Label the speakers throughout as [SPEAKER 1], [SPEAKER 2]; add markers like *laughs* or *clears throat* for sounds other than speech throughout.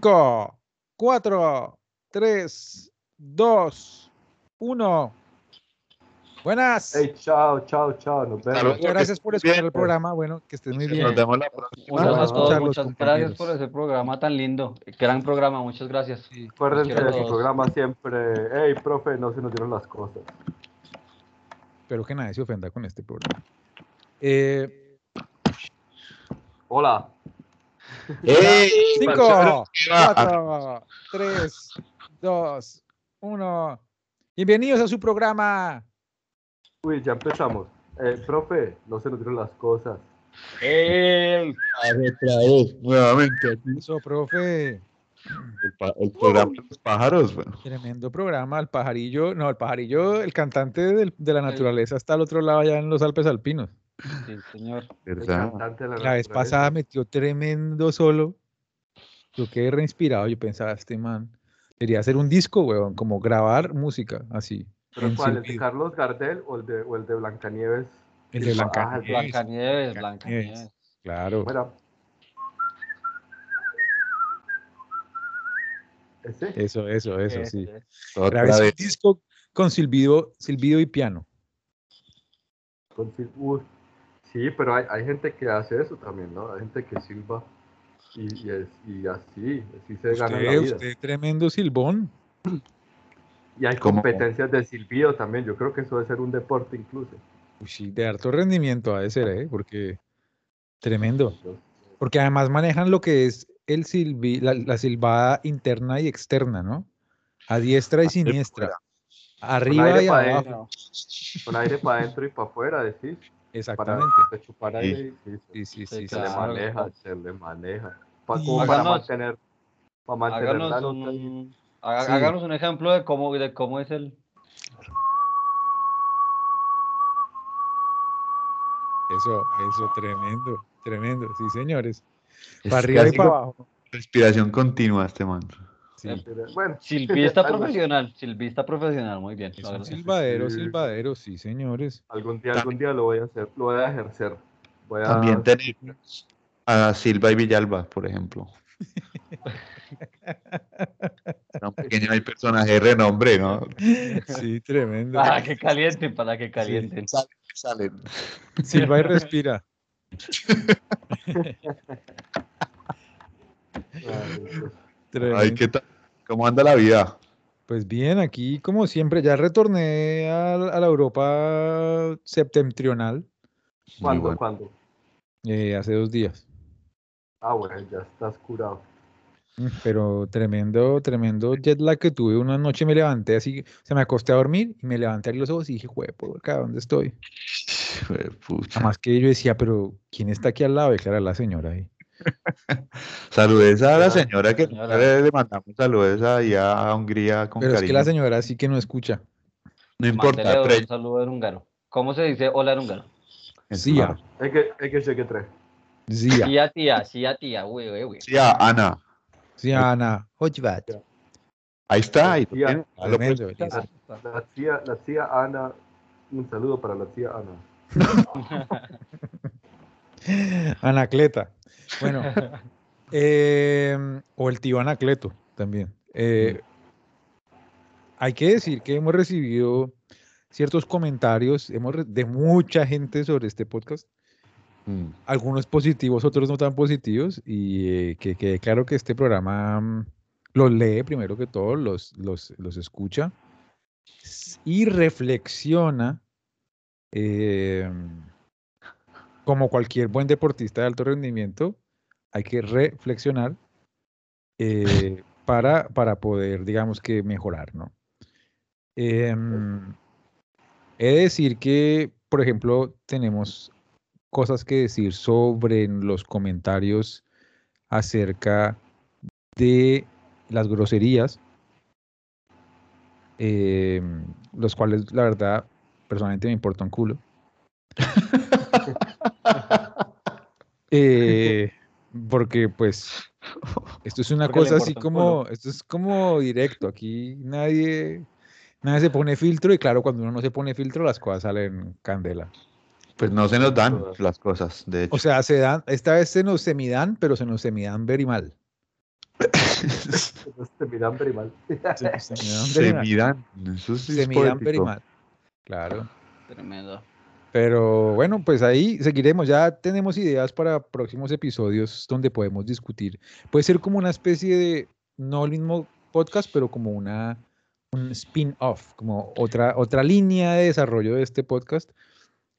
[SPEAKER 1] 5, 4, 3, 2, 1. Buenas.
[SPEAKER 2] Hey, chao, chao, chao. Nos vemos.
[SPEAKER 3] Salud.
[SPEAKER 1] Muchas gracias por escuchar el programa. Bueno, que estés muy bien.
[SPEAKER 3] Nos vemos la próxima.
[SPEAKER 4] Un saludo
[SPEAKER 1] Vamos a
[SPEAKER 4] a todos,
[SPEAKER 1] escucharlos,
[SPEAKER 4] muchas
[SPEAKER 1] compañeros.
[SPEAKER 4] gracias por ese programa tan lindo. Gran programa, muchas gracias.
[SPEAKER 2] Recuerden que
[SPEAKER 4] Quiero
[SPEAKER 2] en
[SPEAKER 4] todos.
[SPEAKER 2] su programa siempre, hey, profe, no se nos dieron las cosas.
[SPEAKER 1] Espero que nadie se ofenda con este programa. Eh,
[SPEAKER 2] Hola.
[SPEAKER 3] ¡Ey! parceros,
[SPEAKER 1] 5,
[SPEAKER 3] ¿qué va?
[SPEAKER 1] 4, 3, 2, 1. Bienvenidos a su programa.
[SPEAKER 2] Uy, ya empezamos. Eh, profe, no se nos dieron las cosas.
[SPEAKER 3] ¡Ey! Otra vez, nuevamente aquí
[SPEAKER 1] Eso, profe.
[SPEAKER 3] el, pa- el programa de los pájaros. Bueno.
[SPEAKER 1] Tremendo programa. El pajarillo, no, el pajarillo, el cantante del- de la naturaleza está al otro lado, allá en los Alpes Alpinos.
[SPEAKER 4] Sí, señor.
[SPEAKER 2] El
[SPEAKER 3] ¿Verdad?
[SPEAKER 2] cantante de
[SPEAKER 1] La vez
[SPEAKER 2] naturaleza.
[SPEAKER 1] pasada metió tremendo solo. Yo quedé reinspirado. Yo pensaba, este man debería hacer un disco, weón, como grabar música así.
[SPEAKER 2] ¿Pero
[SPEAKER 1] en
[SPEAKER 2] cuál? ¿El de
[SPEAKER 1] silbido.
[SPEAKER 2] Carlos Gardel o el de, o el de Blancanieves?
[SPEAKER 1] El de Blanca.
[SPEAKER 2] Ah, el
[SPEAKER 4] Blancanieves, Blancanieves.
[SPEAKER 1] Claro.
[SPEAKER 2] Bueno. ¿Ese?
[SPEAKER 1] Eso, eso, eso, sí.
[SPEAKER 4] Eh,
[SPEAKER 3] Otra
[SPEAKER 1] Grabé un
[SPEAKER 3] vez.
[SPEAKER 1] disco con silbido, silbido y piano.
[SPEAKER 2] Con sil- uy. Sí, pero hay, hay gente que hace eso también, ¿no? Hay gente que silba y, y, es- y así, así se gana la
[SPEAKER 1] Usted,
[SPEAKER 2] vida.
[SPEAKER 1] usted tremendo silbón.
[SPEAKER 2] Y hay
[SPEAKER 3] ¿Cómo?
[SPEAKER 2] competencias de silbido también. Yo creo que eso debe ser un deporte incluso.
[SPEAKER 1] Uy, sí, de harto rendimiento ha de ser, ¿eh? Porque tremendo.
[SPEAKER 2] Entonces,
[SPEAKER 1] Porque además manejan lo que es el silbi- la, la silbada interna y externa, ¿no? A diestra y siniestra. Arriba
[SPEAKER 2] aire
[SPEAKER 1] y
[SPEAKER 2] pa'
[SPEAKER 1] abajo.
[SPEAKER 2] adentro. Con aire para adentro y para afuera, decís. Para
[SPEAKER 1] Exactamente.
[SPEAKER 2] te chupar aire. y- sí,
[SPEAKER 1] Sí, sí, sí. sí,
[SPEAKER 2] se
[SPEAKER 1] sí.
[SPEAKER 2] le
[SPEAKER 4] claro.
[SPEAKER 2] maneja, se le maneja. Pa-
[SPEAKER 1] Y-
[SPEAKER 2] como para
[SPEAKER 4] Háganos-
[SPEAKER 2] mantener, para mantener la
[SPEAKER 4] Háganos
[SPEAKER 2] nota. ahí.
[SPEAKER 4] un, haga-
[SPEAKER 1] Sí.
[SPEAKER 4] háganos un ejemplo de cómo, de cómo es el.
[SPEAKER 1] Eso, eso, tremendo, tremendo. Sí, señores.
[SPEAKER 3] Es
[SPEAKER 1] Para arriba y
[SPEAKER 3] casi
[SPEAKER 1] para
[SPEAKER 3] como
[SPEAKER 1] abajo.
[SPEAKER 3] Respiración continua este man.
[SPEAKER 1] Sí.
[SPEAKER 4] Eh,
[SPEAKER 2] Bueno,
[SPEAKER 4] Silvista
[SPEAKER 2] Algo así.
[SPEAKER 4] profesional, silvista profesional, muy bien.
[SPEAKER 1] Es
[SPEAKER 4] la
[SPEAKER 1] un
[SPEAKER 4] verdad.
[SPEAKER 1] silbadero,
[SPEAKER 2] Sí.
[SPEAKER 1] silbadero, sí,
[SPEAKER 2] *laughs*
[SPEAKER 1] señores.
[SPEAKER 2] algún día, algún día lo voy a hacer, lo voy a ejercer. Voy a-
[SPEAKER 3] También tenemos a Silva y Villalba, por ejemplo. Tan pequeño hay personaje de renombre, ¿no?
[SPEAKER 1] Sí, tremendo.
[SPEAKER 4] Para que calienten, para que calienten.
[SPEAKER 3] Salen.
[SPEAKER 1] Silba y
[SPEAKER 2] *laughs*
[SPEAKER 1] respira.
[SPEAKER 3] Ay,
[SPEAKER 2] Ah,
[SPEAKER 1] Tremendo.
[SPEAKER 3] ¿qué tal? ¿Cómo anda la vida?
[SPEAKER 1] Pues bien, aquí como siempre, ya retorné a, a la Europa septentrional
[SPEAKER 2] ¿Cuándo,
[SPEAKER 3] Muy bueno.
[SPEAKER 2] cuándo?
[SPEAKER 1] eh, hace dos días.
[SPEAKER 2] Ah, bueno, ya estás curado.
[SPEAKER 1] Mm, Pero tremendo, tremendo jet lag que tuve. Una noche me levanté así, se me acosté a dormir y me levanté a abrir los ojos y dije, juepo, acá, ¿dónde estoy?
[SPEAKER 3] Pucha.
[SPEAKER 1] Además que yo decía, pero ¿quién está aquí al lado? Y claro, era la señora ahí.
[SPEAKER 3] Saludes a la
[SPEAKER 4] Hola,
[SPEAKER 3] señora que
[SPEAKER 4] señora.
[SPEAKER 3] le le mandamos saludes allá a Hungría con
[SPEAKER 1] Pero es que
[SPEAKER 3] cariño.
[SPEAKER 1] la señora sí que no escucha.
[SPEAKER 3] No importa,
[SPEAKER 4] Mándele
[SPEAKER 3] tres.
[SPEAKER 4] un saludo en húngaro. ¿Cómo se dice hola en húngaro?
[SPEAKER 1] Sí, ya.
[SPEAKER 3] Claro.
[SPEAKER 2] Es que, es que llegué tres.
[SPEAKER 1] Sí, ya.
[SPEAKER 4] Sí, a tía, sí, a tía, güey, güey, güey.
[SPEAKER 3] Sí, a Ana.
[SPEAKER 1] Sí, Ana. Hotbat.
[SPEAKER 3] Ahí está. ahí lo
[SPEAKER 2] Sí, a-
[SPEAKER 3] tiene. Ah, lo
[SPEAKER 1] Tremendo,
[SPEAKER 3] puedes-
[SPEAKER 1] belleza.
[SPEAKER 2] La tía, la tía Ana, un saludo para la tía Ana.
[SPEAKER 1] *laughs* Anacleta.
[SPEAKER 3] *laughs*
[SPEAKER 1] Bueno, eh, o el tío Anacleto también. Eh,
[SPEAKER 3] Mm.
[SPEAKER 1] hay que decir que hemos recibido ciertos comentarios hemos re- de mucha gente sobre este podcast,
[SPEAKER 3] Mm.
[SPEAKER 1] algunos positivos, otros no tan positivos, y eh, que quede claro que este programa mm, los lee primero que todo, los, los, los escucha s- y reflexiona eh, como cualquier buen deportista de alto rendimiento, hay que reflexionar eh, para, para poder, digamos que, mejorar, ¿no? Em, he de decir que, por ejemplo, tenemos cosas que decir sobre los comentarios acerca de las groserías, em, los cuales, la verdad, personalmente me importa un
[SPEAKER 4] *laughs*
[SPEAKER 1] culo. Eh, porque pues esto es una
[SPEAKER 4] Porque le
[SPEAKER 1] cosa así
[SPEAKER 4] importa un
[SPEAKER 1] como, esto es como directo, aquí nadie, nadie se pone filtro y claro, cuando uno no se pone filtro las cosas salen candela.
[SPEAKER 3] Pues no se nos dan las cosas,
[SPEAKER 1] *laughs*
[SPEAKER 3] de hecho.
[SPEAKER 1] O sea, se dan, esta vez se nos semidan, pero se nos semidan very mal.
[SPEAKER 2] Entonces te miran pero mal.
[SPEAKER 1] Se, se midan very
[SPEAKER 3] se
[SPEAKER 1] mal.
[SPEAKER 3] miran. Eso sí
[SPEAKER 1] Se
[SPEAKER 3] es
[SPEAKER 1] midan
[SPEAKER 3] poético.
[SPEAKER 1] very mal. Claro.
[SPEAKER 4] Tremendo.
[SPEAKER 1] Pero bueno, pues ahí seguiremos. Ya tenemos ideas para próximos episodios donde podemos discutir. Puede ser como una especie de, no el mismo podcast, pero como una un spin-off, como otra, otra línea de desarrollo de este podcast,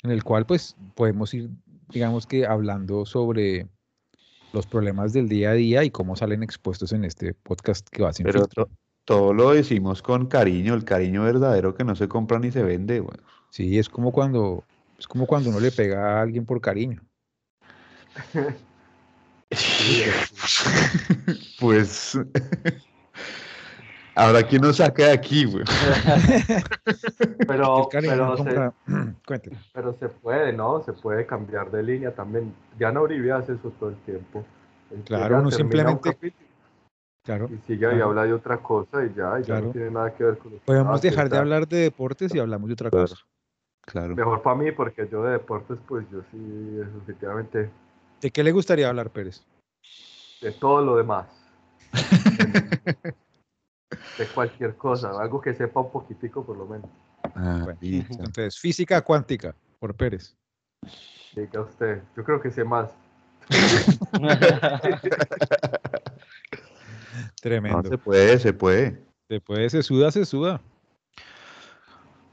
[SPEAKER 1] en el cual pues podemos ir, digamos que hablando sobre los problemas del día a día y cómo salen expuestos en este podcast que va sin
[SPEAKER 3] Pero
[SPEAKER 1] filtro.
[SPEAKER 3] to- todo lo decimos con cariño, el cariño verdadero que no se compra ni se vende. Bueno.
[SPEAKER 1] Sí, es como cuando es como cuando uno le pega a alguien por cariño.
[SPEAKER 3] Pues. *laughs* Ahora, ¿quién nos saca de aquí, güey?
[SPEAKER 1] Que
[SPEAKER 2] Pero,
[SPEAKER 1] el cariño no
[SPEAKER 2] pero,
[SPEAKER 1] *clears throat*
[SPEAKER 2] se,
[SPEAKER 1] compra- Cuente.
[SPEAKER 2] pero se puede, ¿no? Se puede cambiar de línea también. Diana Uribe hace eso todo el tiempo. Ella
[SPEAKER 1] Claro, uno
[SPEAKER 2] termina un
[SPEAKER 1] simplemente-
[SPEAKER 2] capítulo
[SPEAKER 1] Claro.
[SPEAKER 2] Y sigue y
[SPEAKER 1] Claro.
[SPEAKER 2] habla de otra cosa y ya, y ya
[SPEAKER 1] Claro.
[SPEAKER 2] no tiene nada que ver con lo que
[SPEAKER 1] Podemos
[SPEAKER 3] Ah,
[SPEAKER 2] estaba
[SPEAKER 1] dejar de
[SPEAKER 2] pensando.
[SPEAKER 1] hablar de deportes y hablamos de otra cosa.
[SPEAKER 3] Claro.
[SPEAKER 2] Mejor para mí, porque yo de deportes, pues yo sí, definitivamente,
[SPEAKER 1] ¿De qué le gustaría hablar, Pérez?
[SPEAKER 2] de todo lo demás.
[SPEAKER 1] *laughs*
[SPEAKER 2] de cualquier cosa, algo que sepa un poquitico por lo menos.
[SPEAKER 3] Ah,
[SPEAKER 1] Bueno.
[SPEAKER 3] listo.
[SPEAKER 1] Entonces, física cuántica, por Pérez.
[SPEAKER 2] Diga usted, yo creo que sé más.
[SPEAKER 1] Tremendo.
[SPEAKER 3] Ah, No, se puede, se puede.
[SPEAKER 1] Después se suda, se suda.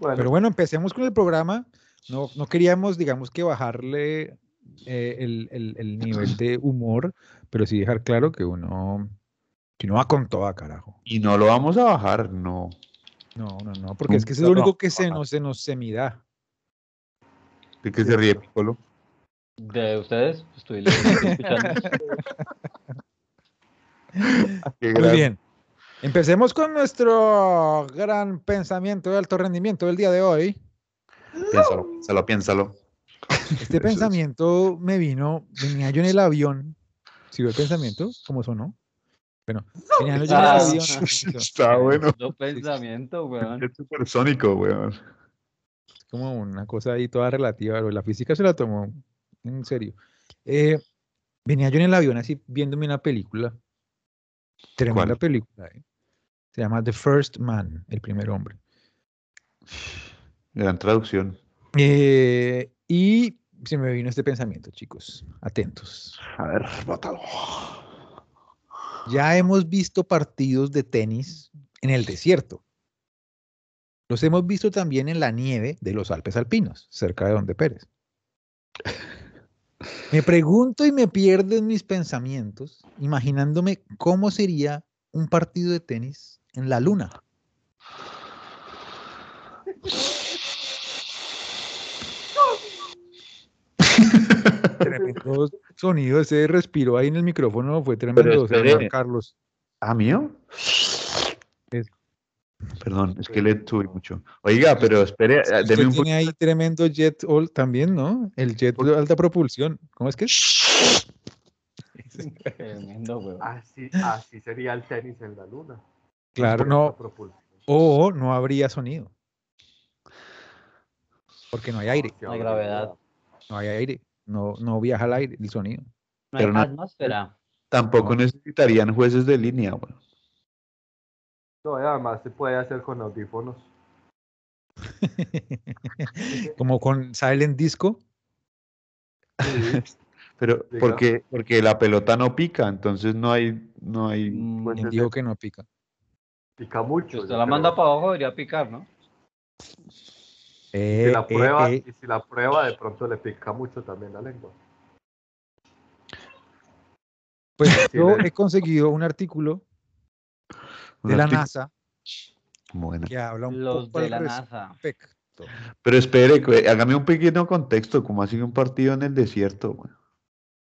[SPEAKER 2] Bueno,
[SPEAKER 1] Pero bueno, empecemos con el programa. No, no queríamos, digamos, que bajarle eh, el, el- el nivel de humor, pero sí dejar claro que uno, que uno va con toda, carajo.
[SPEAKER 3] Y no lo vamos a bajar, no.
[SPEAKER 1] No, no, no, porque es que eso es
[SPEAKER 3] No,
[SPEAKER 1] lo único
[SPEAKER 3] no,
[SPEAKER 1] que se
[SPEAKER 3] no.
[SPEAKER 1] nos, se nos se mida.
[SPEAKER 3] ¿De qué se ríe Piccolo?
[SPEAKER 4] *laughs* De ustedes, estoy leyendo, estoy escuchando.
[SPEAKER 3] Qué
[SPEAKER 1] Muy
[SPEAKER 3] gran-
[SPEAKER 1] bien. Empecemos con nuestro gran pensamiento de alto rendimiento del día de hoy.
[SPEAKER 3] Piénsalo, piénsalo, piénsalo.
[SPEAKER 1] Este
[SPEAKER 3] Eso es.
[SPEAKER 1] pensamiento me vino, venía yo en el avión. Si veo el pensamiento, ¿cómo sonó? Bueno, venía yo en el
[SPEAKER 4] Ah.
[SPEAKER 1] avión. Es
[SPEAKER 3] Está bueno.
[SPEAKER 4] Yo pensamiento, weón.
[SPEAKER 3] Es supersónico, weón.
[SPEAKER 1] como una cosa ahí toda relativa, pero la física se la tomó en serio. Eh, venía yo en el avión así viéndome una película. Tremenda
[SPEAKER 3] ¿Cuál?
[SPEAKER 1] película. eh. Se llama The First Man, el primer hombre.
[SPEAKER 3] Gran traducción.
[SPEAKER 1] Eh, y se me vino este pensamiento, chicos. Atentos.
[SPEAKER 3] A ver, bótalo.
[SPEAKER 1] Ya hemos visto partidos de tenis en el desierto. Los hemos visto también en la nieve de los Alpes Alpinos, cerca de donde Pérez. Me pregunto y me pierdo en mis pensamientos, imaginándome cómo sería un partido de tenis en la luna. Tremendo sonido, ese respiro ahí en el micrófono fue tremendo, señor
[SPEAKER 3] espere.
[SPEAKER 1] Carlos.
[SPEAKER 3] ¿Ah, mío?
[SPEAKER 1] Es-
[SPEAKER 3] Perdón, es que le tuve mucho. Oiga, pero espere, eh,
[SPEAKER 1] Usted
[SPEAKER 3] deme un
[SPEAKER 1] tiene ahí tremendo jet all también, ¿no? El jet de alta propulsión. ¿Cómo es que? es?
[SPEAKER 4] Tremendo, weón.
[SPEAKER 2] así, así sería el tenis en la luna.
[SPEAKER 1] Claro,
[SPEAKER 2] La
[SPEAKER 1] no.
[SPEAKER 2] propulsión.
[SPEAKER 1] O no habría sonido. Porque no hay aire,
[SPEAKER 2] Sí,
[SPEAKER 4] La
[SPEAKER 2] ahora,
[SPEAKER 4] gravedad.
[SPEAKER 1] no hay aire. No, no viaja al aire el sonido. *laughs*
[SPEAKER 4] No hay
[SPEAKER 3] Pero no-
[SPEAKER 4] atmósfera.
[SPEAKER 3] Tampoco necesitarían jueces de línea, weón.
[SPEAKER 2] No, y además se puede hacer con
[SPEAKER 1] *laughs*
[SPEAKER 2] audífonos.
[SPEAKER 1] Como con Silent Disco.
[SPEAKER 3] Pero
[SPEAKER 2] Diga.
[SPEAKER 3] porque, porque la pelota no pica, entonces no hay, no hay
[SPEAKER 4] Mm,
[SPEAKER 3] jueces
[SPEAKER 1] ¿Quién
[SPEAKER 3] de-
[SPEAKER 1] dijo que no pica?
[SPEAKER 2] Pica mucho.
[SPEAKER 4] Si
[SPEAKER 2] yo
[SPEAKER 4] usted la
[SPEAKER 2] creo.
[SPEAKER 4] manda para abajo, debería picar, ¿no?
[SPEAKER 2] Si
[SPEAKER 1] Eh,
[SPEAKER 2] la
[SPEAKER 1] eh,
[SPEAKER 2] prueba,
[SPEAKER 1] eh,
[SPEAKER 2] y si la prueba de pronto le pica mucho también la lengua.
[SPEAKER 3] *laughs*
[SPEAKER 1] Pues
[SPEAKER 2] Sí,
[SPEAKER 1] yo
[SPEAKER 2] le-
[SPEAKER 1] he conseguido un artículo
[SPEAKER 3] un
[SPEAKER 1] de la
[SPEAKER 3] artículo.
[SPEAKER 1] NASA
[SPEAKER 3] Bueno.
[SPEAKER 1] que habla un
[SPEAKER 4] Los
[SPEAKER 1] poco
[SPEAKER 4] de
[SPEAKER 1] al
[SPEAKER 4] la NASA.
[SPEAKER 1] respecto.
[SPEAKER 3] Pero espere, que- hágame un pequeño contexto, ¿cómo ha sido un partido en el desierto, weón?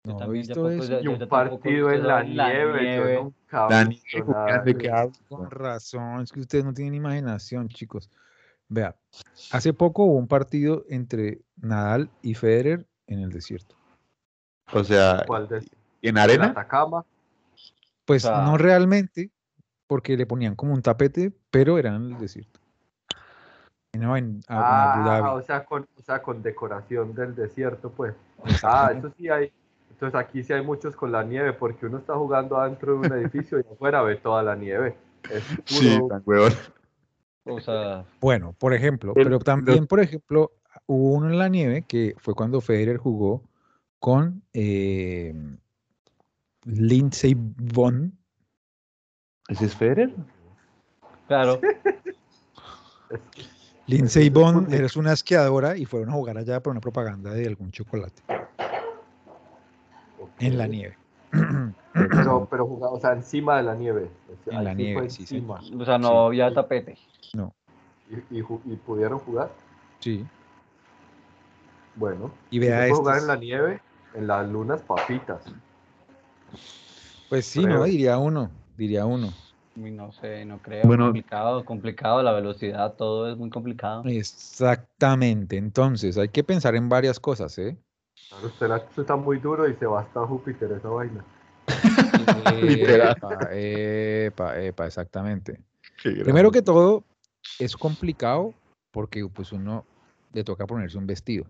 [SPEAKER 1] No he
[SPEAKER 4] también ya
[SPEAKER 1] visto
[SPEAKER 4] poco-
[SPEAKER 1] eso.
[SPEAKER 4] ya-
[SPEAKER 2] Y
[SPEAKER 4] yo
[SPEAKER 2] un
[SPEAKER 4] tampoco
[SPEAKER 2] partido
[SPEAKER 4] conozco
[SPEAKER 2] en la
[SPEAKER 4] la
[SPEAKER 2] nieve.
[SPEAKER 4] nieve.
[SPEAKER 2] Yo
[SPEAKER 1] Ah,
[SPEAKER 2] nunca he
[SPEAKER 3] La
[SPEAKER 2] visto
[SPEAKER 3] nieve,
[SPEAKER 2] nada
[SPEAKER 3] ¿de
[SPEAKER 2] de
[SPEAKER 3] qué
[SPEAKER 2] eso.
[SPEAKER 3] habla?
[SPEAKER 1] Con razón, es que ustedes no tienen imaginación, chicos. Vea, hace poco hubo un partido entre Nadal y Federer en el desierto.
[SPEAKER 3] O sea,
[SPEAKER 2] ¿Cuál de esos?
[SPEAKER 3] ¿en
[SPEAKER 2] ¿El
[SPEAKER 3] arena?
[SPEAKER 2] Atacama?
[SPEAKER 1] Pues
[SPEAKER 4] O sea-
[SPEAKER 1] no realmente, porque le ponían como un tapete, pero eran en el desierto. No, en, a- en
[SPEAKER 2] Ah,
[SPEAKER 1] Abu Dhabi.
[SPEAKER 2] o sea, con, o sea, con decoración del desierto,
[SPEAKER 1] *laughs*
[SPEAKER 2] pues. Ah, eso sí hay. Entonces aquí sí hay muchos con la nieve, porque uno está jugando adentro de un edificio y afuera ve toda la nieve. Es
[SPEAKER 3] Sí,
[SPEAKER 2] puro-
[SPEAKER 3] tan huevón.
[SPEAKER 4] O sea,
[SPEAKER 1] Bueno, por ejemplo,
[SPEAKER 3] El-
[SPEAKER 1] pero también, por ejemplo, hubo uno en la nieve que fue cuando Federer jugó con eh, Lindsey Vonn.
[SPEAKER 3] ¿Ese es Federer?
[SPEAKER 4] claro.
[SPEAKER 1] Lindsey
[SPEAKER 2] es
[SPEAKER 1] Vonn
[SPEAKER 2] porque-
[SPEAKER 1] era una esquiadora y fueron a jugar allá para una propaganda de algún chocolate en la nieve. *clears throat*
[SPEAKER 2] Pero, pero jugaba, o sea, encima de la nieve. O
[SPEAKER 1] En
[SPEAKER 2] sea, ahí
[SPEAKER 1] la
[SPEAKER 2] sí fue
[SPEAKER 1] nieve, sí, señor.
[SPEAKER 2] encima.
[SPEAKER 4] O sea, no
[SPEAKER 1] Sí.
[SPEAKER 4] había tapete.
[SPEAKER 2] Y, y ju- y pudieron jugar.
[SPEAKER 1] sí.
[SPEAKER 2] Bueno.
[SPEAKER 1] Y
[SPEAKER 2] si se
[SPEAKER 1] vea
[SPEAKER 2] puede jugar en
[SPEAKER 1] esto.
[SPEAKER 2] la nieve, en las lunas papitas.
[SPEAKER 1] Pues sí, no,
[SPEAKER 2] pruebas.
[SPEAKER 1] diría uno, diría uno.
[SPEAKER 4] Uy, No sé, no creo.
[SPEAKER 3] Bueno.
[SPEAKER 4] complicado, complicado. La velocidad, todo es muy complicado.
[SPEAKER 1] Exactamente. Entonces, hay que pensar en varias cosas, ¿eh?
[SPEAKER 2] Claro, usted la chuta muy duro y se va hasta Júpiter esa vaina.
[SPEAKER 3] Literal.
[SPEAKER 1] Epa, epa, epa, exactamente.
[SPEAKER 3] Qué gran-
[SPEAKER 1] Primero que todo, es complicado porque pues uno le toca ponerse un vestido,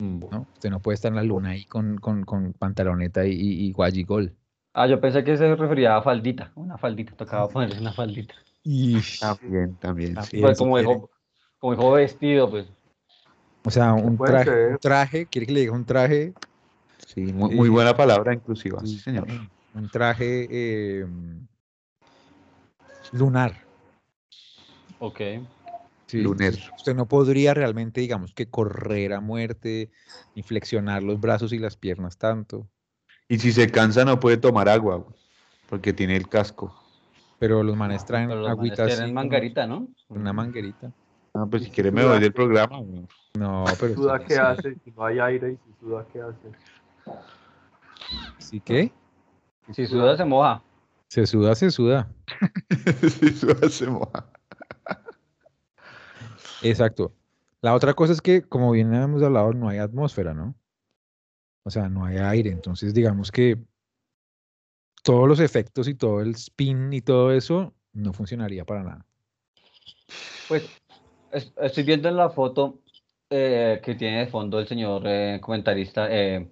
[SPEAKER 3] Mm.
[SPEAKER 1] ¿no? Usted no puede estar en la luna ahí con, con, con pantaloneta y, y, y guayigol.
[SPEAKER 4] Ah, yo pensé que se refería a faldita. Una faldita, tocaba ponerle una faldita.
[SPEAKER 1] Y,
[SPEAKER 3] También, también. sí.
[SPEAKER 1] También.
[SPEAKER 4] Pues
[SPEAKER 1] si
[SPEAKER 4] como dijo, como dijo vestido, pues.
[SPEAKER 1] o sea, un
[SPEAKER 2] puede
[SPEAKER 1] traje,
[SPEAKER 2] ser.
[SPEAKER 1] un traje, quiere que le diga un traje,
[SPEAKER 3] Sí, muy, muy
[SPEAKER 1] Sí.
[SPEAKER 3] buena palabra inclusiva,
[SPEAKER 4] Ah,
[SPEAKER 3] sí,
[SPEAKER 1] Sí.
[SPEAKER 3] señor.
[SPEAKER 1] un traje eh, lunar.
[SPEAKER 4] Ok.
[SPEAKER 1] ¿sí?
[SPEAKER 3] Lunar.
[SPEAKER 1] Usted no podría realmente, digamos, que correr a muerte, ni flexionar los brazos y las piernas tanto.
[SPEAKER 3] Y si se cansa no puede tomar agua, güey, porque tiene el casco.
[SPEAKER 1] Pero los manes traen
[SPEAKER 4] Pero los manes
[SPEAKER 1] agüitas.
[SPEAKER 4] tienen mangarita, ¿no?
[SPEAKER 1] Una manguerita.
[SPEAKER 3] Ah, pues si
[SPEAKER 2] si
[SPEAKER 3] quiere me
[SPEAKER 2] suda?
[SPEAKER 3] voy del programa. güey. *laughs*
[SPEAKER 1] No, pero.
[SPEAKER 2] ¿Suda
[SPEAKER 1] sí,
[SPEAKER 2] qué hace? Si no hay aire y si suda qué hace.
[SPEAKER 1] sí que
[SPEAKER 4] Si suda se moja.
[SPEAKER 1] se suda, se suda.
[SPEAKER 3] Si suda, se moja.
[SPEAKER 1] Exacto. La otra cosa es que, como bien hemos hablado, no hay atmósfera, ¿no? O sea, no hay aire. Entonces, digamos que todos los efectos y todo el spin y todo eso no funcionaría para nada.
[SPEAKER 4] Pues es- estoy viendo en la foto eh, que tiene de fondo el señor eh, comentarista. eh,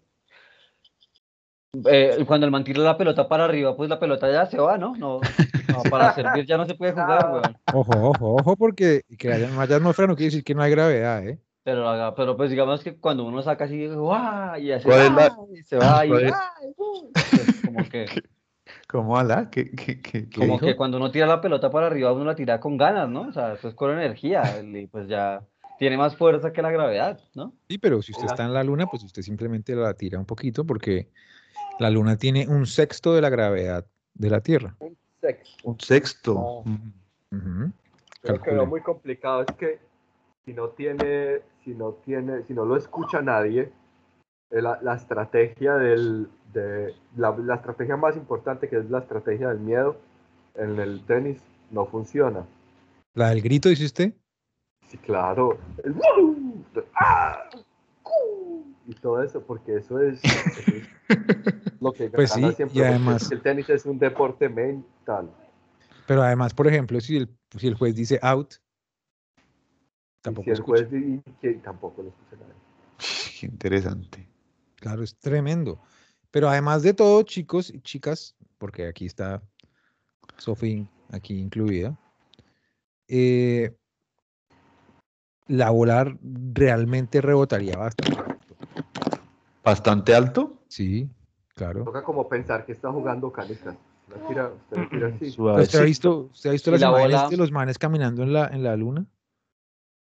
[SPEAKER 4] eh, cuando el man tira la pelota para arriba, pues la pelota ya se va, ¿no? No, no, para servir ya no se puede jugar, weón.
[SPEAKER 1] Ojo, ojo, ojo, porque que haya, no haya atmósfera no quiere decir que no hay gravedad, ¿eh?
[SPEAKER 4] Pero, haga- pero pues digamos que cuando uno saca así, ¡guau! Y hace,
[SPEAKER 3] ¿Cuál es la-
[SPEAKER 4] ¡ah! y se va y
[SPEAKER 3] cuál es-
[SPEAKER 4] ¡ah! y ¡uh! Pues,
[SPEAKER 3] *laughs*
[SPEAKER 4] como que,
[SPEAKER 3] ¿Cómo ala? ¿Qué, qué, qué, qué
[SPEAKER 4] como
[SPEAKER 3] dijo?
[SPEAKER 4] que cuando uno tira la pelota para arriba, uno la tira con ganas, ¿no? O sea, eso es con energía, y pues ya tiene más fuerza que la gravedad, ¿no?
[SPEAKER 1] Sí, pero si usted
[SPEAKER 2] Hola.
[SPEAKER 1] está en la luna, pues usted simplemente la tira un poquito porque la luna tiene un sexto de la gravedad de la Tierra.
[SPEAKER 3] Un sexto.
[SPEAKER 2] No.
[SPEAKER 3] Mm.
[SPEAKER 1] Ujú.
[SPEAKER 2] Creo que lo
[SPEAKER 1] Calcule.
[SPEAKER 2] muy complicado es que si no tiene, si no tiene, si no lo escucha nadie, eh, la, la estrategia del, de, la, la estrategia más importante que es la estrategia del miedo en el tenis no funciona.
[SPEAKER 1] La del grito, dice usted.
[SPEAKER 2] Sí, claro. El ¡wow! ¡Ah! ¡cu! Y todo eso, porque eso es, eso es
[SPEAKER 1] *laughs*
[SPEAKER 2] lo que
[SPEAKER 1] Pues
[SPEAKER 2] gana
[SPEAKER 1] sí,
[SPEAKER 2] siempre,
[SPEAKER 1] y
[SPEAKER 2] porque
[SPEAKER 1] además-
[SPEAKER 2] el tenis es un deporte mental.
[SPEAKER 1] Pero además, por ejemplo, si el, si el juez dice out,
[SPEAKER 2] Y
[SPEAKER 1] tampoco
[SPEAKER 2] si el
[SPEAKER 1] escucha.
[SPEAKER 2] juez di- que tampoco lo escucha nadie.
[SPEAKER 3] Qué interesante.
[SPEAKER 1] Claro, es tremendo. Pero además de todo, chicos y chicas, porque aquí está Sofía, aquí incluida, eh, la volar realmente rebotaría bastante.
[SPEAKER 3] ¿Bastante alto?
[SPEAKER 1] Sí, claro.
[SPEAKER 2] Toca como pensar que está jugando canicas. La tira, usted la tira así.
[SPEAKER 3] Suave.
[SPEAKER 1] ¿Usted ha visto, usted ha visto
[SPEAKER 4] Pues, Y
[SPEAKER 1] las
[SPEAKER 4] la
[SPEAKER 1] imágenes
[SPEAKER 4] bola-
[SPEAKER 1] de los manes caminando en la, en la luna?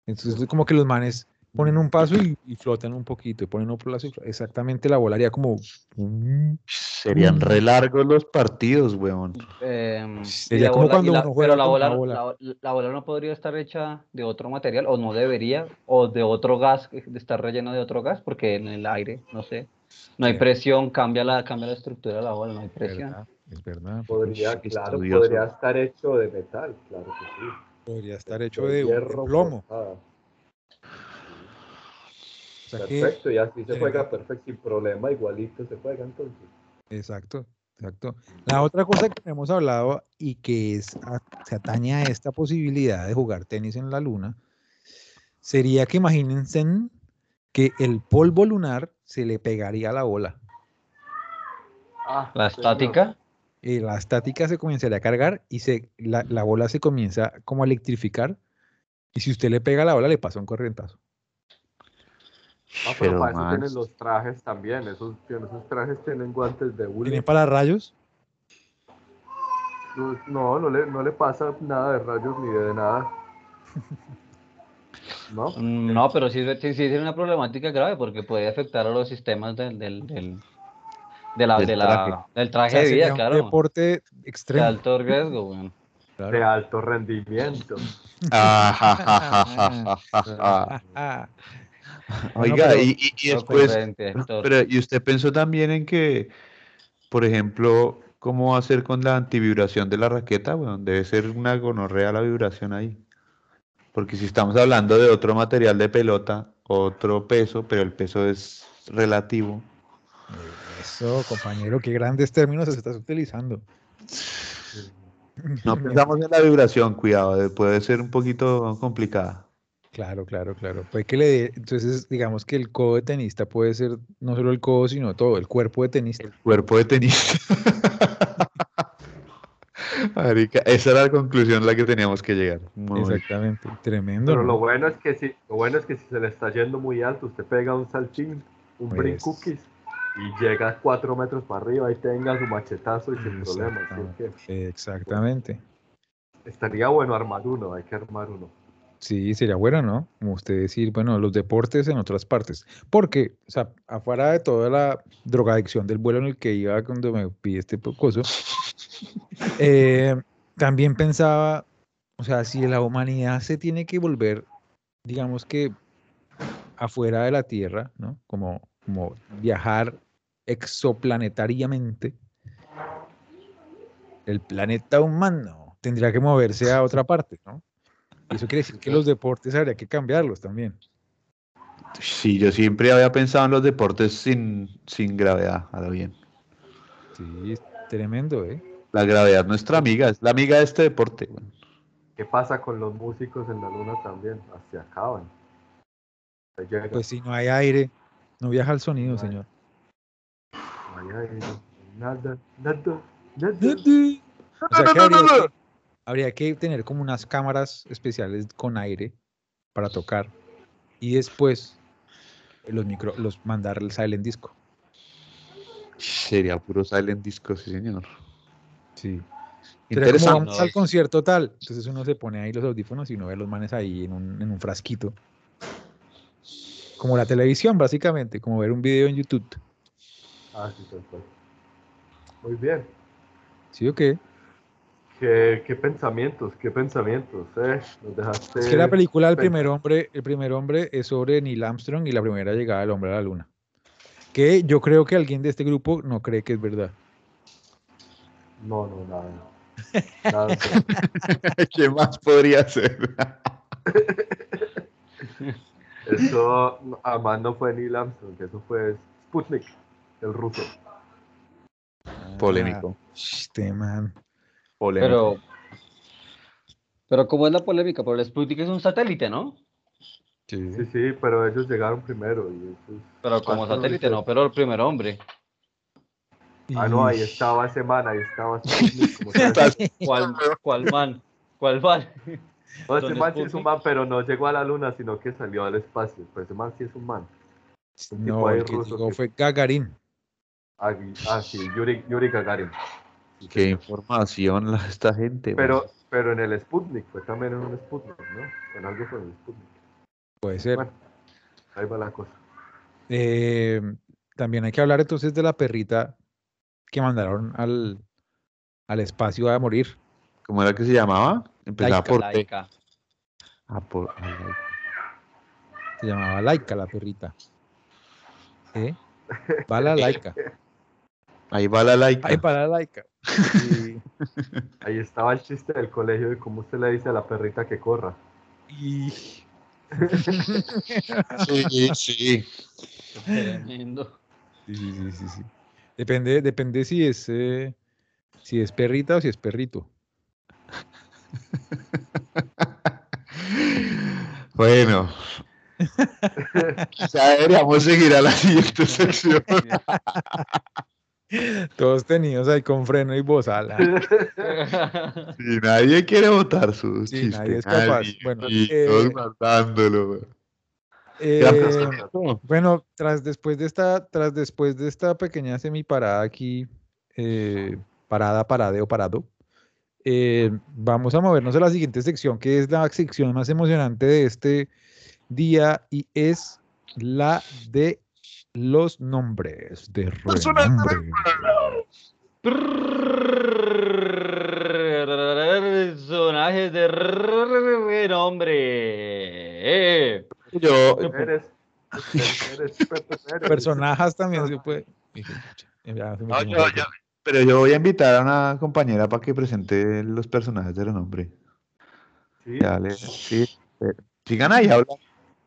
[SPEAKER 1] Entonces, es como que los manes ponen un paso y, y flotan un poquito, y ponen otro paso. y flo- Exactamente, la volaría como. mm,
[SPEAKER 3] Serían re largos los partidos, weón.
[SPEAKER 4] Em, y
[SPEAKER 1] Sería
[SPEAKER 4] la
[SPEAKER 1] como
[SPEAKER 4] bola-
[SPEAKER 1] cuando
[SPEAKER 4] y la-
[SPEAKER 1] uno juega
[SPEAKER 4] pero la
[SPEAKER 1] con
[SPEAKER 4] bola,
[SPEAKER 1] una
[SPEAKER 4] no-
[SPEAKER 1] bola.
[SPEAKER 4] la- la bola no podría estar hecha de otro material, o no debería, o de otro gas, que- de estar relleno de otro gas, porque en el aire, no sé, no hay
[SPEAKER 1] Sí.
[SPEAKER 4] presión, cambia la, cambia la estructura de la bola, no hay presión.
[SPEAKER 1] ¿verdad? Es verdad.
[SPEAKER 2] Podría,
[SPEAKER 3] Uy,
[SPEAKER 2] claro,
[SPEAKER 3] estudioso.
[SPEAKER 2] podría estar hecho de metal, claro que sí.
[SPEAKER 1] Podría estar hecho de, un- de
[SPEAKER 2] hierro ah,
[SPEAKER 1] plomo.
[SPEAKER 2] forjado.
[SPEAKER 1] O sea que-
[SPEAKER 2] perfecto, y así se
[SPEAKER 1] Tiene-
[SPEAKER 2] juega perfecto, sin problema, igualito se juega entonces.
[SPEAKER 1] exacto. Exacto. La otra cosa que hemos hablado y que es, a- se atañe a esta posibilidad de jugar tenis en la luna sería que imagínense que el polvo lunar se le pegaría a la bola.
[SPEAKER 2] Ah,
[SPEAKER 4] La
[SPEAKER 2] señor.
[SPEAKER 4] estática.
[SPEAKER 1] eh, la estática se comenzaría a cargar y se, la, la bola se comienza como a electrificar. Y si usted le pega a la bola, le pasa un corrientazo.
[SPEAKER 2] Ah, pero
[SPEAKER 3] Pero,
[SPEAKER 2] para eso
[SPEAKER 3] Max.
[SPEAKER 2] tienen los trajes también. Esos, tienen- esos trajes tienen guantes de hule.
[SPEAKER 1] ¿Tiene para rayos?
[SPEAKER 2] No, No, no le, no le pasa nada de rayos ni
[SPEAKER 1] *laughs*
[SPEAKER 2] de nada. ¿No?
[SPEAKER 4] Mm, No, pero sí, sí, sí es una problemática grave porque puede afectar a los sistemas del, del, del, de la-
[SPEAKER 3] Del
[SPEAKER 4] de la-
[SPEAKER 3] traje.
[SPEAKER 4] del
[SPEAKER 1] O sea,
[SPEAKER 4] traje de
[SPEAKER 1] sería
[SPEAKER 4] vida,
[SPEAKER 1] un
[SPEAKER 4] claro.
[SPEAKER 1] deporte
[SPEAKER 4] De
[SPEAKER 1] extremo.
[SPEAKER 4] alto riesgo, weón.
[SPEAKER 2] De alto rendimiento.
[SPEAKER 3] Ah, Ajá.
[SPEAKER 1] Ah,
[SPEAKER 3] Oiga,
[SPEAKER 1] pero-
[SPEAKER 3] y, y- y
[SPEAKER 1] Pues,
[SPEAKER 3] después,
[SPEAKER 4] Ocurrente, Héctor.
[SPEAKER 3] Ah, pero, y usted pensó también en que, por ejemplo, cómo va a ser con la antivibración de la raqueta, bueno, debe ser una gonorrea la vibración ahí. Porque si estamos hablando de otro material de pelota, otro peso, pero el peso es relativo.
[SPEAKER 1] eso, compañero, qué grandes términos estás utilizando.
[SPEAKER 3] No pensamos en la vibración, cuidado, eh, puede ser un poquito complicada.
[SPEAKER 1] Claro, claro, claro. Puede que le dé- entonces, digamos que el codo de tenista puede ser no solo el codo, sino todo, el cuerpo de tenista.
[SPEAKER 3] Cuerpo de tenista. *laughs* Marica, esa era la conclusión a la que teníamos que llegar. Muy bueno.
[SPEAKER 1] Exactamente, tremendo.
[SPEAKER 2] Pero
[SPEAKER 1] ¿no?
[SPEAKER 2] lo bueno es que si, lo bueno es que si se le está yendo muy alto, usted pega un salchín, un
[SPEAKER 1] Pues-
[SPEAKER 2] brin cookies y llega cuatro metros para arriba y tenga su machetazo y sin problema. así
[SPEAKER 1] Exactamente. Exactamente.
[SPEAKER 2] que estaría bueno armar uno, hay que armar uno.
[SPEAKER 1] Sí, sería bueno, ¿no? Como usted decir, bueno, los deportes en otras partes. Porque, o sea, afuera de toda la drogadicción del vuelo en el que iba cuando me pide este coso, eh, también pensaba, o sea, si la humanidad se tiene que volver, digamos que afuera de la Tierra, ¿no? Como, como viajar exoplanetariamente, el planeta humano tendría que moverse a otra parte, ¿no? Y eso quiere decir que los deportes habría que cambiarlos también.
[SPEAKER 3] Sí, yo siempre había pensado en los deportes sin, sin gravedad, ahora bien.
[SPEAKER 1] Sí, es tremendo, ¿eh?
[SPEAKER 3] La gravedad, nuestra amiga, es la amiga de este deporte. bueno.
[SPEAKER 2] ¿Qué pasa con los músicos en la luna también? Pues Se acaban. Se llega,
[SPEAKER 1] Pues si no hay aire, no viaja el sonido, señor.
[SPEAKER 2] no hay aire, nada, nada, nada.
[SPEAKER 1] O sea que habría, que habría que tener como unas cámaras especiales con aire para tocar y después los micro, los mandar el silent disco.
[SPEAKER 3] Sería puro silent disco, sí, señor.
[SPEAKER 1] Sí. Interesante.
[SPEAKER 3] Interesante.
[SPEAKER 1] Vamos al concierto tal. Entonces uno se pone ahí los audífonos y uno ve a los manes ahí en un, en un frasquito. Como la televisión, básicamente, como ver un video en YouTube.
[SPEAKER 2] Ah, sí, tal cual. Muy bien.
[SPEAKER 1] ¿Sí o qué?
[SPEAKER 2] ¿Qué, qué pensamientos, qué pensamientos, eh. Nos dejaste.
[SPEAKER 1] Es que la película El
[SPEAKER 2] Bueno.
[SPEAKER 1] primer hombre, el primer hombre es sobre Neil Armstrong y la primera llegada del hombre a la luna. Que yo creo que alguien de este grupo no cree que es verdad.
[SPEAKER 2] No, no, nada.
[SPEAKER 1] *laughs*
[SPEAKER 2] Nada.
[SPEAKER 3] *laughs* ¿Qué más podría ser?
[SPEAKER 2] Eso, no, además, no fue Neil Armstrong, eso fue Sputnik, el ruso.
[SPEAKER 3] Polémico.
[SPEAKER 1] Ah, Este man.
[SPEAKER 3] Polémico.
[SPEAKER 4] *laughs* Pero, pero ¿cómo es la polémica? Pero el Sputnik es un satélite, ¿no?
[SPEAKER 2] Sí, sí, pero ellos llegaron primero. Y eso es-
[SPEAKER 4] Pero como
[SPEAKER 2] Bastante
[SPEAKER 4] satélite,
[SPEAKER 2] bonito.
[SPEAKER 4] no, pero el primer hombre.
[SPEAKER 2] Ah, no, ahí
[SPEAKER 1] Y-
[SPEAKER 2] estaba semana, ahí estaba Sputnik. Como tal.
[SPEAKER 3] Estás-
[SPEAKER 4] ¿Cuál, cuál man? ¿Cuál man?
[SPEAKER 2] No, "Oh, ese
[SPEAKER 4] Don
[SPEAKER 2] man sí es
[SPEAKER 4] Sputnik.
[SPEAKER 2] un man, pero no llegó a la luna, sino que salió al espacio. Pero ese man sí es un man. un este tipo
[SPEAKER 1] No,
[SPEAKER 2] ahí
[SPEAKER 1] el que
[SPEAKER 2] ruso
[SPEAKER 1] llegó
[SPEAKER 2] que-
[SPEAKER 1] fue Gagarin.
[SPEAKER 2] Ah, y- ah, sí, Yuri, Yuri Gagarin. Sí,
[SPEAKER 3] Qué
[SPEAKER 2] señor.
[SPEAKER 3] información la esta gente.
[SPEAKER 2] Pero,
[SPEAKER 3] bueno.
[SPEAKER 2] pero en el Sputnik, fue también en un Sputnik, ¿no? En algo con el Sputnik.
[SPEAKER 1] Puede ser.
[SPEAKER 2] Bueno, ahí va la cosa.
[SPEAKER 1] Eh, también hay que hablar entonces de la perrita que mandaron al, al espacio a morir.
[SPEAKER 3] ¿Cómo era que se llamaba? Empezaba
[SPEAKER 1] Laica,
[SPEAKER 3] por T.
[SPEAKER 4] Laica.
[SPEAKER 3] Ah, por- ah, Laica.
[SPEAKER 1] Se llamaba Laika la perrita. ¿Eh? Va la
[SPEAKER 2] *laughs*
[SPEAKER 1] Laika.
[SPEAKER 3] Ahí va la laica.
[SPEAKER 1] Ay, para la Laika. Y-
[SPEAKER 2] Ahí estaba el chiste del colegio de cómo usted le dice a la perrita que corra.
[SPEAKER 1] *laughs* Y
[SPEAKER 3] Sí, sí.
[SPEAKER 4] Tremendo.
[SPEAKER 1] Sí, sí, sí, sí, sí. Depende, depende si es eh, si es perrita o si es perrito. *laughs*
[SPEAKER 3] Bueno. Ya deberíamos seguir a la siguiente sección.
[SPEAKER 1] Todos tenidos ahí con freno y bozala.
[SPEAKER 3] Si nadie quiere votar su
[SPEAKER 1] Sí,
[SPEAKER 3] chiste.
[SPEAKER 1] nadie es capaz.
[SPEAKER 3] nadie,
[SPEAKER 1] Bueno,
[SPEAKER 3] y
[SPEAKER 1] eh,
[SPEAKER 3] todos mandándolo, güey.
[SPEAKER 1] Eh,
[SPEAKER 3] Ya, pero-
[SPEAKER 1] *laughs* bueno, tras después de esta, tras después de esta pequeña semiparada aquí, eh, parada, paradeo, parado, eh, vamos a movernos a la siguiente sección, que es la sección más emocionante de este día y es la de los nombres de renombre.
[SPEAKER 4] Personajes de renombre. Eh,
[SPEAKER 3] Yo,
[SPEAKER 2] Eres, eres, eres-
[SPEAKER 1] Personajes también se puede. Dije, "Pucha, ya se me
[SPEAKER 3] No,
[SPEAKER 1] fue mi
[SPEAKER 3] yo-
[SPEAKER 1] rollo".
[SPEAKER 3] yo- pero yo voy a invitar a una compañera para que presente los personajes de renombre.
[SPEAKER 2] Sí,
[SPEAKER 3] Ya le- sí, eh, sigan ahí hablando.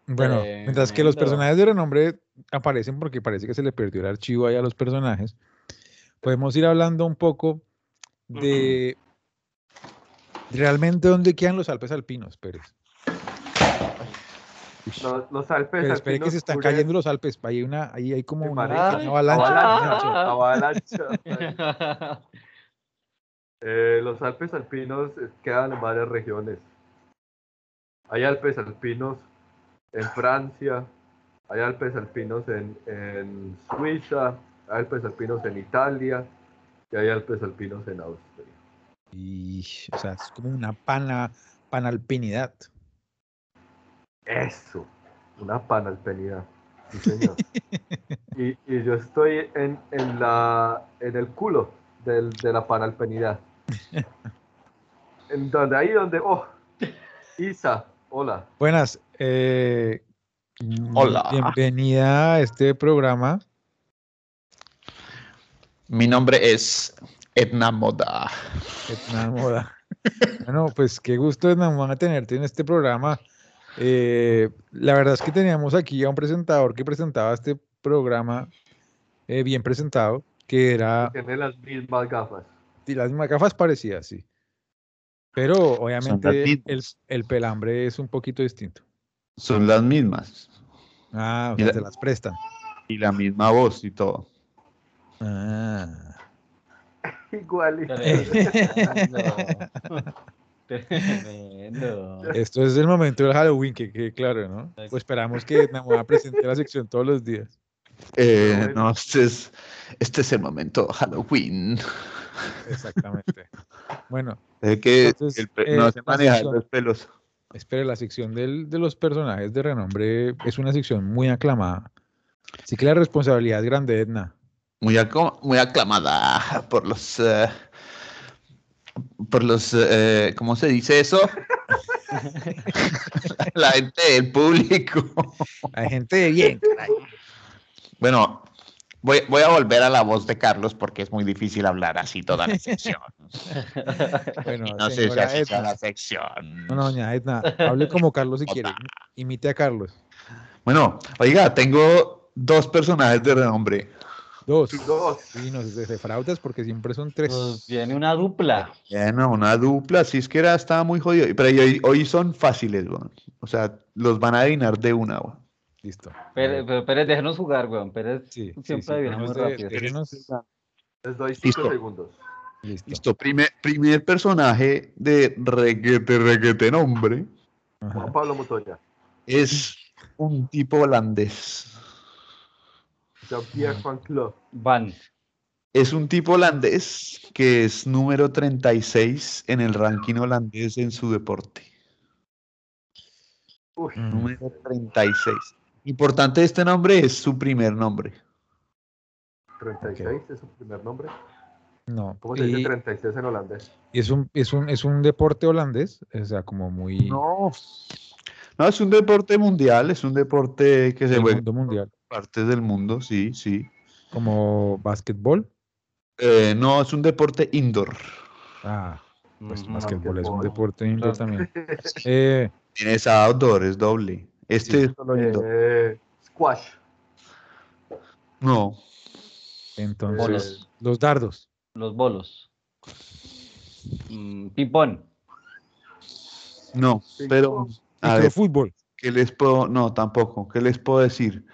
[SPEAKER 1] Bueno, mientras que los
[SPEAKER 4] Tremendo.
[SPEAKER 1] personajes de renombre aparecen porque parece que se le perdió el archivo ahí a los personajes, podemos ir hablando un poco de realmente dónde quedan los Alpes alpinos, Pérez. Ush,
[SPEAKER 2] los, los Alpes.
[SPEAKER 1] Pero espere que
[SPEAKER 2] alpinos
[SPEAKER 1] se están
[SPEAKER 2] cubren-
[SPEAKER 1] cayendo los Alpes. Ahí, hay una, ahí hay como
[SPEAKER 2] Sí,
[SPEAKER 1] una,
[SPEAKER 2] parece.
[SPEAKER 1] pequeña avalancha.
[SPEAKER 4] Ah.
[SPEAKER 2] Avalancha. Eh, los Alpes alpinos eh, quedan en varias regiones. Hay Alpes alpinos en Francia, hay Alpes alpinos en, en Suiza, hay Alpes alpinos en Italia y hay Alpes alpinos en Austria.
[SPEAKER 1] Y, o sea, es como una pana, panalpinidad.
[SPEAKER 2] Eso, una panalpenidad. sí, señor.
[SPEAKER 1] *laughs*
[SPEAKER 2] y, y yo estoy en, en la, en el culo del- de la panalpenidad. En donde ahí donde, oh, Isa, hola.
[SPEAKER 1] Buenas. eh, mm,
[SPEAKER 3] Hola.
[SPEAKER 1] Bienvenida a este programa.
[SPEAKER 3] Mi nombre es Edna Moda.
[SPEAKER 1] Etna Moda. Bueno, pues qué gusto, Etna Moda, tenerte en este programa. Eh, la verdad es que teníamos aquí a un presentador que presentaba este programa eh, bien presentado, que era
[SPEAKER 2] Tiene las mismas gafas.
[SPEAKER 1] y las mismas gafas parecidas, sí. Pero obviamente el,
[SPEAKER 3] mismas.
[SPEAKER 1] el pelambre es un poquito distinto.
[SPEAKER 3] Son las mismas.
[SPEAKER 1] Ah, o sea,
[SPEAKER 3] Mira.
[SPEAKER 1] se las prestan.
[SPEAKER 3] Y la misma voz y todo.
[SPEAKER 1] Ah.
[SPEAKER 2] Igual.
[SPEAKER 4] Tremendo. Tremendo.
[SPEAKER 1] Esto es el momento del Halloween, que quede claro, ¿no? Pues esperamos que Etna Moda presente la sección todos los días.
[SPEAKER 3] Eh,
[SPEAKER 2] Bueno.
[SPEAKER 3] No, este es, este es el momento Halloween.
[SPEAKER 1] Exactamente. Bueno,
[SPEAKER 3] Es que
[SPEAKER 1] Entonces,
[SPEAKER 3] el pe-
[SPEAKER 1] eh,
[SPEAKER 3] no se
[SPEAKER 1] la
[SPEAKER 3] manejan
[SPEAKER 1] sección-
[SPEAKER 3] los pelos.
[SPEAKER 1] espere, la sección del- de los personajes de renombre es una sección muy aclamada. Así que la responsabilidad es grande, Edna.
[SPEAKER 3] Muy, aco- muy aclamada *laughs* por los. eh, por los. eh, ¿Cómo se dice eso? *laughs* la gente del público.
[SPEAKER 1] La gente de bien.
[SPEAKER 3] Bueno, voy, voy a volver a la voz de Carlos porque es muy difícil hablar así toda
[SPEAKER 1] *laughs*
[SPEAKER 3] la sección.
[SPEAKER 1] Bueno,
[SPEAKER 3] Y *laughs* no sé si
[SPEAKER 1] señora
[SPEAKER 3] así sea
[SPEAKER 1] Edna.
[SPEAKER 3] la sección.
[SPEAKER 1] No, no, doña Edna, hable como Carlos si quiere. Imite a Carlos.
[SPEAKER 3] Bueno, oiga, tengo dos personajes de renombre.
[SPEAKER 1] Dos.
[SPEAKER 2] Dos.
[SPEAKER 1] Y nos defraudas porque siempre son tres.
[SPEAKER 4] Pues viene una dupla.
[SPEAKER 3] Bueno, una dupla, si es que era, estaba muy jodido. Pero hoy, hoy son fáciles, weón. O sea, los van a adivinar de una, weón.
[SPEAKER 1] Listo.
[SPEAKER 4] Pérez, pero Pérez, déjenos jugar, weón. Pérez
[SPEAKER 1] Sí, sí, sí,
[SPEAKER 4] siempre adivina muy
[SPEAKER 1] déjenos de-
[SPEAKER 4] rápido.
[SPEAKER 1] déjenos-
[SPEAKER 2] Les doy cinco
[SPEAKER 3] Listo.
[SPEAKER 2] segundos.
[SPEAKER 1] Listo.
[SPEAKER 3] Listo, primer, primer personaje de reguete, reguete nombre
[SPEAKER 1] Ajá.
[SPEAKER 2] Juan Pablo Montoya,
[SPEAKER 3] es un tipo holandés.
[SPEAKER 2] Jean-Pierre Van Cloo,
[SPEAKER 4] Van.
[SPEAKER 3] Es un tipo holandés que es número 36 en el ranking holandés en su deporte.
[SPEAKER 2] Uy,
[SPEAKER 1] Mm.
[SPEAKER 3] Número 36. Importante este nombre es su primer nombre.
[SPEAKER 2] 36 es su primer nombre.
[SPEAKER 1] No.
[SPEAKER 2] ¿Cómo se dice
[SPEAKER 1] Y,
[SPEAKER 2] 36 en holandés?
[SPEAKER 1] y es, un, es, un, es un deporte holandés. O sea, como muy.
[SPEAKER 3] No. No, es un deporte mundial, es un deporte que se
[SPEAKER 1] del
[SPEAKER 3] juega
[SPEAKER 1] mundo mundial.
[SPEAKER 3] en partes del mundo, sí, sí.
[SPEAKER 1] Como básquetbol.
[SPEAKER 3] Eh, no, es un deporte indoor.
[SPEAKER 1] Ah. Pues
[SPEAKER 4] Ujú.
[SPEAKER 1] básquetbol es un
[SPEAKER 2] Básquetbol.
[SPEAKER 1] deporte indoor
[SPEAKER 4] Claro.
[SPEAKER 1] también. Eh,
[SPEAKER 3] Tienes a outdoor, es doble. Este
[SPEAKER 1] Sí. Eh.
[SPEAKER 3] es solo indoor.
[SPEAKER 2] Eh, squash,
[SPEAKER 3] No.
[SPEAKER 1] Entonces,
[SPEAKER 4] Bolos.
[SPEAKER 1] los dardos.
[SPEAKER 4] Los bolos. Mm, Pipón.
[SPEAKER 3] No, pero
[SPEAKER 1] Ah,
[SPEAKER 3] a ver,
[SPEAKER 1] Microfútbol.
[SPEAKER 3] ¿qué les puedo? No, tampoco. ¿Qué les puedo decir?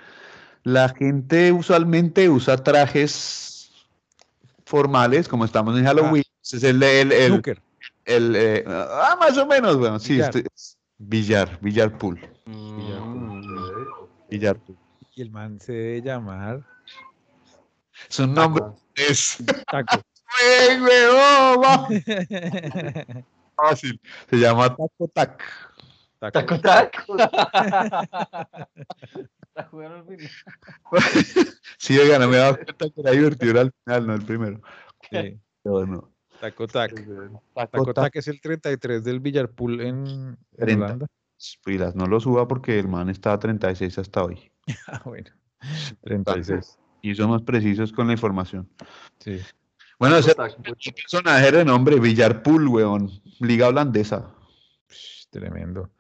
[SPEAKER 3] La gente usualmente usa trajes formales, como estamos en Halloween. Ese Es el, el, el-
[SPEAKER 1] Snooker.
[SPEAKER 3] el, eh, ah, más o menos, bueno, sí, este
[SPEAKER 1] Billar.
[SPEAKER 3] estoy- billar, billar pool,
[SPEAKER 2] pues,
[SPEAKER 4] *laughs* Mm,
[SPEAKER 3] billar pool.
[SPEAKER 1] Y el man se debe llamar
[SPEAKER 3] Son
[SPEAKER 2] Taco.
[SPEAKER 3] nombres.
[SPEAKER 1] Taco. *laughs*
[SPEAKER 3] ¡Güey, huevón! ¡Va! *laughs* Fácil. Se llama Taco Tac.
[SPEAKER 1] Taco.
[SPEAKER 4] Taco tac. La jugaron al final.
[SPEAKER 3] Sí, oiga, no me daba cuenta que era divertido al final, no el primero.
[SPEAKER 1] Sí,
[SPEAKER 3] Pero no.
[SPEAKER 1] Taco Tac. Taco Tac es el 33 del Villarpool en, en
[SPEAKER 3] 30.
[SPEAKER 1] Holanda. *laughs*
[SPEAKER 3] pues, Pilas, no lo suba porque el man está a 36 hasta hoy.
[SPEAKER 1] Ah, bueno. 36.
[SPEAKER 3] Y son más precisos con la información.
[SPEAKER 1] Sí.
[SPEAKER 3] Bueno, ese personaje de nombre, Villarpool, weón. Liga holandesa.
[SPEAKER 1] Psh, Tremendo.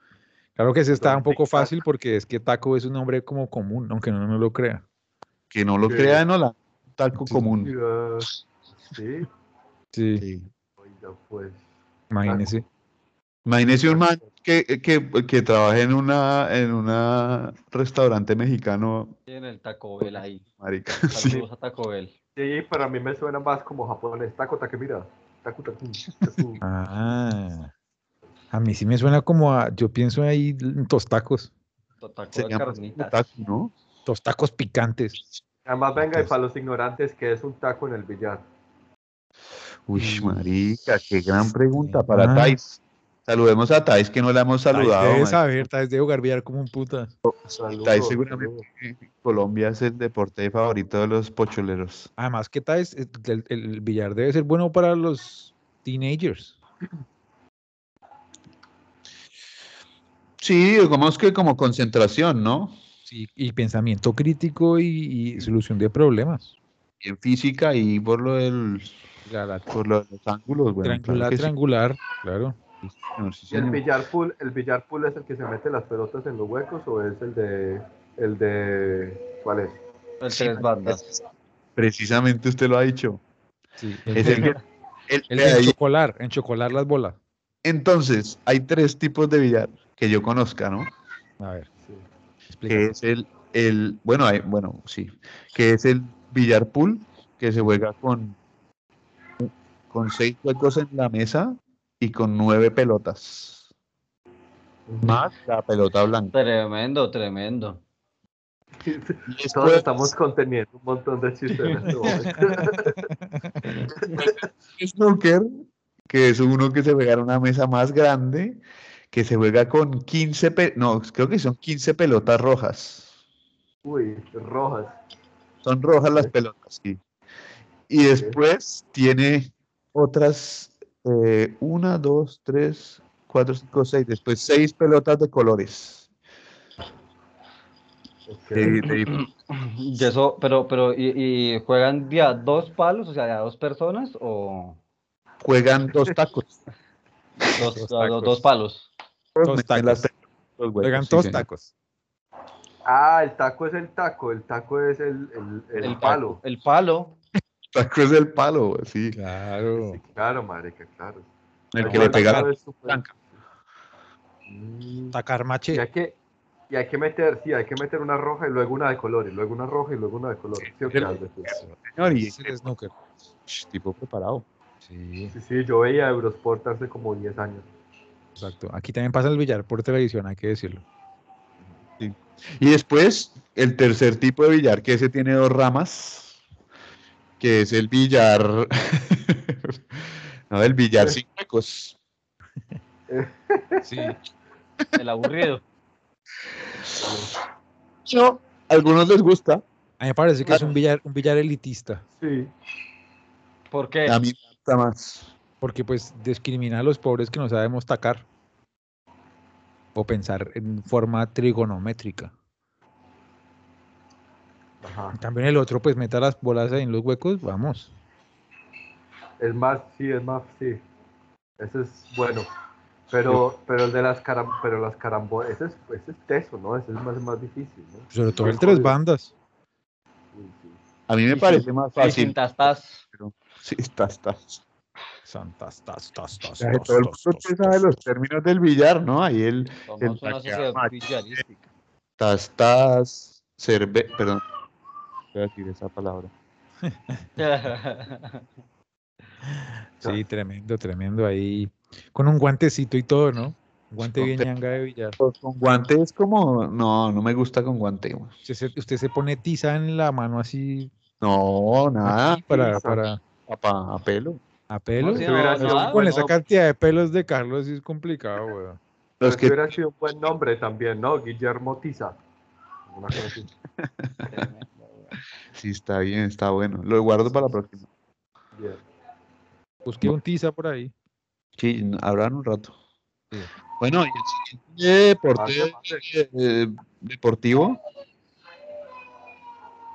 [SPEAKER 1] Claro que sí está un poco
[SPEAKER 2] Dominicana.
[SPEAKER 1] fácil porque es que taco es un nombre como común, aunque uno no lo crea.
[SPEAKER 3] Que no lo
[SPEAKER 2] Sí.
[SPEAKER 3] crea en Holanda. Taco común.
[SPEAKER 2] Sí,
[SPEAKER 1] Sí,
[SPEAKER 3] Sí.
[SPEAKER 2] oiga, pues.
[SPEAKER 1] imagínese.
[SPEAKER 3] Imagínese un man que, que, que trabaja en una en una restaurante mexicano,
[SPEAKER 4] Tiene el Taco
[SPEAKER 1] *laughs*
[SPEAKER 4] Bell ahí.
[SPEAKER 3] marica. *laughs* Sí.
[SPEAKER 4] Saludos a Taco Bell.
[SPEAKER 2] Sí, para mí me suena más como japonés. Taco, taque, mira. Taku, taku, taku.
[SPEAKER 1] Ah, a mí sí me suena como a, yo pienso ahí en tostacos,
[SPEAKER 4] Taco
[SPEAKER 3] Se
[SPEAKER 4] de
[SPEAKER 3] llama
[SPEAKER 4] carnitas.
[SPEAKER 3] taco, ¿no?
[SPEAKER 1] tostacos picantes.
[SPEAKER 2] Además, venga, y
[SPEAKER 3] Pues.
[SPEAKER 1] Entonces-
[SPEAKER 2] para los ignorantes, que es un taco en el billar?
[SPEAKER 3] Uy,
[SPEAKER 1] Mm.
[SPEAKER 3] marica, qué gran pregunta
[SPEAKER 1] Sí,
[SPEAKER 3] para
[SPEAKER 1] man.
[SPEAKER 3] Thais. Saludemos a Thais, que no la hemos
[SPEAKER 1] Ay,
[SPEAKER 3] saludado.
[SPEAKER 1] debe
[SPEAKER 3] marica.
[SPEAKER 1] saber, tal vez debe jugar billar como un puta.
[SPEAKER 2] Saludos,
[SPEAKER 3] Thais seguramente
[SPEAKER 2] saludos.
[SPEAKER 3] Colombia es el deporte favorito de los pocholeros.
[SPEAKER 1] Además, ¿qué tal? es- El, el billar debe ser bueno para los teenagers.
[SPEAKER 3] Sí, digamos que como concentración, ¿no?
[SPEAKER 1] Sí, y pensamiento crítico y, y solución de problemas.
[SPEAKER 3] Y En física y por lo del,
[SPEAKER 1] Gala-
[SPEAKER 3] por lo de los ángulos, bueno,
[SPEAKER 1] triangular,
[SPEAKER 3] claro que sí,
[SPEAKER 1] triangular, claro.
[SPEAKER 3] señor, sí,
[SPEAKER 2] ¿Y el
[SPEAKER 3] señor.
[SPEAKER 2] billar pool, el billar pool es el que se mete las pelotas en los huecos o es el de, el de, ¿cuál es?
[SPEAKER 4] El tres bandas.
[SPEAKER 3] Precisamente usted lo ha dicho.
[SPEAKER 1] Sí,
[SPEAKER 3] Es el, que- el
[SPEAKER 1] El
[SPEAKER 3] de ahí.
[SPEAKER 1] enchocolar, enchocolar las bolas.
[SPEAKER 3] Entonces, hay tres tipos de billar que yo conozca, ¿no?
[SPEAKER 1] A ver,
[SPEAKER 2] Sí. *laughs*
[SPEAKER 1] explícame.
[SPEAKER 3] Que es el, el bueno, hay, bueno, sí, que es el billar pool, que se juega con, con seis huecos en la mesa y con nueve pelotas. Más la pelota blanca.
[SPEAKER 4] Tremendo, tremendo.
[SPEAKER 2] Todos
[SPEAKER 3] Después,
[SPEAKER 2] estamos conteniendo un montón de chistes en este momento. *laughs*
[SPEAKER 3] snooker, que es uno que se juega en una mesa más grande, que se juega con 15, pe- no, creo que son 15 pelotas rojas.
[SPEAKER 2] Uy, rojas.
[SPEAKER 3] Son rojas las pelotas, sí. Y después tiene otras, eh, una, dos, tres, cuatro, cinco, seis, después seis pelotas de colores.
[SPEAKER 2] Ok.
[SPEAKER 3] De- de-
[SPEAKER 4] Y eso, pero, pero, ¿y, y juegan de a dos palos, o sea, de a dos personas o
[SPEAKER 3] juegan dos tacos.
[SPEAKER 4] dos,
[SPEAKER 1] Dos
[SPEAKER 4] a do-
[SPEAKER 1] tacos.
[SPEAKER 4] dos palos?
[SPEAKER 1] *laughs* Dos
[SPEAKER 3] Meten
[SPEAKER 1] tacos.
[SPEAKER 3] las pelotas, los huecos,
[SPEAKER 1] Juegan
[SPEAKER 3] sí,
[SPEAKER 1] todos
[SPEAKER 3] señor.
[SPEAKER 1] tacos.
[SPEAKER 2] Ah, el taco es el taco, el taco es el, el, el
[SPEAKER 4] El
[SPEAKER 2] palo.
[SPEAKER 4] El palo.
[SPEAKER 3] Taco es el palo, sí.
[SPEAKER 1] Claro.
[SPEAKER 2] Claro, marica, claro.
[SPEAKER 3] El que
[SPEAKER 2] Yo
[SPEAKER 3] le
[SPEAKER 2] el
[SPEAKER 3] pega la
[SPEAKER 2] taco es súper-
[SPEAKER 3] blanca.
[SPEAKER 2] Mm,
[SPEAKER 1] Tacar
[SPEAKER 2] Y hay
[SPEAKER 1] mache.
[SPEAKER 2] que, y hay que meter, sí, hay que meter una roja y luego una de color, y luego una roja y luego una de color. Sí, ok,
[SPEAKER 3] El-
[SPEAKER 2] Aldo, sí.
[SPEAKER 3] señor, y
[SPEAKER 1] Es el snooker.
[SPEAKER 3] Sh, tipo preparado.
[SPEAKER 1] Sí,
[SPEAKER 2] Sí, sí, yo veía Eurosport hace como 10 años.
[SPEAKER 1] exacto. Aquí también pasa el billar por televisión, hay que decirlo.
[SPEAKER 3] Y después, el tercer tipo de billar, que ese tiene dos ramas, que es el billar. *laughs* no, el billar sin huecos.
[SPEAKER 1] Sí.
[SPEAKER 4] El aburrido.
[SPEAKER 3] No, a algunos les gusta.
[SPEAKER 1] A mí me parece que es un billar, un billar elitista,
[SPEAKER 2] Sí,
[SPEAKER 4] ¿Por qué?
[SPEAKER 3] A mí me gusta más.
[SPEAKER 1] porque pues discrimina a los pobres que no sabemos tacar o pensar en forma trigonométrica.
[SPEAKER 2] ajá.
[SPEAKER 1] En cambio, en el otro, pues meta las bolas ahí en los huecos, vamos.
[SPEAKER 2] Es más, sí, es más, sí. Ese es bueno. Pero, pero el de las caram pero las carambolas, ese es, ese es teso, ¿no? Ese es más, más difícil, ¿no?
[SPEAKER 1] Sobre todo el tres bandas.
[SPEAKER 2] Sí, sí.
[SPEAKER 3] A mí me
[SPEAKER 4] Y
[SPEAKER 3] parece
[SPEAKER 4] sin-
[SPEAKER 3] más
[SPEAKER 4] y
[SPEAKER 3] fácil.
[SPEAKER 4] sin tastas.
[SPEAKER 3] Sí, estás, estás.
[SPEAKER 1] Santas, tas, tas, tas,
[SPEAKER 3] Ya,
[SPEAKER 1] tas,
[SPEAKER 3] Todo el
[SPEAKER 1] tas,
[SPEAKER 3] mundo
[SPEAKER 1] tas,
[SPEAKER 3] sabe
[SPEAKER 1] tas.
[SPEAKER 3] los términos del billar, ¿no? Ahí el
[SPEAKER 4] Somos una
[SPEAKER 3] taca-
[SPEAKER 4] sociedad
[SPEAKER 3] macho.
[SPEAKER 4] *laughs* billarista.
[SPEAKER 3] tas, tas, cerve... Perdón. Voy a decir esa palabra.
[SPEAKER 1] Sí, tremendo, tremendo ahí. Con un guantecito y todo, ¿no? Un guante bien ñanga de billar.
[SPEAKER 3] Pues con guante es como... No, no me gusta con guante. güey.
[SPEAKER 1] Usted se, usted se pone tiza en la mano así
[SPEAKER 3] No, nada.
[SPEAKER 1] aquí para,
[SPEAKER 2] tiza.
[SPEAKER 1] para
[SPEAKER 3] A, pa- a pelo.
[SPEAKER 1] a pelos.
[SPEAKER 2] sí,
[SPEAKER 1] Pero
[SPEAKER 2] no,
[SPEAKER 1] eso
[SPEAKER 3] ah,
[SPEAKER 2] no,
[SPEAKER 1] con
[SPEAKER 2] no.
[SPEAKER 1] esa cantidad de pelos de Carlos sí es complicado, weón.
[SPEAKER 3] Los
[SPEAKER 2] que
[SPEAKER 3] que...
[SPEAKER 2] Pues hubiera sido un buen nombre también, ¿no? Guillermo Tiza. Una cosa así.
[SPEAKER 4] Tremendo, güey.
[SPEAKER 3] Sí, está bien, está bueno. Lo guardo para la próxima.
[SPEAKER 2] Bien.
[SPEAKER 1] Busqué un tiza por ahí.
[SPEAKER 3] Sí, habrán un rato.
[SPEAKER 1] Sí.
[SPEAKER 3] Bueno, y el siguiente deporte
[SPEAKER 2] Pase, pase.
[SPEAKER 3] eh, deportivo.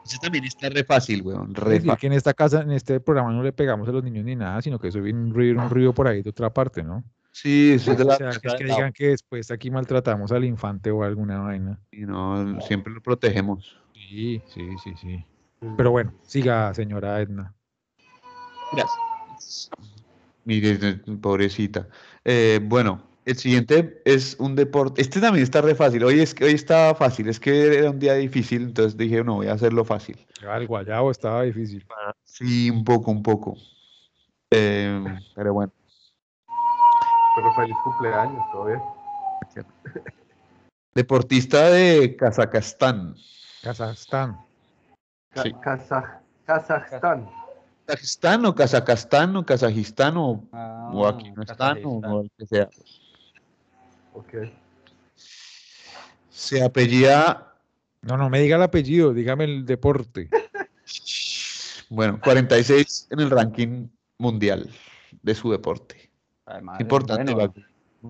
[SPEAKER 3] Ese también está re fácil, weón.
[SPEAKER 1] Es
[SPEAKER 3] Re
[SPEAKER 1] decir,
[SPEAKER 3] fácil.
[SPEAKER 1] que en esta casa, en este programa no le pegamos a los niños ni nada, sino que eso viene un ruido, un ruido por ahí de otra parte, ¿no?
[SPEAKER 3] Sí, eso es de
[SPEAKER 1] O
[SPEAKER 3] la.
[SPEAKER 1] sea, que es que digan que después aquí maltratamos al infante o alguna vaina.
[SPEAKER 3] Y no, siempre lo protegemos.
[SPEAKER 1] Sí, sí, sí, sí.
[SPEAKER 3] Mm.
[SPEAKER 1] Pero bueno, siga, señora Edna.
[SPEAKER 3] Gracias. Mire, de- pobrecita. Eh, bueno, el siguiente es un deporte. Este también está re fácil. Hoy, es, que- hoy está fácil. Es que era un día difícil, entonces dije, no, voy a hacerlo fácil.
[SPEAKER 1] Ah, El guayabo estaba difícil.
[SPEAKER 3] Sí, un poco, un poco. Eh, pero bueno.
[SPEAKER 2] Pero feliz cumpleaños, todo bien.
[SPEAKER 3] Deportista de Kazajstán.
[SPEAKER 1] Kazajstán.
[SPEAKER 2] Ca-
[SPEAKER 3] Sí.
[SPEAKER 2] Kazaj- Kazajstán.
[SPEAKER 3] Kazajstán o Kazajstán o Kazajistán o,
[SPEAKER 4] Ah,
[SPEAKER 3] o aquí no están o,
[SPEAKER 4] Kazajistán.
[SPEAKER 3] o el que sea.
[SPEAKER 2] Ok.
[SPEAKER 3] Se apellida,
[SPEAKER 1] No, no me diga el apellido, dígame el deporte.
[SPEAKER 3] bueno, 46 en el ranking mundial de su deporte.
[SPEAKER 4] Ay, madre,
[SPEAKER 3] Importante,
[SPEAKER 4] bueno,
[SPEAKER 3] Bacu.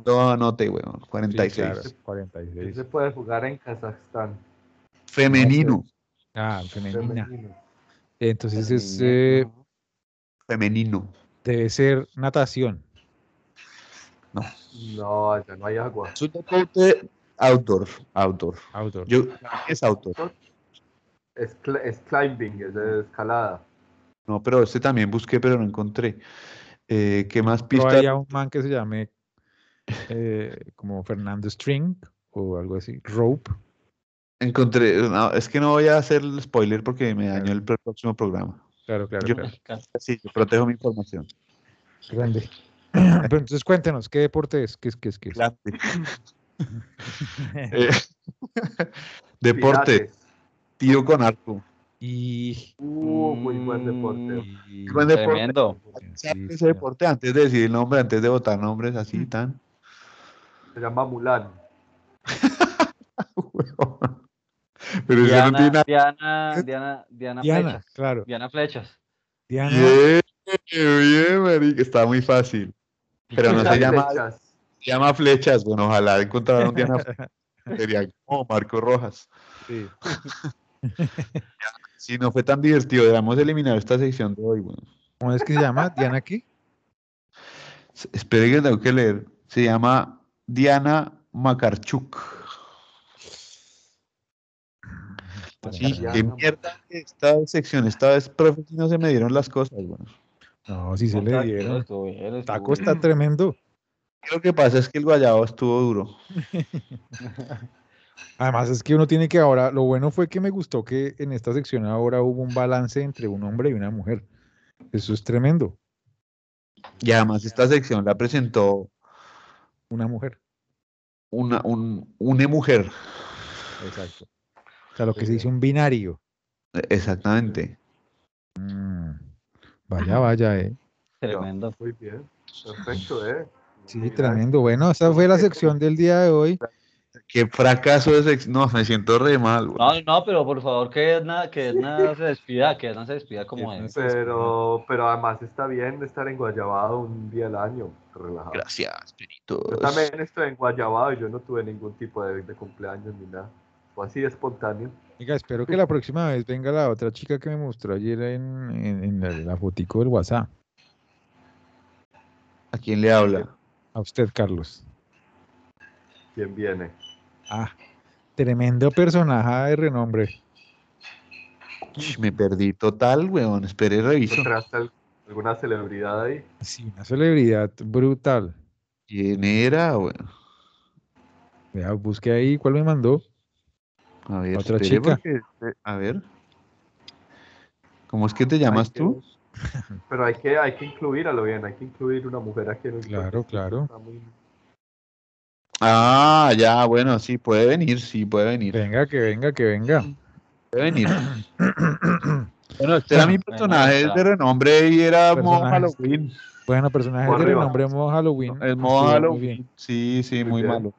[SPEAKER 3] No anote, weón.
[SPEAKER 1] Sí,
[SPEAKER 3] 46.
[SPEAKER 1] claro,
[SPEAKER 2] Sí
[SPEAKER 1] 46.
[SPEAKER 2] se puede jugar en Kazajstán.
[SPEAKER 3] Femenino.
[SPEAKER 1] Ah, femenina.
[SPEAKER 2] Femenino.
[SPEAKER 1] Entonces es, eh,
[SPEAKER 4] femenino,
[SPEAKER 3] Femenino.
[SPEAKER 1] debe ser natación.
[SPEAKER 2] No, allá no hay agua.
[SPEAKER 3] Es un deporte outdoor. Outdoor.
[SPEAKER 1] Outdoor.
[SPEAKER 3] Yo, es outdoor.
[SPEAKER 2] Es, cl- es climbing, es de escalada.
[SPEAKER 3] No, pero este también busqué, pero no encontré. Eh, ¿Qué más
[SPEAKER 1] Pero
[SPEAKER 3] pistas?
[SPEAKER 1] hay a un man que se llame eh, como Fernando String o algo así. Rope.
[SPEAKER 3] Encontré, no, es que no voy a hacer el spoiler porque me dañó el pr- próximo programa.
[SPEAKER 1] Claro, claro,
[SPEAKER 3] Yo-
[SPEAKER 1] claro.
[SPEAKER 4] *laughs* Kaz-
[SPEAKER 3] Sí, yo protejo mi información.
[SPEAKER 1] *laughs*
[SPEAKER 3] *laughs*
[SPEAKER 1] Grande. Pero entonces cuéntenos, ¿qué deporte es? ¿Qué es? ¿Qué es? ¿Qué es?
[SPEAKER 3] Eh, *laughs* deporte,
[SPEAKER 2] Pilates.
[SPEAKER 3] tiro con arco.
[SPEAKER 1] *laughs* Y,
[SPEAKER 2] Uh, muy buen
[SPEAKER 3] Mm.
[SPEAKER 2] deporte.
[SPEAKER 1] y-
[SPEAKER 3] Buen deporte.
[SPEAKER 4] Tremendo.
[SPEAKER 1] sí,
[SPEAKER 3] Ese
[SPEAKER 1] sí.
[SPEAKER 3] deporte antes de decir el nombre, antes de votar nombres así tan. *laughs*
[SPEAKER 2] Se llama Mulan.
[SPEAKER 3] Pero ese no tiene
[SPEAKER 4] Diana,
[SPEAKER 3] nada. ¿Eh?
[SPEAKER 4] Diana, Diana, Diana
[SPEAKER 1] Diana,
[SPEAKER 4] Flechas.
[SPEAKER 1] claro.
[SPEAKER 4] Diana Flechas.
[SPEAKER 1] Diana,
[SPEAKER 3] Bien, bien, marica, Está muy fácil. Pero
[SPEAKER 1] *laughs*
[SPEAKER 3] no se
[SPEAKER 2] Mulan
[SPEAKER 3] llama,
[SPEAKER 2] Flechas.
[SPEAKER 3] se llama flechas. Bueno, ojalá encontraran un
[SPEAKER 1] *laughs*
[SPEAKER 3] Diana. Flechas. Sería como Marco Rojas. *laughs*
[SPEAKER 1] sí.
[SPEAKER 3] Si no fue tan divertido, debemos eliminar esta sección de hoy. Bueno.
[SPEAKER 1] ¿Cómo es que se llama? ¿Diana qué?
[SPEAKER 3] S- Espere que tengo que leer. Se llama Diana Makarchuk. Sí,
[SPEAKER 1] Tremendo.
[SPEAKER 3] qué
[SPEAKER 2] Diana
[SPEAKER 3] mierda esta sección. Esta vez, profe, si no se me dieron las cosas. Bueno.
[SPEAKER 1] No, si se le
[SPEAKER 4] Estuvo bien,
[SPEAKER 1] dieron.
[SPEAKER 4] estuvo bien, estuvo
[SPEAKER 1] Taco
[SPEAKER 4] bien.
[SPEAKER 1] está tremendo.
[SPEAKER 3] Lo que pasa es que el guayabo estuvo duro.
[SPEAKER 1] Además es que uno tiene que ahora, lo bueno fue que me gustó que en esta sección ahora hubo un balance entre un hombre y una mujer. Eso es tremendo,
[SPEAKER 3] Y además esta sección la presentó
[SPEAKER 1] una mujer.
[SPEAKER 3] una, un, una mujer.
[SPEAKER 1] Exacto. O sea, lo que se dice un binario.
[SPEAKER 3] Eh, Exactamente.
[SPEAKER 1] Mm, Vaya, vaya, eh.
[SPEAKER 4] Tremendo.
[SPEAKER 2] Muy bien. Perfecto, ¿eh?
[SPEAKER 1] Sí,
[SPEAKER 2] Mira,
[SPEAKER 1] tremendo. Bueno, esa fue la sección del día de hoy.
[SPEAKER 3] Qué fracaso de sección. No, me siento re mal. güey.
[SPEAKER 4] No, no, pero por favor que Edna, que Edna se despida, que Edna se despida como
[SPEAKER 1] Edna
[SPEAKER 4] es.
[SPEAKER 2] Pero, pero además está bien estar en Guayabado un día al año, relajado.
[SPEAKER 3] Gracias, Perito.
[SPEAKER 2] Yo también estoy en Guayabado y yo no tuve ningún tipo de, de cumpleaños ni nada. Fue así de espontáneo.
[SPEAKER 1] Oiga, espero que la próxima vez venga la otra chica que me mostró ayer en, en- en la, la fotico del WhatsApp.
[SPEAKER 3] ¿A quién le habla?
[SPEAKER 1] A usted, Carlos.
[SPEAKER 2] ¿Quién viene?
[SPEAKER 1] Ah, tremendo personaje de renombre.
[SPEAKER 3] Ch, me perdí total, weón. Esperé, reviso.
[SPEAKER 2] ¿Encontraste al- alguna celebridad ahí?
[SPEAKER 1] Sí, una celebridad brutal.
[SPEAKER 3] ¿Quién era, weón?
[SPEAKER 1] Vea, busqué ahí cuál me mandó.
[SPEAKER 3] A ver,
[SPEAKER 1] Otra
[SPEAKER 3] espere,
[SPEAKER 1] chica.
[SPEAKER 3] porque- eh, a ver. ¿Cómo es que te llamas
[SPEAKER 2] Hay que-
[SPEAKER 3] tú?
[SPEAKER 2] Pero hay que, hay que incluir a lo bien, hay que incluir una mujer aquí en el
[SPEAKER 1] Claro, claro.
[SPEAKER 2] Está muy-
[SPEAKER 3] Ah, ya, bueno, sí, puede venir, sí, puede venir.
[SPEAKER 1] Venga, que venga, que venga.
[SPEAKER 3] Puede
[SPEAKER 1] *coughs*
[SPEAKER 3] venir. bueno, este era mi personaje
[SPEAKER 4] está.
[SPEAKER 3] de renombre y era Mo
[SPEAKER 1] Personajes.
[SPEAKER 3] Halloween.
[SPEAKER 1] Bueno, personaje
[SPEAKER 2] Por
[SPEAKER 1] de
[SPEAKER 2] arriba.
[SPEAKER 1] renombre Mo Halloween.
[SPEAKER 3] El
[SPEAKER 1] Estuvo
[SPEAKER 3] Mo
[SPEAKER 1] muy
[SPEAKER 3] Halloween. pues.
[SPEAKER 1] bien.
[SPEAKER 3] Sí, sí,
[SPEAKER 2] Muy
[SPEAKER 3] muy
[SPEAKER 2] bien.
[SPEAKER 3] malo.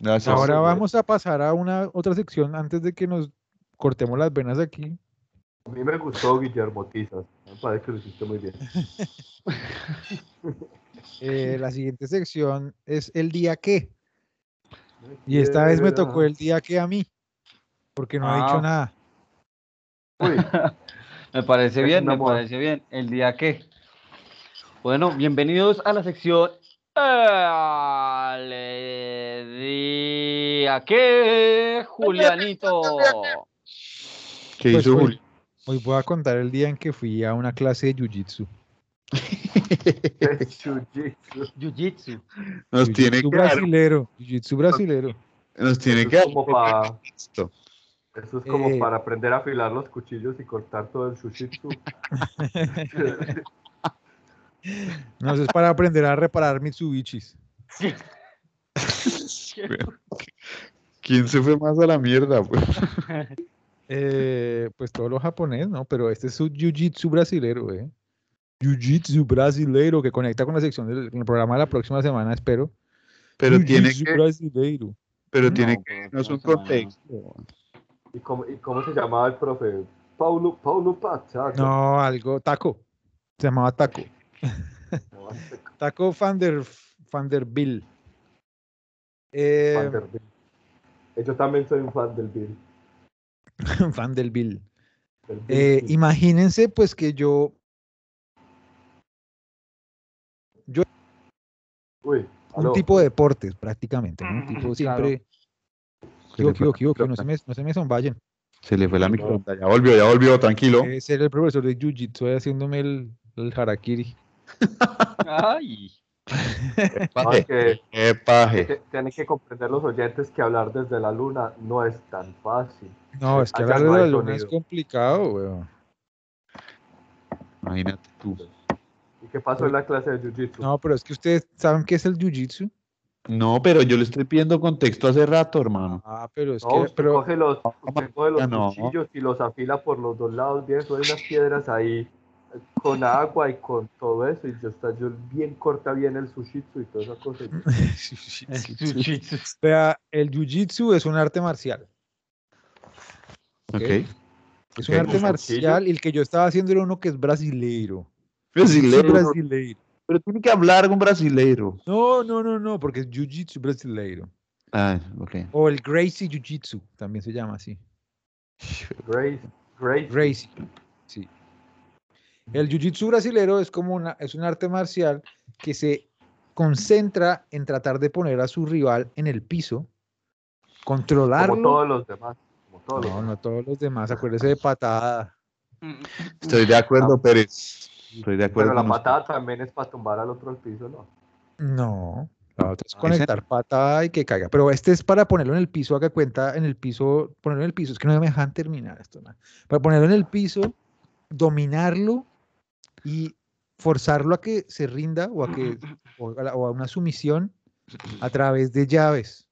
[SPEAKER 3] Gracias.
[SPEAKER 1] Ahora
[SPEAKER 2] sí,
[SPEAKER 1] vamos a pasar a una otra sección antes de que nos cortemos las venas aquí.
[SPEAKER 2] A mí me gustó Guillermo Tizas. Me parece que lo hiciste muy bien.
[SPEAKER 3] *laughs*
[SPEAKER 1] Eh, la siguiente sección es el día que. Y esta vez me tocó el día que a mí. Porque no ha
[SPEAKER 4] Ah.
[SPEAKER 1] dicho nada.
[SPEAKER 2] Uy,
[SPEAKER 4] Me parece
[SPEAKER 2] Es
[SPEAKER 4] bien,
[SPEAKER 2] una
[SPEAKER 4] me
[SPEAKER 2] moda.
[SPEAKER 4] parece bien. El día que. Bueno, bienvenidos a la sección. El día que, Julianito.
[SPEAKER 3] ¿Qué
[SPEAKER 1] Pues,
[SPEAKER 3] hizo
[SPEAKER 1] hoy-
[SPEAKER 3] Julio?
[SPEAKER 1] Hoy voy a contar el día en que fui a una clase de jiu-jitsu.
[SPEAKER 2] qué jiu-jitsu.
[SPEAKER 4] Jiu-Jitsu.
[SPEAKER 1] pues,
[SPEAKER 3] Nos tiene que
[SPEAKER 1] jiu-jitsu
[SPEAKER 3] dar,
[SPEAKER 1] brasilero. Jiu-jitsu brasilero.
[SPEAKER 3] nos tiene
[SPEAKER 2] Eso
[SPEAKER 3] que
[SPEAKER 2] es
[SPEAKER 3] dar
[SPEAKER 2] como pa-
[SPEAKER 3] esto.
[SPEAKER 2] Eso es como
[SPEAKER 1] Eh.
[SPEAKER 2] para aprender a afilar los cuchillos y cortar todo el jiu-jitsu.
[SPEAKER 1] No, eso es para aprender a reparar Mitsubishis.
[SPEAKER 3] ¿Quién se fue más a la mierda, pues?
[SPEAKER 1] Eh, pues todo lo japonés, ¿no? Pero este es su jiu-jitsu brasilero, ¿eh? Jiu-jitsu brasilero que conecta con la sección del con el programa de la próxima semana, espero.
[SPEAKER 3] Pero tiene
[SPEAKER 1] Jiu-jitsu
[SPEAKER 3] que,
[SPEAKER 1] brasileiro.
[SPEAKER 3] pero tiene que,
[SPEAKER 4] pero
[SPEAKER 3] no es un
[SPEAKER 4] semana.
[SPEAKER 3] contexto.
[SPEAKER 2] ¿Y, cómo, ¿Y cómo se llamaba el profe? Paulo, Paulo Pachaco.
[SPEAKER 1] No, algo, Taco. Se llamaba Taco. Taco Van der, Van der Bill. Eh, *laughs*
[SPEAKER 2] Van der Bilt. Eh, Yo también soy un fan del Bill.
[SPEAKER 1] Van der Bill.
[SPEAKER 2] del Bill
[SPEAKER 1] Eh,
[SPEAKER 2] Gates.
[SPEAKER 1] imagínense pues que yo,
[SPEAKER 2] Uy,
[SPEAKER 1] un
[SPEAKER 2] aló.
[SPEAKER 1] tipo de deportes prácticamente, ¿no? un tipo
[SPEAKER 4] Claro.
[SPEAKER 1] siempre...
[SPEAKER 3] Se
[SPEAKER 1] Yo,
[SPEAKER 3] le fue
[SPEAKER 1] yo,
[SPEAKER 3] la
[SPEAKER 1] yo, yo, no, se
[SPEAKER 3] microonda.
[SPEAKER 1] me, no se me zomballen.
[SPEAKER 3] Se le fue la microonda. Ya volvió, ya volvió, tranquilo.
[SPEAKER 1] Eh, ser el profesor de Jiu-Jitsu ahí haciéndome el, el harakiri.
[SPEAKER 4] Ay.
[SPEAKER 2] No,
[SPEAKER 3] Paje,
[SPEAKER 2] es que-
[SPEAKER 3] qué paje.
[SPEAKER 2] que tienen que comprender los oyentes que hablar desde la luna no es tan fácil.
[SPEAKER 1] No, es que
[SPEAKER 2] Allá
[SPEAKER 1] hablar
[SPEAKER 2] no
[SPEAKER 1] de la
[SPEAKER 2] hay
[SPEAKER 1] luna es
[SPEAKER 2] sonido.
[SPEAKER 1] complicado, weón.
[SPEAKER 3] Imagínate tú.
[SPEAKER 2] ¿Y qué pasó en la clase de Jiu-Jitsu?
[SPEAKER 1] No, pero es que ustedes saben qué es el Jiu-Jitsu.
[SPEAKER 3] No, pero yo le estoy pidiendo contexto hace rato, hermano.
[SPEAKER 1] Ah, pero es
[SPEAKER 2] No,
[SPEAKER 1] que...
[SPEAKER 2] usted
[SPEAKER 1] Pero,
[SPEAKER 2] coge los, usted coge los
[SPEAKER 3] ya no.
[SPEAKER 2] cuchillos y los afila por los dos lados bien, hay unas piedras ahí eh, con agua y con todo eso y yo está yo bien corta bien el sushitsu y toda esa cosa.
[SPEAKER 1] *laughs*
[SPEAKER 4] Jiu-Jitsu.
[SPEAKER 1] vea, el Jiu-Jitsu es un arte marcial.
[SPEAKER 3] Ok.
[SPEAKER 1] Ok. Es un arte
[SPEAKER 3] Ok.
[SPEAKER 2] ¿Un cuchillo?
[SPEAKER 1] marcial y el que yo estaba haciendo era uno que es brasileiro.
[SPEAKER 3] Brasileiro.
[SPEAKER 1] brasileiro.
[SPEAKER 3] Pero tiene que hablar con brasileiro.
[SPEAKER 1] No, no, no, no, porque es Jiu-Jitsu brasileiro.
[SPEAKER 3] Ah, ok.
[SPEAKER 1] O el Gracie Jiu-Jitsu, también se llama así.
[SPEAKER 2] Grace, Grace,
[SPEAKER 1] Gracie. Sí. El jiu-jitsu brasilero es como una, es un arte marcial que se concentra en tratar de poner a su rival en el piso,
[SPEAKER 2] como
[SPEAKER 1] controlarlo.
[SPEAKER 2] todos los demás, como todos los
[SPEAKER 1] No, no todos los demás, acuérdese de patada.
[SPEAKER 3] Estoy de acuerdo, Pérez. Estoy de acuerdo.
[SPEAKER 2] Pero la
[SPEAKER 3] con usted.
[SPEAKER 2] patada también es para tumbar al otro al piso, ¿no?
[SPEAKER 1] No, la otra es
[SPEAKER 3] Ah, ¿ese?
[SPEAKER 1] conectar patada y que caiga. Pero este es para ponerlo en el piso, haga cuenta, en el piso, ponerlo en el piso, es que no me dejan terminar esto, man. Para ponerlo en el piso, dominarlo y forzarlo a que se rinda o a
[SPEAKER 3] *laughs*
[SPEAKER 1] que o a, la- o a una sumisión a través de llaves.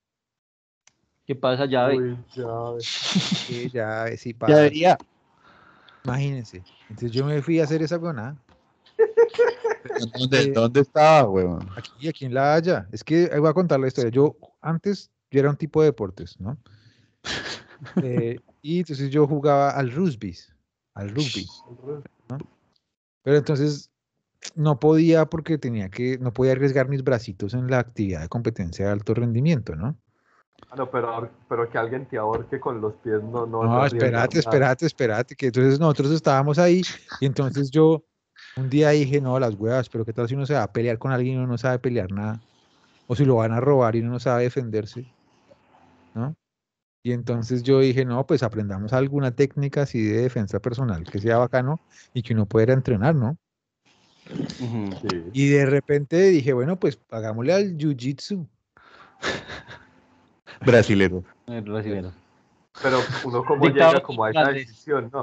[SPEAKER 4] ¿Qué pasa, llave?
[SPEAKER 2] Uy, ya,
[SPEAKER 3] *laughs*
[SPEAKER 1] Sí, llaves y
[SPEAKER 3] Ya
[SPEAKER 1] patas,
[SPEAKER 3] vería.
[SPEAKER 1] Imagínense. Entonces yo me fui a hacer esa gonada.
[SPEAKER 3] ¿Dónde, dónde estaba, huevón?
[SPEAKER 1] Aquí, aquí en La Haya. Es que ahí voy a contar la historia. Yo antes, yo era un tipo de deportes, ¿no? Eh, y entonces yo jugaba al rugby, al rugby. Pero entonces no podía porque tenía que, no podía arriesgar mis bracitos en la actividad de competencia de alto rendimiento, ¿no?
[SPEAKER 2] Ah, no, pero, pero que alguien te ahorque con los pies, no, no.
[SPEAKER 1] No,
[SPEAKER 2] es arriesgar
[SPEAKER 1] espérate,
[SPEAKER 2] nada.
[SPEAKER 1] espérate, espérate, que entonces nosotros estábamos ahí y entonces yo un día dije, no, las huevas, pero qué tal si uno se va a pelear con alguien y uno no sabe pelear nada, o si lo van a robar y uno no sabe defenderse, ¿no? Y entonces yo dije, no, pues aprendamos alguna técnica así de defensa personal que sea bacano y que uno pueda entrenar, ¿no?
[SPEAKER 4] Ujú.
[SPEAKER 2] Sí.
[SPEAKER 1] Y de repente dije, bueno, pues hagámosle al jiu-jitsu.
[SPEAKER 3] Brasilero.
[SPEAKER 4] El brasileño.
[SPEAKER 2] Pero uno como
[SPEAKER 4] Dictado
[SPEAKER 2] llega como a esa
[SPEAKER 4] irlandés.
[SPEAKER 2] decisión, ¿no?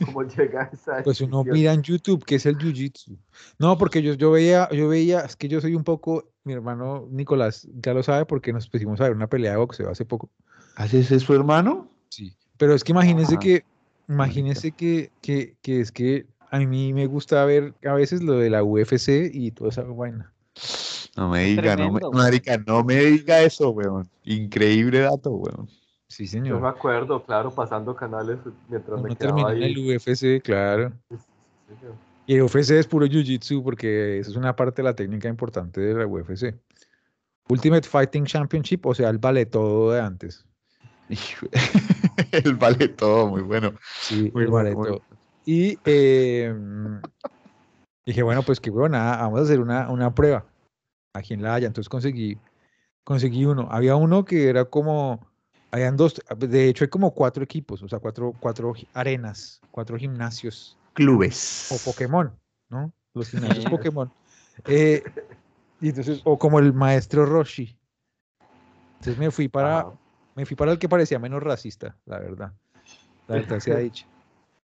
[SPEAKER 2] Uno como *laughs* llega a esa
[SPEAKER 1] Pues uno
[SPEAKER 2] decisión.
[SPEAKER 1] mira en YouTube qué es el jiu-jitsu. No, porque yo, yo veía, yo veía, es que yo soy un poco, mi hermano Nicolás ya lo sabe porque nos pusimos a ver una pelea de boxeo hace poco.
[SPEAKER 3] ¿Hace ese su hermano?
[SPEAKER 1] Sí. Pero es que imagínense
[SPEAKER 3] Ajá.
[SPEAKER 1] que, imagínense que, que, que es que a mí me gusta ver a veces lo de la UFC y toda esa vaina.
[SPEAKER 3] No me diga, no me,
[SPEAKER 4] Tremendo,
[SPEAKER 3] marica, no me diga eso, weón. Increíble dato, *laughs* weón.
[SPEAKER 1] Sí,
[SPEAKER 2] Yo me
[SPEAKER 1] señor.
[SPEAKER 2] acuerdo, claro, pasando canales mientras me
[SPEAKER 1] Uno
[SPEAKER 2] quedaba
[SPEAKER 1] termina en
[SPEAKER 2] ahí.
[SPEAKER 1] el UFC, claro.
[SPEAKER 2] Sí, señor.
[SPEAKER 1] Y el UFC es puro jiu-jitsu porque esa es una parte de la técnica importante de la UFC. Ultimate Fighting Championship, o sea, el vale todo de antes.
[SPEAKER 3] Hijo- El vale todo, muy bueno.
[SPEAKER 1] Sí,
[SPEAKER 3] Muy
[SPEAKER 1] el
[SPEAKER 3] bueno,
[SPEAKER 1] vale
[SPEAKER 3] muy
[SPEAKER 1] todo. Y eh, dije, bueno, pues que bueno, nada, vamos a hacer una, una prueba aquí en La Haya. Entonces conseguí, conseguí uno. Había uno que era como, habían dos, de hecho hay como cuatro equipos, o sea, cuatro, cuatro gi- arenas, cuatro gimnasios.
[SPEAKER 3] Clubes.
[SPEAKER 1] o Pokémon, ¿no? Los gimnasios
[SPEAKER 4] Sí.
[SPEAKER 1] Pokémon. Eh, y entonces, o como el maestro Roshi. Entonces me fui para,
[SPEAKER 2] Ajá.
[SPEAKER 1] me fui para el que parecía menos racista, la verdad. La verdad se ha dicho.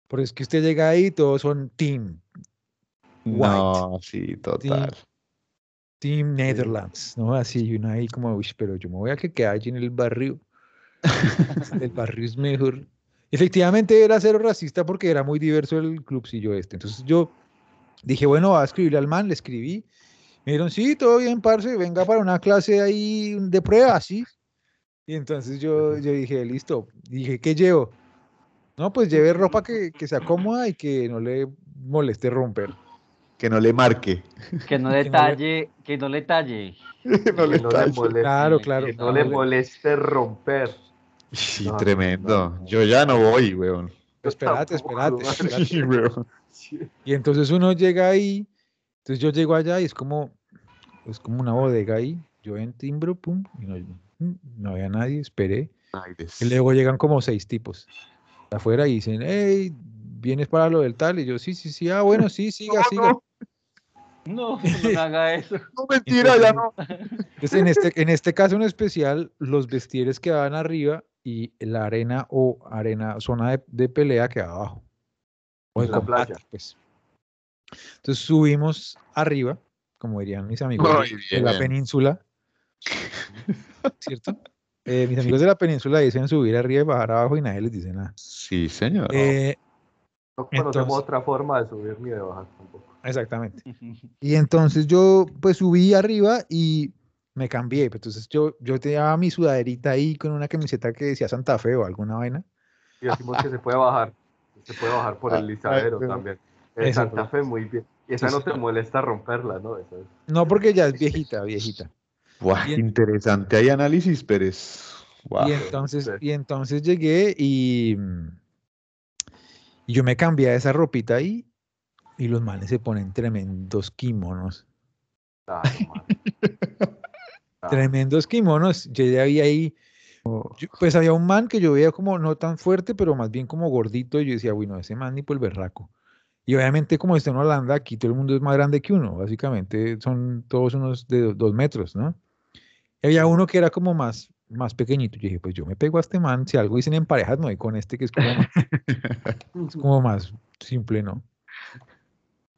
[SPEAKER 1] Porque es que usted llega ahí y todos son team,
[SPEAKER 3] No, sí, total.
[SPEAKER 1] team Netherlands, ¿no? Así, y uno ahí como, uy, pero yo me voy a que quede allí en el
[SPEAKER 2] *laughs*
[SPEAKER 1] barrio. el barrio es mejor. Efectivamente era cero racista porque era muy diverso el clubcillo este. Entonces yo dije, bueno, va a escribirle al man, le escribí. Me dijeron, sí, todo bien, parce, venga para una clase ahí de prueba, sí. Y entonces yo, yo dije, listo. Dije, ¿qué llevo? No, pues lleve ropa que, que se acomoda y que no le moleste romper.
[SPEAKER 3] Que no le marque.
[SPEAKER 4] Que no
[SPEAKER 1] le-
[SPEAKER 4] le talle, que no le talle.
[SPEAKER 3] Que *laughs* no le
[SPEAKER 2] Que no le
[SPEAKER 3] tache.
[SPEAKER 2] moleste,
[SPEAKER 1] Claro,
[SPEAKER 4] que
[SPEAKER 1] claro.
[SPEAKER 2] Pues que no le moleste romper.
[SPEAKER 3] Sí,
[SPEAKER 2] No,
[SPEAKER 3] tremendo.
[SPEAKER 2] no, no.
[SPEAKER 3] Yo ya no voy, weón.
[SPEAKER 1] Esperate,
[SPEAKER 2] Tampoco,
[SPEAKER 1] esperate,
[SPEAKER 2] madre.
[SPEAKER 1] esperate.
[SPEAKER 3] *laughs*
[SPEAKER 2] *laughs*
[SPEAKER 3] Sí, weón.
[SPEAKER 2] Sí.
[SPEAKER 1] Y entonces uno llega ahí, entonces yo llego allá y es como, es como una bodega ahí, yo en timbro, pum, y no, mm, no había nadie, esperé. Y luego llegan como seis tipos afuera y dicen, hey, ¿vienes para lo del tal? Y yo, sí, sí, sí, ah, bueno, sí, siga,
[SPEAKER 3] No,
[SPEAKER 1] siga.
[SPEAKER 3] no,
[SPEAKER 4] No, no haga eso.
[SPEAKER 3] no, mentira, ya no.
[SPEAKER 1] Entonces, en este, en este caso en especial, los vestieres quedaban arriba y la arena o arena, zona de, de pelea quedaba abajo. O de
[SPEAKER 2] En la
[SPEAKER 1] combate,
[SPEAKER 2] playa.
[SPEAKER 1] pues. Entonces subimos arriba, como dirían mis amigos
[SPEAKER 3] Muy
[SPEAKER 1] de- de la
[SPEAKER 3] bien.
[SPEAKER 1] península.
[SPEAKER 2] *laughs*
[SPEAKER 1] ¿Cierto? Eh, mis amigos de la península dicen subir arriba y bajar abajo y nadie les dice nada.
[SPEAKER 3] Sí, señor.
[SPEAKER 1] Eh,
[SPEAKER 2] No conocemos
[SPEAKER 1] Entonces-
[SPEAKER 2] otra forma de subir ni de bajar tampoco.
[SPEAKER 1] exactamente. Y entonces yo pues subí arriba y me cambié. pues, Entonces yo, yo tenía mi sudaderita ahí con una camiseta que decía Santa Fe o alguna vaina.
[SPEAKER 2] Y decimos que se puede bajar. Se puede bajar
[SPEAKER 3] Ah,
[SPEAKER 2] por el lisadero
[SPEAKER 3] Ay,
[SPEAKER 2] también. En
[SPEAKER 1] Eso,
[SPEAKER 2] Santa Fe, muy bien. Y esa
[SPEAKER 1] Sí,
[SPEAKER 2] no
[SPEAKER 1] sí.
[SPEAKER 2] te molesta romperla, ¿no? Esa es-
[SPEAKER 1] No porque ya es viejita, viejita.
[SPEAKER 3] Buah,
[SPEAKER 1] y en-
[SPEAKER 3] interesante. Hay análisis, Pérez. Buah.
[SPEAKER 1] Y entonces,
[SPEAKER 2] sí.
[SPEAKER 1] y entonces llegué y, mm, y yo me cambié a esa ropita ahí y los manes se ponen tremendos kimonos.
[SPEAKER 2] Ah,
[SPEAKER 1] *laughs*
[SPEAKER 2] no, man. Ah,
[SPEAKER 1] Tremendos kimonos. Yo ya había ahí, yo- pues había un man que yo veía como no tan fuerte, pero más bien como gordito. Y yo decía, bueno, ese man ni por el berraco. Y obviamente, como está en Holanda, aquí todo el mundo es más grande que uno. Básicamente son todos unos de do- dos metros, ¿no? Y había uno que era como más, más pequeñito. Yo dije, pues yo me pego a este man. Si algo dicen en parejas, me voy con este que es como más, es como más simple, ¿no?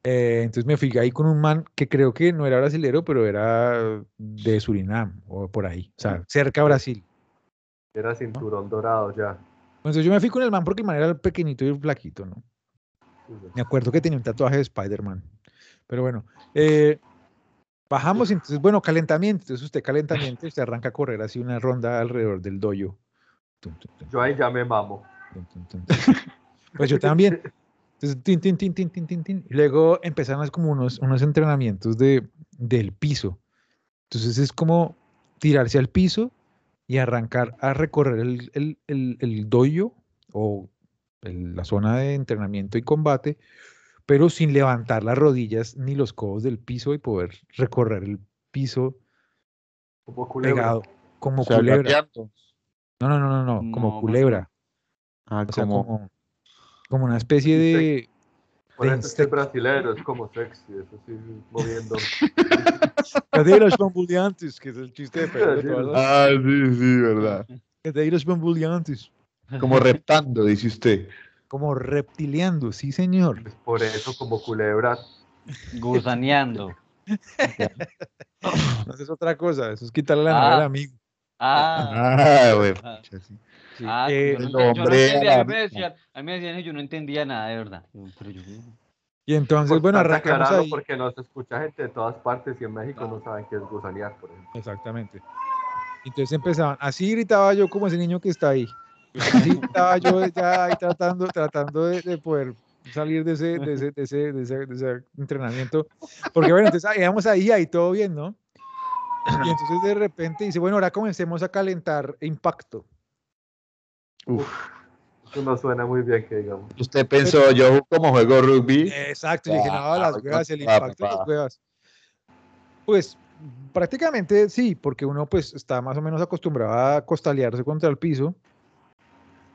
[SPEAKER 1] Eh, entonces me fui ahí con un man que creo que no era brasilero, pero era de Surinam o por ahí, o sea, cerca a Brasil.
[SPEAKER 2] Era cinturón dorado ya.
[SPEAKER 1] Entonces yo me fui con el man porque el man era el pequeñito y el flaquito, ¿no? Me acuerdo que tenía un tatuaje de Spider-Man. Pero bueno, eh, bajamos, entonces, bueno, calentamiento. Entonces usted calentamiento y se arranca a correr así una ronda alrededor del doyo.
[SPEAKER 2] Yo ahí ya me mamo.
[SPEAKER 1] Pues yo también. Entonces, tin, tin, tin, tin, tin, tin, tin. Y luego empezaron as- como unos, unos entrenamientos de, del piso. Entonces es como tirarse al piso y arrancar a recorrer el, el, el, el dojo o el- la zona de entrenamiento y combate, pero sin levantar las rodillas ni los codos del piso y poder recorrer el piso
[SPEAKER 2] Como culebra.
[SPEAKER 1] pegado como
[SPEAKER 3] O sea,
[SPEAKER 1] culebra.
[SPEAKER 3] gateando.
[SPEAKER 1] No, no, no, no, no, como
[SPEAKER 5] No,
[SPEAKER 1] culebra.
[SPEAKER 3] Ah,
[SPEAKER 1] O sea,
[SPEAKER 3] como,
[SPEAKER 1] como, como una especie de.
[SPEAKER 2] Por
[SPEAKER 1] de
[SPEAKER 2] eso es que es
[SPEAKER 1] insecto.
[SPEAKER 2] brasilero, es como sexy, eso sí, moviendo.
[SPEAKER 1] Cadeiras bambuleantes, que es el chiste de Pedro.
[SPEAKER 2] Sí,
[SPEAKER 1] todas las-
[SPEAKER 3] Ah, sí, sí, verdad.
[SPEAKER 1] Cadeiras bambuleantes.
[SPEAKER 3] Como reptando, dice usted.
[SPEAKER 1] Como reptileando, sí, señor.
[SPEAKER 2] Pues por eso, como culebra,
[SPEAKER 5] Gusaneando.
[SPEAKER 1] No es otra cosa, eso es quitarle la
[SPEAKER 5] Ah.
[SPEAKER 1] novela a mí.
[SPEAKER 5] Ah,
[SPEAKER 3] Ah, güey. pucha, sí.
[SPEAKER 5] ah,
[SPEAKER 1] Eh,
[SPEAKER 5] yo no
[SPEAKER 3] el
[SPEAKER 5] enten- yo no
[SPEAKER 3] hombre
[SPEAKER 5] entendía, a mí
[SPEAKER 3] arabe-
[SPEAKER 5] me decían, a mí me decían, yo no entendía nada, de verdad. Yo, pero yo-
[SPEAKER 1] Y entonces, bueno,
[SPEAKER 2] Importante
[SPEAKER 1] arrancamos
[SPEAKER 2] aclararlo
[SPEAKER 1] ahí.
[SPEAKER 2] Pues, porque nos escucha gente de todas partes y en México no saben qué es gusanear, por ejemplo.
[SPEAKER 1] Exactamente. Entonces empezaban, así gritaba yo como ese niño que está ahí. Así gritaba yo ya ahí tratando, tratando de, de poder salir de ese, de ese, de ese, de ese- de ese entrenamiento. Porque bueno, entonces ah, íbamos ahí, ahí todo bien, ¿no? Y entonces de repente dice, bueno, ahora comencemos a calentar impacto.
[SPEAKER 2] Eso no suena muy bien que digamos.
[SPEAKER 3] Usted pensó, yo como juego rugby.
[SPEAKER 1] Exacto, yo dije, no,
[SPEAKER 3] Ah,
[SPEAKER 1] las
[SPEAKER 3] ah,
[SPEAKER 1] huevas, el
[SPEAKER 3] ah,
[SPEAKER 1] impacto de
[SPEAKER 3] ah.
[SPEAKER 1] las huevas. Pues prácticamente sí, porque uno pues está más o menos acostumbrado a costalearse contra el piso,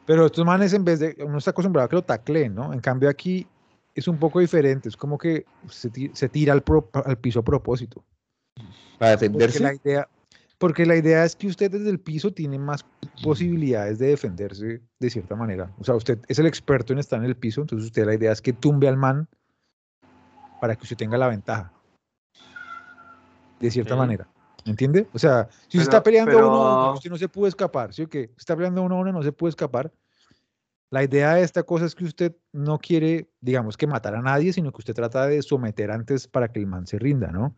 [SPEAKER 1] pero estos manes en vez de, uno está acostumbrado a que lo tacleen, ¿no? En cambio aquí es un poco diferente, es como que se, ti- se tira al, pro- al piso a propósito.
[SPEAKER 3] Para
[SPEAKER 1] Porque la,
[SPEAKER 3] defenderse.
[SPEAKER 1] idea, porque la idea es que usted desde el piso tiene más posibilidades de defenderse de cierta manera. O sea, usted es el experto en estar en el piso, entonces usted la idea es que tumbe al man para que usted tenga la ventaja. De cierta
[SPEAKER 5] Ok.
[SPEAKER 1] manera. ¿Entiende? O sea, si usted
[SPEAKER 2] Pero-
[SPEAKER 1] está peleando
[SPEAKER 2] pero-
[SPEAKER 1] uno a uno, usted no se puede escapar, ¿sí o qué? Está peleando uno a uno, no se puede escapar. La idea de esta cosa es que usted no quiere, digamos, que matar a nadie, sino que usted trata de someter antes para que el man se rinda, ¿no?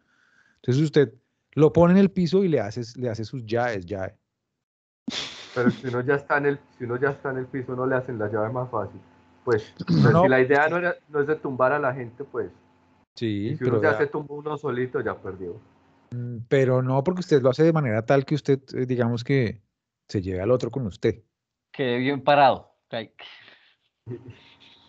[SPEAKER 1] Entonces usted lo pone en el piso y le hace, le hace sus yaes, yae.
[SPEAKER 2] Pero si uno ya está en el, si uno ya está en el piso, no le hacen la llave más fácil.
[SPEAKER 1] *clears throat*
[SPEAKER 2] Pues,
[SPEAKER 1] No, no.
[SPEAKER 2] si la idea no, era- no es de tumbar a la gente, pues, y
[SPEAKER 1] Sí,
[SPEAKER 2] si
[SPEAKER 1] pero,
[SPEAKER 2] uno ya
[SPEAKER 1] ya-
[SPEAKER 2] se tumba uno solito, ya perdió.
[SPEAKER 1] pero no porque usted lo hace de manera tal que usted, eh, digamos que se lleve al otro con usted.
[SPEAKER 5] Quedé bien parado. Like,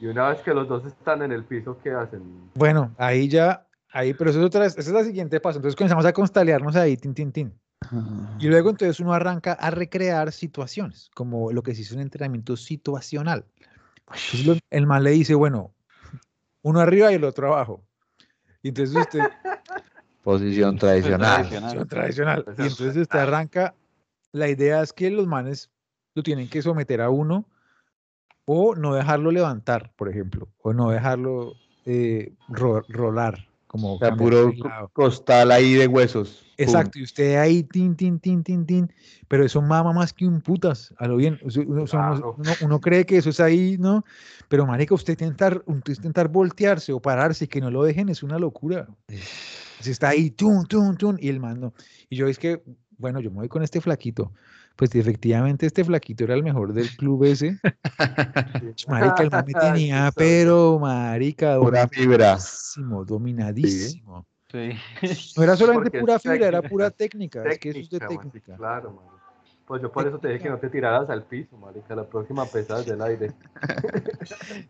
[SPEAKER 2] Y una vez que los dos están en el piso, ¿qué hacen?
[SPEAKER 1] Bueno, ahí ya, ahí, pero eso es otra, esa es la siguiente paso. Entonces comenzamos a constalearnos ahí, tin, tin, tin. Y luego entonces uno arranca a recrear situaciones, como lo que se hizo en entrenamiento situacional. Entonces, lo- el man le dice, bueno, uno arriba y el otro abajo. Y entonces
[SPEAKER 3] *laughs*
[SPEAKER 1] usted,
[SPEAKER 3] Posición
[SPEAKER 1] Pues
[SPEAKER 3] tradicional.
[SPEAKER 5] Tradicional.
[SPEAKER 1] Tradición tradicional. Y entonces usted arranca, la idea es que los manes lo tienen que someter a uno o no dejarlo levantar, por ejemplo, o no dejarlo eh, ro- rolar, como
[SPEAKER 3] O sea,
[SPEAKER 1] cambiar
[SPEAKER 3] puro
[SPEAKER 1] de lado.
[SPEAKER 3] costal ahí de huesos. Pum.
[SPEAKER 1] Exacto, y usted ahí, tin, tin, tin, tin, tin, pero eso mama más que un putas, a lo bien. o sea, Uno, o sea, uno-
[SPEAKER 2] Claro.
[SPEAKER 1] uno- uno cree que eso es ahí, ¿no? Pero, marica, usted intentar, usted intentar voltearse o pararse y que no lo dejen es una locura. Se está ahí, tun, tun, tun, y el man no. Y yo es que, bueno, yo me voy con este flaquito. Pues efectivamente este flaquito era el mejor del club ese. Marica, el man me tenía, pero, marica,
[SPEAKER 3] Pura fibra.
[SPEAKER 1] dominadísimo, dominadísimo.
[SPEAKER 5] sí.
[SPEAKER 1] No era solamente
[SPEAKER 2] Porque es
[SPEAKER 1] pura fibra, era
[SPEAKER 2] técnica.
[SPEAKER 1] pura técnica. Es que eso es de
[SPEAKER 2] Técnica, man, sí,
[SPEAKER 1] técnica.
[SPEAKER 2] claro, man. Pues yo por eso te dije que no te tiraras al piso, marica. La próxima pesada del aire.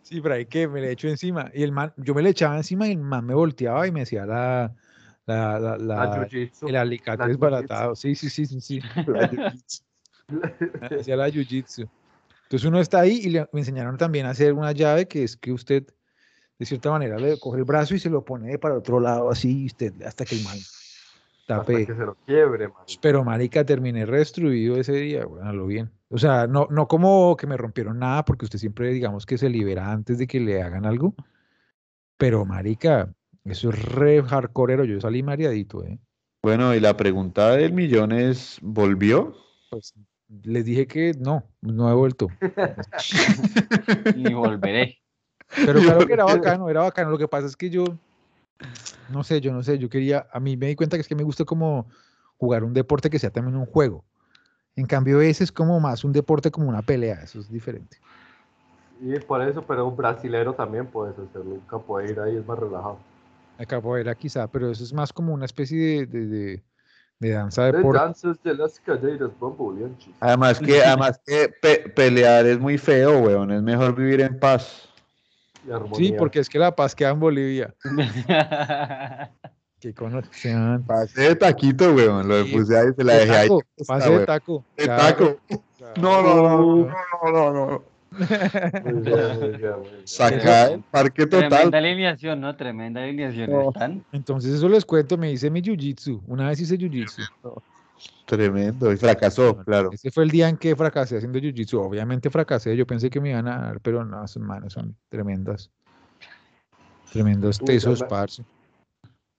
[SPEAKER 1] Sí, pero ahí que me le echo encima. Y el man, yo me le echaba encima y el man me volteaba y me hacía la, la, la,
[SPEAKER 2] La
[SPEAKER 1] la-
[SPEAKER 2] jiu-jitsu.
[SPEAKER 1] el alicate
[SPEAKER 2] la jiu-jitsu.
[SPEAKER 1] desbaratado. Sí, sí, sí, sí,
[SPEAKER 2] *laughs*
[SPEAKER 1] sí. Me hacía la jiu-jitsu. Entonces uno está ahí y le, me enseñaron también a hacer una llave que es que usted, de cierta manera, le coge el brazo y se lo pone para otro lado así y usted, hasta que el man
[SPEAKER 2] Hasta
[SPEAKER 1] tape.
[SPEAKER 2] que se lo quiebre, man.
[SPEAKER 1] Pues, Pero, marica, terminé restruido ese día, bueno, a lo bien. O sea, no, no como que me rompieron nada, porque usted siempre, digamos, que se libera antes de que le hagan algo. Pero, marica, eso es re hardcoreero. Yo salí mareadito, ¿eh?
[SPEAKER 3] Bueno, y la pregunta del millón es, ¿volvió?
[SPEAKER 1] Les dije que no, no he vuelto.
[SPEAKER 5] Ni volveré.
[SPEAKER 1] Pero claro que era bacano, era bacano. Lo que pasa es que yo, no sé, yo no sé, yo quería, a mí me di cuenta que es que me gusta como jugar un deporte que sea también un juego. En cambio, ese es como más un deporte como una pelea, eso es diferente.
[SPEAKER 2] Y por eso, pero un brasilero también puedes hacerlo. Un capoeira ahí es más relajado.
[SPEAKER 1] La capoeira quizá, pero eso es más como una especie de, de, de- de danza
[SPEAKER 2] El
[SPEAKER 1] deporte.
[SPEAKER 2] danzas de las calleiras, bambuleantes.
[SPEAKER 1] Ah,
[SPEAKER 3] Además que, además que pe- pelear es muy feo, weón. Es mejor vivir en paz.
[SPEAKER 2] Y armonía.
[SPEAKER 1] Sí, porque es que la paz queda en Bolivia. Que conocean.
[SPEAKER 3] Pasé de taquito, weón. Lo
[SPEAKER 1] Sí,
[SPEAKER 3] puse ahí, se la
[SPEAKER 1] de
[SPEAKER 3] dejé ahí.
[SPEAKER 1] taco,
[SPEAKER 3] puesta,
[SPEAKER 1] pase de
[SPEAKER 3] weón.
[SPEAKER 1] taco.
[SPEAKER 3] De
[SPEAKER 1] Ya-
[SPEAKER 3] taco.
[SPEAKER 1] ya
[SPEAKER 3] No, no, no, no, no, no, no.
[SPEAKER 2] *laughs* Muy bien, muy bien, muy bien.
[SPEAKER 3] Saca el parque *laughs*
[SPEAKER 4] Tremenda
[SPEAKER 3] total.
[SPEAKER 4] alineación, ¿no? Tremenda alineación.
[SPEAKER 3] No.
[SPEAKER 4] ¿Están?
[SPEAKER 1] Entonces eso les cuento, me hice mi jiu-jitsu. Una vez hice jiu-jitsu.
[SPEAKER 3] Tremendo. Y fracasó, claro.
[SPEAKER 1] Ese fue el día en que fracasé haciendo jiu-jitsu. Obviamente fracasé, yo pensé que me iban a dar, pero no, esas manos son tremendas. Tremendos
[SPEAKER 2] Uy,
[SPEAKER 1] tesos,
[SPEAKER 2] ya me-
[SPEAKER 1] parce.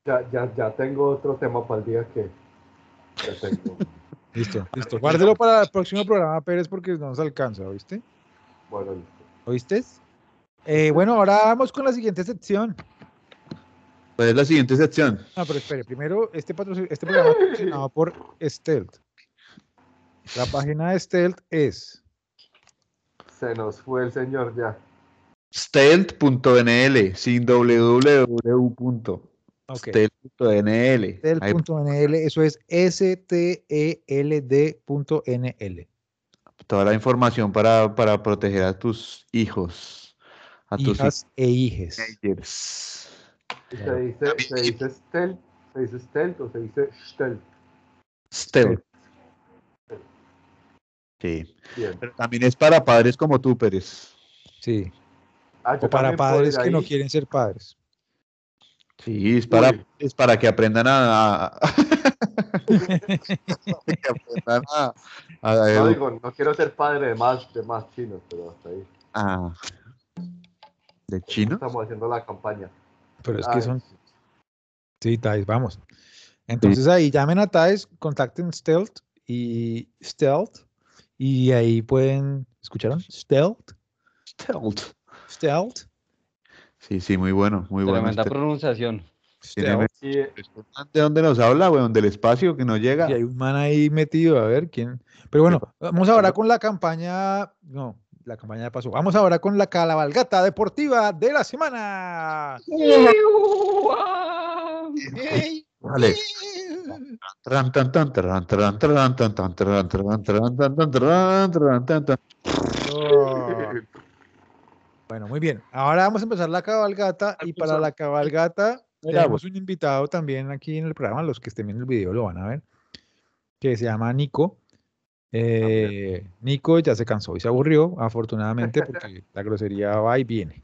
[SPEAKER 2] Ya, ya, ya tengo otro tema para el día que. Ya tengo.
[SPEAKER 1] Listo, listo. Guárdelo para el próximo programa, Pérez, porque no nos alcanza, ¿oíste?
[SPEAKER 2] Bueno, listo.
[SPEAKER 1] ¿Oíste? Eh, bueno, ahora vamos con la siguiente sección.
[SPEAKER 3] ¿Cuál es la siguiente sección?
[SPEAKER 1] No, pero espere, primero, este, patrocin- este programa es patrocinado por Stealth. La página de Stealth es
[SPEAKER 2] se nos fue el señor ya.
[SPEAKER 3] Stealth.nl, sin www.stealth.nl.
[SPEAKER 1] ok,
[SPEAKER 3] Ahí-
[SPEAKER 1] stealth.nl, eso es E S-T-E-L-D.nl.
[SPEAKER 3] toda la información para, para proteger a tus hijos, a tus
[SPEAKER 1] Hijas e hijes.
[SPEAKER 3] teenagers.
[SPEAKER 2] Y
[SPEAKER 1] Claro.
[SPEAKER 2] Se dice, se dice stealth, se dice stealth o se dice stealth.
[SPEAKER 3] Stealth. Sí.
[SPEAKER 2] Bien.
[SPEAKER 3] Pero también es para padres como tú, Pérez.
[SPEAKER 1] Sí,
[SPEAKER 2] Ah, yo
[SPEAKER 1] o para
[SPEAKER 2] también puedo
[SPEAKER 1] padres
[SPEAKER 2] ir
[SPEAKER 1] que no
[SPEAKER 2] ahí.
[SPEAKER 1] quieren ser padres.
[SPEAKER 3] Sí, es para,
[SPEAKER 2] Uy.
[SPEAKER 3] es para que aprendan a. a- para que aprendan a- a- a-
[SPEAKER 2] No digo, no quiero ser padre de más, de más chinos, pero hasta ahí.
[SPEAKER 3] a- ¿De chino?
[SPEAKER 2] Estamos haciendo la campaña.
[SPEAKER 1] Pero es
[SPEAKER 2] Ah,
[SPEAKER 1] que son Sí, Thais, vamos. Entonces ahí llamen a Thais, contacten Stealth y Stealth y ahí pueden, ¿escucharon? Stealth,
[SPEAKER 3] Stealth.
[SPEAKER 1] Stealth,
[SPEAKER 3] Sí, sí, muy bueno, muy bueno.
[SPEAKER 4] Tremenda
[SPEAKER 3] Este-
[SPEAKER 4] pronunciación.
[SPEAKER 3] tiene-
[SPEAKER 1] Stealth.
[SPEAKER 2] Sí, eh,
[SPEAKER 3] ¿De dónde nos habla, weón? Del espacio que no llega.
[SPEAKER 1] Y hay un man ahí metido, a ver quién. Pero bueno, vamos ahora con la campaña, no, la campaña ya pasó. Vamos ahora con la calabalgata deportiva de la semana.
[SPEAKER 5] *laughs*
[SPEAKER 3] Vale. Tran, tan, tan, tran, tran, tran, tan, tan, tran, tran, tran, tan, tan, tran, tran,
[SPEAKER 1] *laughs*
[SPEAKER 3] tan, tan.
[SPEAKER 1] Oh. Bueno, muy bien. Ahora vamos a empezar la cabalgata y para la cabalgata
[SPEAKER 3] Mira,
[SPEAKER 1] tenemos un invitado también aquí en el programa. Los que estén viendo el video lo van a ver. Que se llama Nico. Eh, Nico ya se cansó y se aburrió, afortunadamente, porque la grosería va y viene.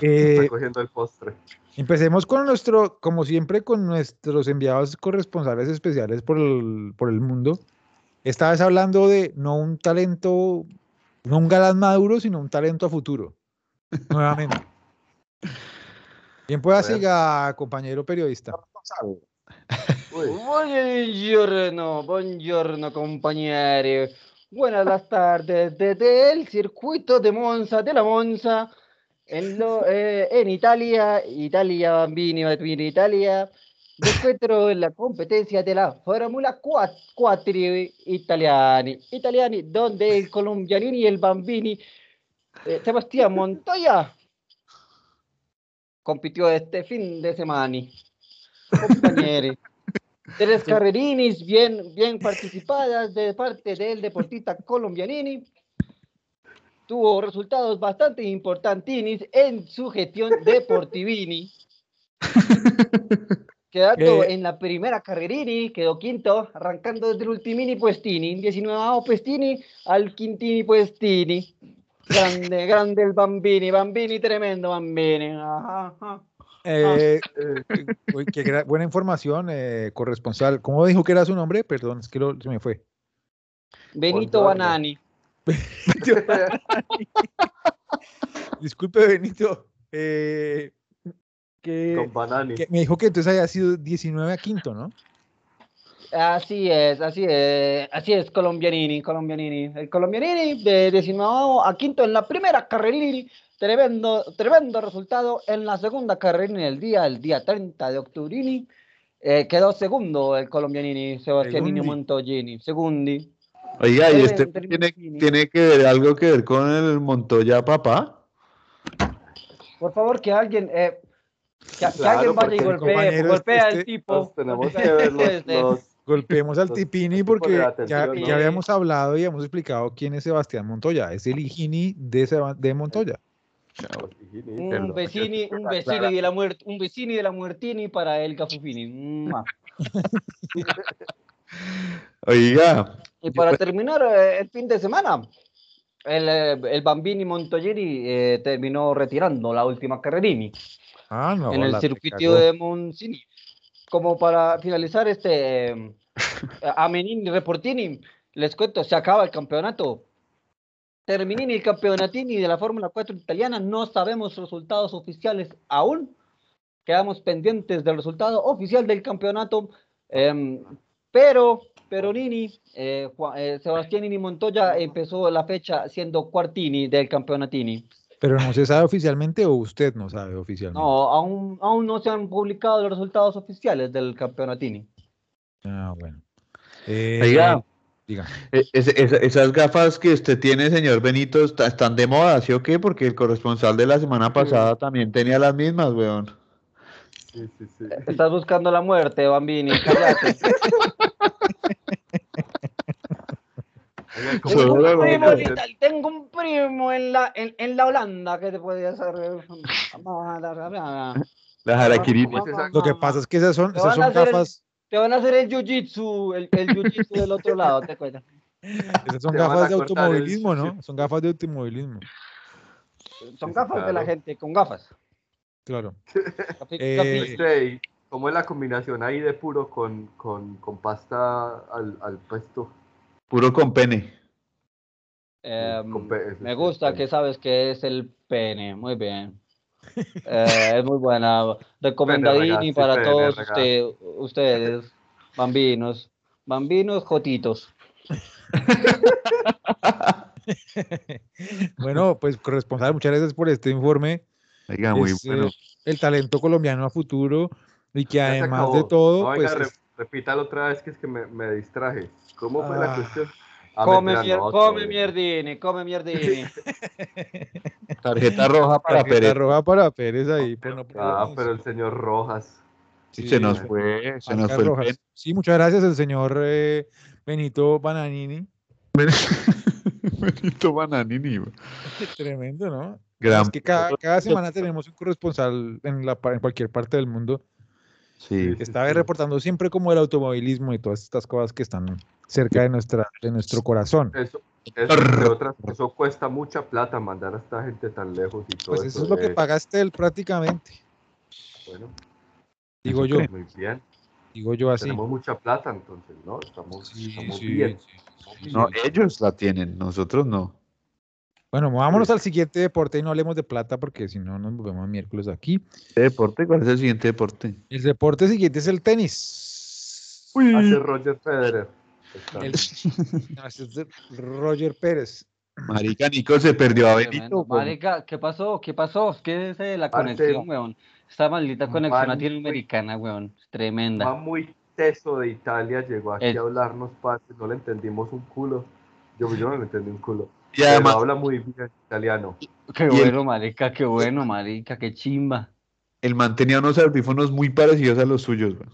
[SPEAKER 1] Eh,
[SPEAKER 2] está cogiendo el postre.
[SPEAKER 1] Empecemos con nuestro, como siempre, con nuestros enviados corresponsales especiales por el, por el mundo. Esta vez hablando de no un talento, no un galán maduro, sino un talento a futuro.
[SPEAKER 2] *laughs*
[SPEAKER 1] Nuevamente. Bien,
[SPEAKER 2] A
[SPEAKER 1] pues
[SPEAKER 2] ver.
[SPEAKER 1] siga, compañero periodista.
[SPEAKER 2] Uy,
[SPEAKER 4] Buongiorno, buongiorno compañero. Buenas las tardes desde el circuito de Monza, de la Monza, en, lo- eh, en Italia, Italia bambini, bambini, Italia. Me encuentro en la competencia de la Fórmula 4 italiani, italiani, donde el colombianini y el bambini eh, Sebastián Montoya compitió este fin de semana. Compañeros. Tres carrerinis bien, bien participadas de parte del deportista colombianini. Tuvo resultados bastante importantinis en su gestión deportivini. Quedando
[SPEAKER 1] Eh.
[SPEAKER 4] en la primera carrerini, quedó quinto, arrancando desde el ultimini puestini, 19 puestini al quintini puestini. Grande, grande el bambini, bambini tremendo, bambini. Ajá, ajá.
[SPEAKER 1] Eh,
[SPEAKER 2] eh,
[SPEAKER 1] uy, qué gra- buena información, eh, corresponsal. ¿Cómo dijo que era su nombre? Perdón, es que lo- se me fue.
[SPEAKER 4] Benito
[SPEAKER 2] Buongiorno.
[SPEAKER 4] Banani.
[SPEAKER 1] Disculpe, Benito. eh, que-
[SPEAKER 2] con banani.
[SPEAKER 1] que me dijo que entonces había sido 19 a quinto, ¿no?
[SPEAKER 4] Así es, así es, así es, Colombianini, Colombianini. El Colombianini de 19 a quinto en la primera carrerini, tremendo, tremendo resultado en la segunda carrerini del día, el día 30 de octubrini. eh, quedó segundo el Colombianini, Sebastianini
[SPEAKER 1] Segundi.
[SPEAKER 4] Montoyini, segundi.
[SPEAKER 3] Oiga, ¿y
[SPEAKER 4] Debe
[SPEAKER 3] este
[SPEAKER 4] tener
[SPEAKER 3] tiene,
[SPEAKER 4] bikini.
[SPEAKER 3] tiene que ver algo que ver con el Montoya papá?
[SPEAKER 4] Por favor, que alguien, eh, que, que
[SPEAKER 2] Claro,
[SPEAKER 4] alguien vaya y
[SPEAKER 2] porque,
[SPEAKER 4] golpee,
[SPEAKER 1] compañeros,
[SPEAKER 4] golpea al
[SPEAKER 1] este,
[SPEAKER 4] tipo.
[SPEAKER 2] Entonces, tenemos
[SPEAKER 4] Golpea
[SPEAKER 2] que
[SPEAKER 4] al
[SPEAKER 2] ver
[SPEAKER 4] tipo
[SPEAKER 2] los,
[SPEAKER 4] desde-
[SPEAKER 2] los-
[SPEAKER 1] Golpeemos al
[SPEAKER 2] Los-
[SPEAKER 1] Tipini
[SPEAKER 2] los tipos de
[SPEAKER 1] porque ya,
[SPEAKER 2] atención,
[SPEAKER 1] ya
[SPEAKER 4] ¿no?
[SPEAKER 1] habíamos hablado y habíamos explicado quién es Sebastián Montoya. Es el higini de, Seba- de Montoya.
[SPEAKER 2] los higienitos.
[SPEAKER 3] Perdón,
[SPEAKER 4] Un vecini,
[SPEAKER 3] yo-
[SPEAKER 4] un vecini de la muerte, un vecini de la muertini para el Cafufini. Mua.
[SPEAKER 3] Oiga,
[SPEAKER 4] Y para terminar, eh, el fin de semana, el, eh, el Bambini Montoyeri eh, terminó retirando la última carrerini
[SPEAKER 1] Ah, no.
[SPEAKER 4] en el
[SPEAKER 1] la
[SPEAKER 4] circuito
[SPEAKER 1] cagó.
[SPEAKER 4] de Moncini. Como para finalizar este eh, a Menini Reportini, les cuento, se acaba el campeonato. Terminini el campeonatini de la Fórmula 4 italiana, no sabemos resultados oficiales aún. Quedamos pendientes del resultado oficial del campeonato. em, pero Peronini, eh, Ju- eh, Sebastianini Montoya empezó la fecha siendo cuartini del campeonatini.
[SPEAKER 1] Pero no se sabe oficialmente o usted no sabe oficialmente.
[SPEAKER 4] No, aún, aún no se han publicado los resultados oficiales del campeonatini.
[SPEAKER 1] Ah, bueno. Eh,
[SPEAKER 3] Oiga.
[SPEAKER 1] diga.
[SPEAKER 3] E- ese- esa- esas gafas que usted tiene, señor Benito, está- están de moda, ¿sí o qué? Porque el corresponsal de la semana pasada también tenía las mismas, weón.
[SPEAKER 2] Sí, sí, sí.
[SPEAKER 4] Estás buscando la muerte, Bambini, cállate.
[SPEAKER 2] Oigan, ¿cómo-
[SPEAKER 4] tengo, un
[SPEAKER 3] Seguro,
[SPEAKER 4] primo en
[SPEAKER 3] Bambini.
[SPEAKER 4] Italia- tengo un primo en la, en, en la Holanda que te puede hacer... eh, Te
[SPEAKER 3] Las harakiri.
[SPEAKER 1] Ah,
[SPEAKER 2] ¿Cómo es esa-
[SPEAKER 1] Lo que pasa es que esas son,
[SPEAKER 4] Te
[SPEAKER 1] esas
[SPEAKER 4] van a
[SPEAKER 1] son
[SPEAKER 4] hacer el-
[SPEAKER 1] gafas,
[SPEAKER 4] van a hacer el jiu-jitsu, el, el jiu-jitsu del otro lado, te cuento.
[SPEAKER 1] esas son
[SPEAKER 2] Te van a
[SPEAKER 1] gafas de
[SPEAKER 2] cortar el-
[SPEAKER 1] automovilismo, ¿no? Son gafas de automovilismo.
[SPEAKER 4] Son gafas de la
[SPEAKER 2] Claro.
[SPEAKER 4] gente, con gafas.
[SPEAKER 1] Claro.
[SPEAKER 4] Capi-
[SPEAKER 1] Eh,
[SPEAKER 4] capi-
[SPEAKER 2] Ey, este ¿Cómo es la combinación ahí de puro con, con, con pasta al, al pesto?
[SPEAKER 3] Puro con pene.
[SPEAKER 4] em,
[SPEAKER 2] Con pe-
[SPEAKER 4] Me gusta
[SPEAKER 2] con-
[SPEAKER 4] que sabes que es el pene,
[SPEAKER 2] *laughs*
[SPEAKER 4] muy bien. Eh, es muy buena. Recomendadini
[SPEAKER 2] ragazzi,
[SPEAKER 4] para
[SPEAKER 2] pene,
[SPEAKER 4] todos
[SPEAKER 2] ragazzi.
[SPEAKER 4] usted- ustedes, bambinos, bambinos jotitos.
[SPEAKER 1] Bueno, pues corresponsal, muchas gracias por este informe.
[SPEAKER 3] Oiga, muy
[SPEAKER 1] Es,
[SPEAKER 3] bueno.
[SPEAKER 1] eh, el talento colombiano a futuro y que
[SPEAKER 2] Ya se
[SPEAKER 1] además
[SPEAKER 2] acabó.
[SPEAKER 1] de todo,
[SPEAKER 2] No, venga,
[SPEAKER 1] pues
[SPEAKER 2] re-
[SPEAKER 1] es-
[SPEAKER 2] repítalo otra vez que es que me, me distraje. ¿Cómo fue
[SPEAKER 1] Ah.
[SPEAKER 2] la cuestión? Ah,
[SPEAKER 4] Come,
[SPEAKER 2] mentira,
[SPEAKER 4] mier-
[SPEAKER 2] no,
[SPEAKER 4] come
[SPEAKER 2] todo.
[SPEAKER 4] mierdini, come
[SPEAKER 2] *laughs*
[SPEAKER 4] mierdini.
[SPEAKER 1] *laughs*
[SPEAKER 3] Tarjeta roja para
[SPEAKER 1] tarjeta
[SPEAKER 3] Pérez.
[SPEAKER 1] roja para Pérez ahí. por no
[SPEAKER 2] Ah,
[SPEAKER 1] pronunciar.
[SPEAKER 2] pero el señor Rojas.
[SPEAKER 3] Sí, se nos
[SPEAKER 1] sí,
[SPEAKER 3] fue, se nos
[SPEAKER 1] Marcas
[SPEAKER 3] fue el
[SPEAKER 1] rojas.
[SPEAKER 3] pene.
[SPEAKER 1] Sí, muchas gracias el señor eh, Benito Bananini. *laughs*
[SPEAKER 3] *laughs* Benito Bananini, weón.
[SPEAKER 1] Tremendo, ¿no?
[SPEAKER 3] Gran
[SPEAKER 1] Es que cada, cada semana tenemos un corresponsal en, la, par- en cualquier parte del mundo
[SPEAKER 3] Sí,
[SPEAKER 1] que está reportando siempre como el automovilismo y todas estas cosas que están cerca de, nuestra, de nuestro corazón.
[SPEAKER 2] Eso, eso, entre otras, eso cuesta mucha plata mandar a esta gente tan lejos y todo
[SPEAKER 1] Pues eso es lo que
[SPEAKER 2] de-
[SPEAKER 1] paga Estel prácticamente.
[SPEAKER 2] Bueno,
[SPEAKER 1] Digo yo,
[SPEAKER 2] muy bien.
[SPEAKER 1] digo yo así.
[SPEAKER 2] Tenemos mucha plata, entonces, ¿no? Estamos,
[SPEAKER 1] Sí,
[SPEAKER 2] estamos
[SPEAKER 1] sí,
[SPEAKER 2] bien.
[SPEAKER 1] sí,
[SPEAKER 2] estamos
[SPEAKER 1] sí.
[SPEAKER 3] no,
[SPEAKER 2] bien.
[SPEAKER 3] ellos la tienen, nosotros no.
[SPEAKER 1] Bueno, vámonos al siguiente deporte y no hablemos de plata porque si no nos volvemos miércoles aquí.
[SPEAKER 3] ¿Este deporte? ¿Cuál es el siguiente deporte?
[SPEAKER 1] El deporte siguiente es el tenis.
[SPEAKER 2] Hace Roger Federer. Está-
[SPEAKER 1] El- no, ese es de Roger Pérez.
[SPEAKER 3] Marica Nico se perdió a Benito.
[SPEAKER 4] Tremendo.
[SPEAKER 3] weón.
[SPEAKER 4] Marica, ¿qué pasó? ¿Qué pasó? ¿Qué es eh, la
[SPEAKER 2] Parce,
[SPEAKER 4] conexión, weón? Esta maldita conexión
[SPEAKER 2] man,
[SPEAKER 4] latinoamericana, weón.
[SPEAKER 2] Va
[SPEAKER 4] Tremenda.
[SPEAKER 2] muy teso de Italia, llegó aquí
[SPEAKER 4] El-
[SPEAKER 2] a hablarnos, parce, no le entendimos un culo. Yo, yo no le entendí un culo.
[SPEAKER 3] Y
[SPEAKER 2] Pero
[SPEAKER 3] además,
[SPEAKER 2] habla muy bien italiano.
[SPEAKER 4] Qué
[SPEAKER 3] el-
[SPEAKER 4] bueno, marica, qué bueno, marica, qué chimba.
[SPEAKER 3] el man tenía unos audífonos muy parecidos a los suyos. weón.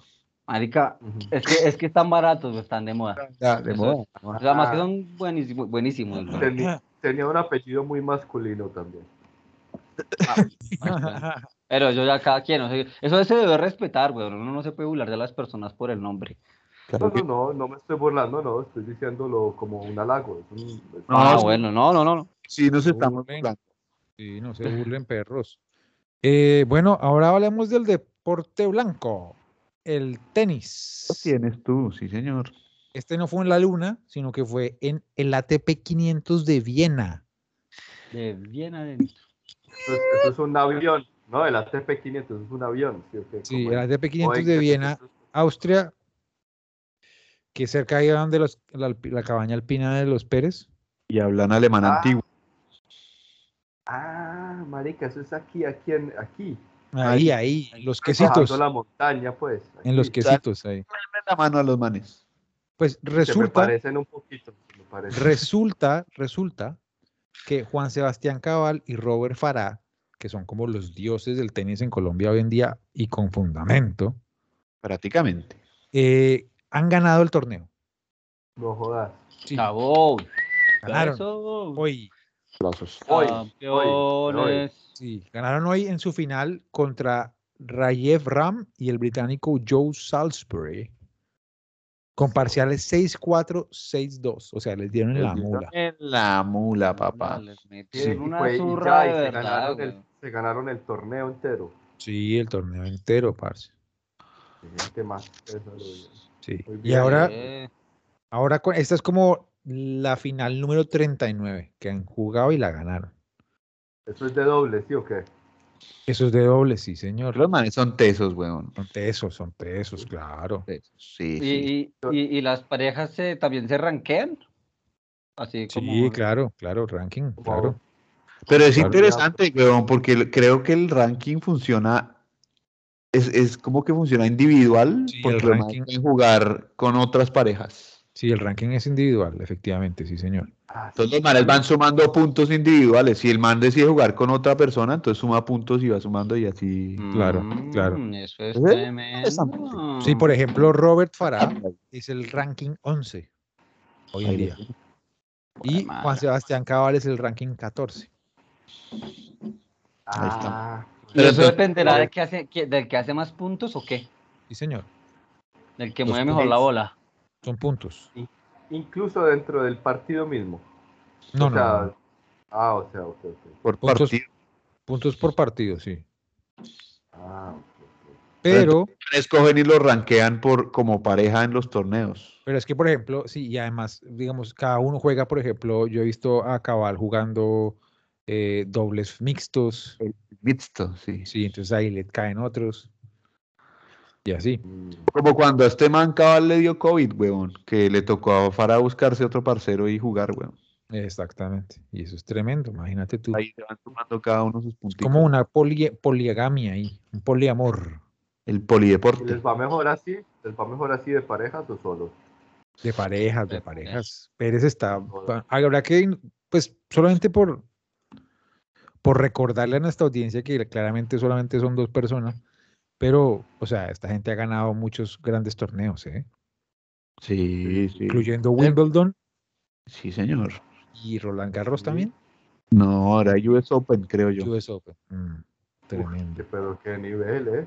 [SPEAKER 4] Marica, es que, es que están baratos, weón, están de moda.
[SPEAKER 1] Ah,
[SPEAKER 3] Ya, de
[SPEAKER 4] Eso
[SPEAKER 3] moda.
[SPEAKER 4] O sea, más que son buenísimos, buenísimos. güey.
[SPEAKER 2] Teni-
[SPEAKER 1] Ah,
[SPEAKER 3] *laughs*
[SPEAKER 2] tenía un apellido muy masculino también.
[SPEAKER 4] Pero yo ya cada quien, o sea, eso se debe respetar, güey. Uno no se puede burlar de las personas por el nombre.
[SPEAKER 2] No,
[SPEAKER 3] Claro que-
[SPEAKER 2] no, no, no me estoy burlando, no, estoy diciéndolo como un halago. es un- es-
[SPEAKER 3] No,
[SPEAKER 4] ah,
[SPEAKER 3] sí.
[SPEAKER 4] bueno, no, no, no. no.
[SPEAKER 3] Sí, nos
[SPEAKER 1] Se
[SPEAKER 3] estamos
[SPEAKER 1] burlen.
[SPEAKER 3] burlando.
[SPEAKER 1] Sí, no se burlen, perros. Eh, bueno, ahora hablemos del deporte blanco, el tenis.
[SPEAKER 3] Lo tienes tú, sí, señor.
[SPEAKER 1] Este no fue en la luna, sino que fue en el ATP 500 de Viena.
[SPEAKER 4] De bien *laughs* adentro.
[SPEAKER 2] Eso es, eso es un avión, ¿no? El ATP 500 es un avión. Sí, o qué?
[SPEAKER 1] Sí,
[SPEAKER 2] ¿Cómo
[SPEAKER 1] el
[SPEAKER 2] es?
[SPEAKER 1] ATP
[SPEAKER 2] O
[SPEAKER 1] 500
[SPEAKER 2] en
[SPEAKER 1] de
[SPEAKER 2] qué-
[SPEAKER 1] Viena, Austria, que cerca ahí donde los, la, alpi- la cabaña alpina de los Pérez.
[SPEAKER 3] Y hablan alemán
[SPEAKER 2] Ah.
[SPEAKER 3] antiguo.
[SPEAKER 2] Ah, marica, eso es aquí, aquí, en, aquí.
[SPEAKER 1] Ahí, ahí, los quesitos,
[SPEAKER 2] Bajando la montaña, pues.
[SPEAKER 1] en los
[SPEAKER 2] aquí.
[SPEAKER 1] quesitos ahí.
[SPEAKER 3] Denle la mano a los manes.
[SPEAKER 1] Pues
[SPEAKER 2] Que me
[SPEAKER 1] resulta,
[SPEAKER 2] parecen un poquito. Me parecen.
[SPEAKER 1] resulta, resulta que Juan Sebastián Cabal y Robert Farah, que son como los dioses del tenis en Colombia hoy en día y con fundamento,
[SPEAKER 3] Prácticamente.
[SPEAKER 1] eh, han ganado el torneo.
[SPEAKER 2] No jodas.
[SPEAKER 1] Sí,
[SPEAKER 4] Cabo.
[SPEAKER 1] ganaron
[SPEAKER 4] Eso,
[SPEAKER 1] hoy.
[SPEAKER 3] Brazos.
[SPEAKER 2] Hoy,
[SPEAKER 4] campeones.
[SPEAKER 1] Sí, ganaron hoy en su final contra Rayev Ram y el británico Joe Salisbury. Con parciales 6-4, 6-2. O sea, les dieron en
[SPEAKER 3] Les
[SPEAKER 1] la
[SPEAKER 3] dieron
[SPEAKER 1] mula.
[SPEAKER 3] En la mula,
[SPEAKER 4] No,
[SPEAKER 3] papá.
[SPEAKER 4] les
[SPEAKER 1] Sí.
[SPEAKER 4] metieron una
[SPEAKER 2] Fue- y
[SPEAKER 4] zurra
[SPEAKER 2] ya, y
[SPEAKER 4] de
[SPEAKER 2] se,
[SPEAKER 4] verdad,
[SPEAKER 2] ganaron
[SPEAKER 4] güey.
[SPEAKER 2] el, se ganaron el torneo entero.
[SPEAKER 1] Sí, el torneo entero, parce.
[SPEAKER 2] Gente más, eso lo digo.
[SPEAKER 1] Sí.
[SPEAKER 2] Muy
[SPEAKER 1] Y
[SPEAKER 2] bien.
[SPEAKER 1] ahora,
[SPEAKER 4] Eh,
[SPEAKER 1] ahora con- esta es como la final número 39 que han jugado y la ganaron.
[SPEAKER 2] Eso es de doble, ¿sí o qué?
[SPEAKER 1] Eso es de doble, sí, señor.
[SPEAKER 3] Los manes son tesos, weón.
[SPEAKER 1] Son tesos, son tesos, claro.
[SPEAKER 3] Sí,
[SPEAKER 4] y,
[SPEAKER 3] sí.
[SPEAKER 4] y- y- y las parejas se- también se ranquean. Así como.
[SPEAKER 1] Sí, claro, claro, ranking, claro.
[SPEAKER 3] Pero es
[SPEAKER 1] Claro.
[SPEAKER 3] interesante, weón, porque el- creo que el ranking funciona. Es, es como que funciona individual,
[SPEAKER 1] Sí, el
[SPEAKER 3] porque los manes
[SPEAKER 1] ranking.
[SPEAKER 3] pueden jugar con otras parejas.
[SPEAKER 1] Sí, el ranking es individual, efectivamente, sí, señor.
[SPEAKER 2] Ah, sí.
[SPEAKER 3] Entonces los manes van sumando puntos individuales. Si el man decide jugar con otra persona, entonces suma puntos y va sumando y así.
[SPEAKER 1] claro,
[SPEAKER 4] Mm,
[SPEAKER 1] claro.
[SPEAKER 4] Eso es
[SPEAKER 3] Ujú, interesante.
[SPEAKER 4] tremendo.
[SPEAKER 1] Sí, por ejemplo, Robert Farah es el ranking 11 hoy en
[SPEAKER 3] Ahí
[SPEAKER 1] día.
[SPEAKER 3] lo-
[SPEAKER 1] Y
[SPEAKER 4] madre.
[SPEAKER 1] Juan Sebastián Cabal es el ranking 14.
[SPEAKER 3] Ahí está.
[SPEAKER 2] Ah,
[SPEAKER 4] ¿Y
[SPEAKER 3] Pero
[SPEAKER 4] eso
[SPEAKER 3] entonces-
[SPEAKER 4] dependerá de que hace, que- del que hace más puntos o qué?
[SPEAKER 1] Sí, señor.
[SPEAKER 4] Del que
[SPEAKER 1] Los
[SPEAKER 4] mueve mejor
[SPEAKER 1] puntos.
[SPEAKER 4] la bola.
[SPEAKER 1] Son puntos.
[SPEAKER 2] incluso dentro del partido mismo.
[SPEAKER 1] No,
[SPEAKER 2] O
[SPEAKER 1] no,
[SPEAKER 2] sea,
[SPEAKER 1] no, no.
[SPEAKER 2] Ah, o sea, ok, ok.
[SPEAKER 3] Por
[SPEAKER 1] Puntos.
[SPEAKER 3] partido.
[SPEAKER 1] Puntos por partido, sí.
[SPEAKER 2] Ah, ok, ok.
[SPEAKER 1] Pero,
[SPEAKER 3] Escogen y los ranquean por, como pareja en los torneos.
[SPEAKER 1] pero es que, por ejemplo, sí, y además, digamos, cada uno juega, por ejemplo, yo he visto a Cabal jugando eh, dobles mixtos.
[SPEAKER 3] Mixto, sí.
[SPEAKER 1] Sí, entonces ahí le caen otros. Y así.
[SPEAKER 2] Mm,
[SPEAKER 3] Como cuando a este man cabal le dio COVID, weón, que le tocó a Farah buscarse otro parcero y jugar, weón.
[SPEAKER 1] Exactamente. Y eso es tremendo, imagínate tú.
[SPEAKER 3] Ahí se van tomando cada uno sus puntitos.
[SPEAKER 1] como una poli- poligamia ahí, un poliamor
[SPEAKER 3] El
[SPEAKER 2] ¿Y les
[SPEAKER 3] polideporte.
[SPEAKER 2] va mejor así? ¿Les va mejor así de parejas o solos?
[SPEAKER 1] de parejas, de
[SPEAKER 4] De
[SPEAKER 1] parejas. Pérez está, va- habrá que, in- pues solamente por, por recordarle a nuestra audiencia que claramente solamente son dos personas, pero, o sea, esta gente ha ganado muchos grandes torneos, ¿eh?
[SPEAKER 3] Sí, sí.
[SPEAKER 1] incluyendo Wimbledon
[SPEAKER 3] Sí, señor.
[SPEAKER 1] y Roland Garros
[SPEAKER 2] Sí.
[SPEAKER 1] también.
[SPEAKER 3] No, ahora US Open, creo yo.
[SPEAKER 1] US Open. Mm, tremendo.
[SPEAKER 2] Uf, pero qué nivel, ¿eh?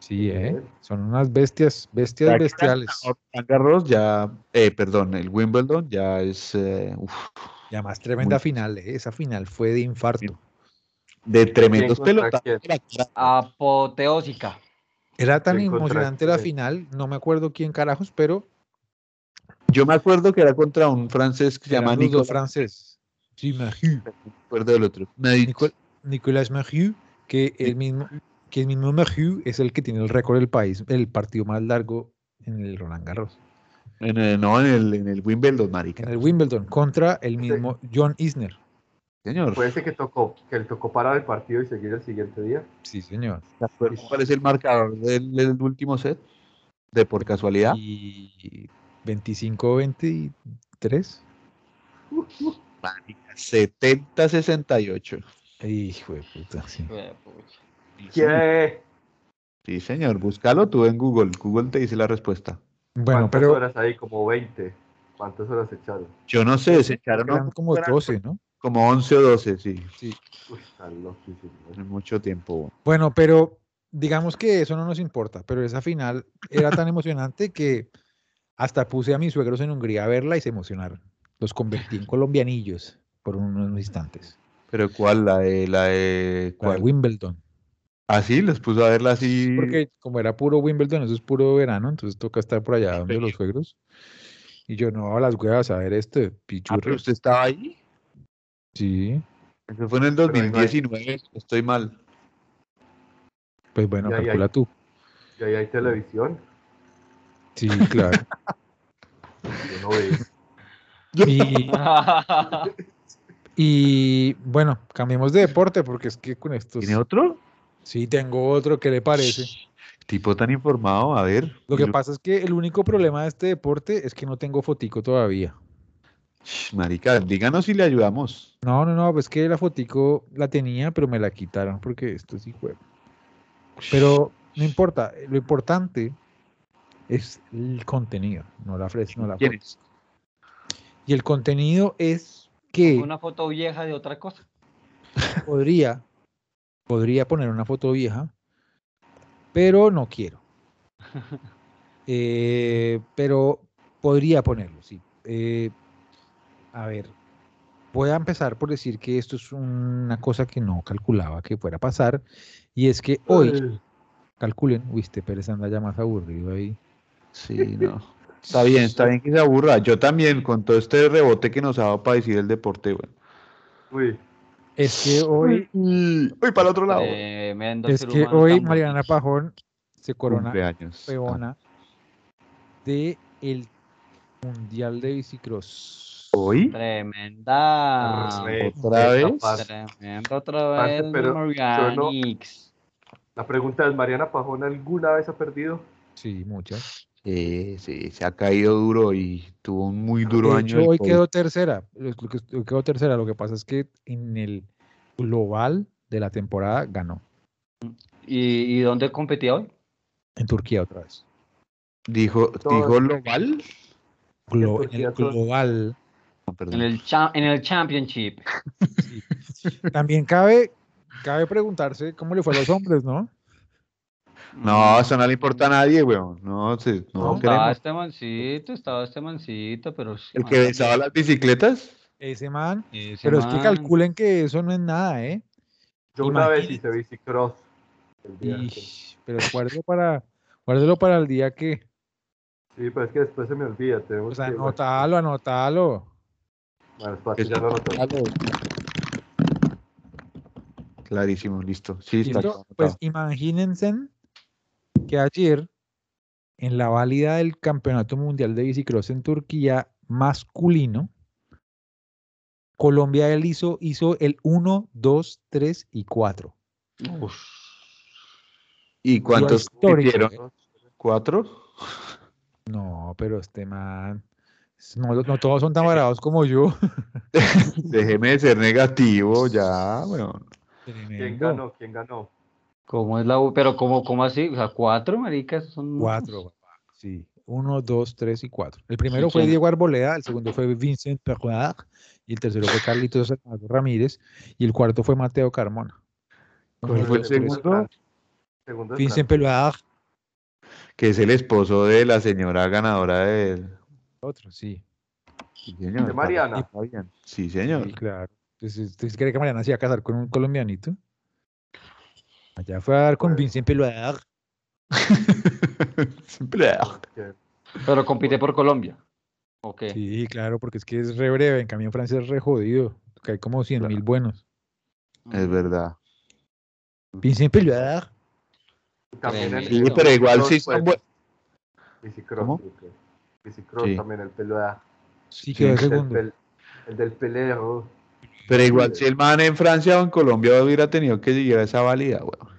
[SPEAKER 1] Sí, ¿eh?
[SPEAKER 2] nivel.
[SPEAKER 1] Son unas bestias, bestias bestiales.
[SPEAKER 3] Ah, Roland Garros ya, eh, perdón, el Wimbledon ya es eh, uf,
[SPEAKER 1] Y además tremenda final, ¿eh? Esa final fue de infarto.
[SPEAKER 3] de tremendos
[SPEAKER 2] ¿Quién contra
[SPEAKER 3] pelotas.
[SPEAKER 4] Apoteósica.
[SPEAKER 1] Era tan
[SPEAKER 2] ¿Quién contra
[SPEAKER 1] emocionante la
[SPEAKER 2] quién?
[SPEAKER 1] final, no me acuerdo quién carajos, pero
[SPEAKER 3] Yo me acuerdo que era contra un francés que se llama
[SPEAKER 1] eran los dos
[SPEAKER 3] Nicolas.
[SPEAKER 1] francés. Sí,
[SPEAKER 3] *laughs*
[SPEAKER 1] Mahut.
[SPEAKER 3] me acuerdo del otro. Nadie-
[SPEAKER 1] Nicol- Nicolas Mahut, que el mismo, que el mismo Mahut es el que tiene el récord del país, el partido más largo en el Roland Garros.
[SPEAKER 3] en el- no, en el, en el Wimbledon, marica.
[SPEAKER 1] En el Wimbledon, contra el mismo John Isner.
[SPEAKER 3] Señor,
[SPEAKER 2] Puede ser que tocó, que le tocó parar el partido y seguir el siguiente día.
[SPEAKER 1] Sí, señor.
[SPEAKER 3] ¿cuál es el marcador del, del último set? De por casualidad.
[SPEAKER 1] Y 25-23.
[SPEAKER 3] Marica, 70-68.
[SPEAKER 1] Hijo de puta, sí.
[SPEAKER 4] Jue- pucha.
[SPEAKER 2] ¿Qué?
[SPEAKER 3] Sí, señor, búscalo tú en Google. Google te dice la respuesta.
[SPEAKER 1] Bueno,
[SPEAKER 3] pues
[SPEAKER 2] ¿Cuántas
[SPEAKER 1] pero
[SPEAKER 2] horas ahí? Como 20. ¿Cuántas horas echaron?
[SPEAKER 3] Yo no sé, se echaron
[SPEAKER 1] eran
[SPEAKER 3] un-
[SPEAKER 1] como
[SPEAKER 3] eran
[SPEAKER 1] 12, ¿no?
[SPEAKER 3] como 11 o 12, sí.
[SPEAKER 2] Uy, está loquísimo. ¿eh?
[SPEAKER 3] en Mucho tiempo.
[SPEAKER 1] Bueno, pero digamos que eso no nos importa, pero esa final era
[SPEAKER 3] *laughs*
[SPEAKER 1] tan emocionante que hasta puse a mis suegros en Hungría a verla y se emocionaron. Los convertí en colombianillos por unos instantes.
[SPEAKER 3] Pero ¿cuál? La de... La de
[SPEAKER 1] Para
[SPEAKER 3] ¿cuál?
[SPEAKER 1] Wimbledon.
[SPEAKER 3] Así, los puso a verla así.
[SPEAKER 1] Porque como era puro Wimbledon, eso es puro verano, entonces toca estar por allá donde los suegros. Y yo no, a las huevas, a ver este
[SPEAKER 3] Ah, pero
[SPEAKER 1] pichurro.
[SPEAKER 3] usted estaba ahí.
[SPEAKER 1] Sí,
[SPEAKER 3] Eso fue en el
[SPEAKER 2] Pero ahí no hay-
[SPEAKER 3] 2019, estoy mal.
[SPEAKER 1] pues bueno,
[SPEAKER 2] Ya, ya.
[SPEAKER 1] calcula tú.
[SPEAKER 2] ¿Y ahí hay televisión?
[SPEAKER 3] *laughs*
[SPEAKER 1] Sí, claro.
[SPEAKER 2] Yo no
[SPEAKER 5] *laughs*
[SPEAKER 2] vi.
[SPEAKER 1] Y, y bueno, cambiemos de deporte porque es que con estos...
[SPEAKER 3] ¿Tiene otro?
[SPEAKER 1] Sí, tengo otro, ¿qué le parece?
[SPEAKER 3] Tipo tan informado, a ver.
[SPEAKER 1] Lo que
[SPEAKER 3] Ilu-
[SPEAKER 1] pasa es que el único problema de este deporte es que no tengo fotico todavía.
[SPEAKER 3] Sh, Marica, díganos si le ayudamos.
[SPEAKER 1] No, no, no, pues que la fotico la tenía, pero me la quitaron porque esto sí fue. Pero no importa, lo importante es el contenido, no la fres, no la
[SPEAKER 3] ¿Quién
[SPEAKER 1] foto. Y el contenido es que
[SPEAKER 4] Una foto vieja de otra cosa.
[SPEAKER 1] podría, podría poner una foto vieja, *laughs* pero no quiero. Eh, pero Podría ponerlo, sí. Eh, a ver, voy a empezar por decir que esto es una cosa que no calculaba que fuera a pasar, y es que hoy,
[SPEAKER 2] Uy,
[SPEAKER 1] calculen, uy, este Pérez anda ya más aburrido ahí.
[SPEAKER 3] Sí, no. Está bien, está bien que se aburra. Yo también, con todo este rebote que nos ha dado para decir el deporte, güey.
[SPEAKER 2] uy.
[SPEAKER 1] Es que hoy,
[SPEAKER 3] Uy, para el otro lado.
[SPEAKER 4] Eh,
[SPEAKER 3] güey.
[SPEAKER 5] Tremendo
[SPEAKER 1] es
[SPEAKER 5] ser
[SPEAKER 1] que
[SPEAKER 5] humano
[SPEAKER 1] hoy
[SPEAKER 5] tan
[SPEAKER 1] Mariana
[SPEAKER 5] bonito.
[SPEAKER 1] Pajón se corona
[SPEAKER 3] Cumpleaños.
[SPEAKER 1] peona
[SPEAKER 3] Ah.
[SPEAKER 1] de el Mundial de Bicicross.
[SPEAKER 3] ¿Hoy?
[SPEAKER 1] Ah,
[SPEAKER 5] Tremenda.
[SPEAKER 2] Re-
[SPEAKER 1] pues.
[SPEAKER 3] ¿Otra vez?
[SPEAKER 2] capaz.
[SPEAKER 5] Tremendo otra
[SPEAKER 2] Parce,
[SPEAKER 5] vez.
[SPEAKER 2] pero
[SPEAKER 5] Pero
[SPEAKER 2] yo no- La pregunta es, ¿Mariana Pajón alguna vez ha perdido?
[SPEAKER 1] Sí, muchas.
[SPEAKER 3] Sí, sí, eh, se ha caído duro y tuvo un muy duro
[SPEAKER 1] De
[SPEAKER 3] año.
[SPEAKER 1] hecho,
[SPEAKER 3] del
[SPEAKER 1] hoy
[SPEAKER 3] COVID.
[SPEAKER 1] quedó tercera. Lo que- lo que- quedó tercera. Lo que pasa es que en el global de la temporada ganó.
[SPEAKER 5] ¿Y, y dónde competía hoy?
[SPEAKER 1] En Turquía otra vez.
[SPEAKER 3] Dijo,
[SPEAKER 2] Todo-
[SPEAKER 3] dijo lo mal.
[SPEAKER 1] Glo-
[SPEAKER 2] En
[SPEAKER 1] en el
[SPEAKER 2] Turquía todo-
[SPEAKER 1] global.
[SPEAKER 3] No, perdón.
[SPEAKER 5] En el, cha- en el Championship.
[SPEAKER 1] También cabe, cabe preguntarse cómo le fue a los hombres, ¿no?
[SPEAKER 3] No, eso no le importa a nadie, weón. No, sí, no,
[SPEAKER 1] No,
[SPEAKER 3] lo
[SPEAKER 5] Estaba
[SPEAKER 3] queremos.
[SPEAKER 5] este mancito, estaba este mancito, pero.
[SPEAKER 3] El que besaba las bicicletas.
[SPEAKER 1] Ese man.
[SPEAKER 5] Ese
[SPEAKER 1] Pero es que
[SPEAKER 5] man.
[SPEAKER 1] calculen que eso no es nada, ¿eh?
[SPEAKER 2] Yo una vez
[SPEAKER 1] Imagínate.
[SPEAKER 2] hice bicicross. el día
[SPEAKER 1] Y-
[SPEAKER 2] antes.
[SPEAKER 1] pero guárdelo para, guárdelo para el día que.
[SPEAKER 2] Sí, pero es que después se me olvida. Tenemos
[SPEAKER 1] O sea,
[SPEAKER 2] que, bueno,
[SPEAKER 1] anotalo, anotalo.
[SPEAKER 2] bueno, es parte, ya lo anoté.
[SPEAKER 3] Clarísimo, listo. Sí, está
[SPEAKER 1] ¿Listo?
[SPEAKER 3] acá,
[SPEAKER 1] Pues imagínense que ayer, en la válida del Campeonato Mundial de Bicicross en Turquía masculino, Colombia él hizo, hizo el 1, 2, 3 y 4.
[SPEAKER 3] ¿Y cuántos
[SPEAKER 1] histórico,
[SPEAKER 3] hicieron?
[SPEAKER 1] eh. *laughs*
[SPEAKER 3] ¿Cuatro?
[SPEAKER 1] No, pero este man, s- no, no todos son tan varados como yo.
[SPEAKER 3] Déjeme de ser negativo, ya, weón.
[SPEAKER 2] ¿Quién
[SPEAKER 1] Tremendo.
[SPEAKER 2] ganó? ¿Quién ganó?
[SPEAKER 5] ¿Cómo es la U? Pero, ¿cómo, cómo así? O sea, cuatro, maricas, son.
[SPEAKER 1] Cuatro, papá. Sí. Uno, dos, tres y cuatro. El primero fue
[SPEAKER 5] quién?
[SPEAKER 1] Diego Arboleda, el segundo fue Vincent Perroir, y el tercero fue Carlitos Armando Ramírez, y el cuarto fue Mateo Carmona.
[SPEAKER 3] ¿Cuál fue el segundo?
[SPEAKER 2] Segundo es
[SPEAKER 1] Vincent
[SPEAKER 2] Francia.
[SPEAKER 1] Perroir,
[SPEAKER 3] Que es el esposo de la señora ganadora del.
[SPEAKER 1] otro, sí.
[SPEAKER 3] Sí, señor,
[SPEAKER 2] De Mariana.
[SPEAKER 3] está bien. Sí, señor.
[SPEAKER 1] Sí,
[SPEAKER 3] *laughs*
[SPEAKER 1] claro. Entonces, ¿usted cree que Mariana se iba a casar con un colombianito? Allá fue a dar con
[SPEAKER 2] Pues-
[SPEAKER 1] Vincent Perroir.
[SPEAKER 3] Simple.
[SPEAKER 2] Que-
[SPEAKER 5] Pero compite por Colombia. Ok.
[SPEAKER 1] Sí, claro, porque es que es re breve, en cambio en Francia es re jodido, que hay como 100 mil buenos.
[SPEAKER 5] Mm.
[SPEAKER 3] Es verdad.
[SPEAKER 1] Vincent Perroir.
[SPEAKER 2] También el
[SPEAKER 5] Sí,
[SPEAKER 3] pero igual sí
[SPEAKER 2] bicicross,
[SPEAKER 3] son
[SPEAKER 2] pues,
[SPEAKER 3] buen-
[SPEAKER 2] Bicicross.
[SPEAKER 3] ¿Cómo?
[SPEAKER 2] bicicross. Bicicross
[SPEAKER 3] Sí.
[SPEAKER 2] también, el pelo de...
[SPEAKER 1] Sí,
[SPEAKER 3] Sí,
[SPEAKER 1] quedó
[SPEAKER 3] el
[SPEAKER 2] El, del
[SPEAKER 1] segundo.
[SPEAKER 2] pel- el del pelero.
[SPEAKER 3] Pero igual, si el man en Francia o en Colombia hubiera tenido que llegar a esa válida, weón.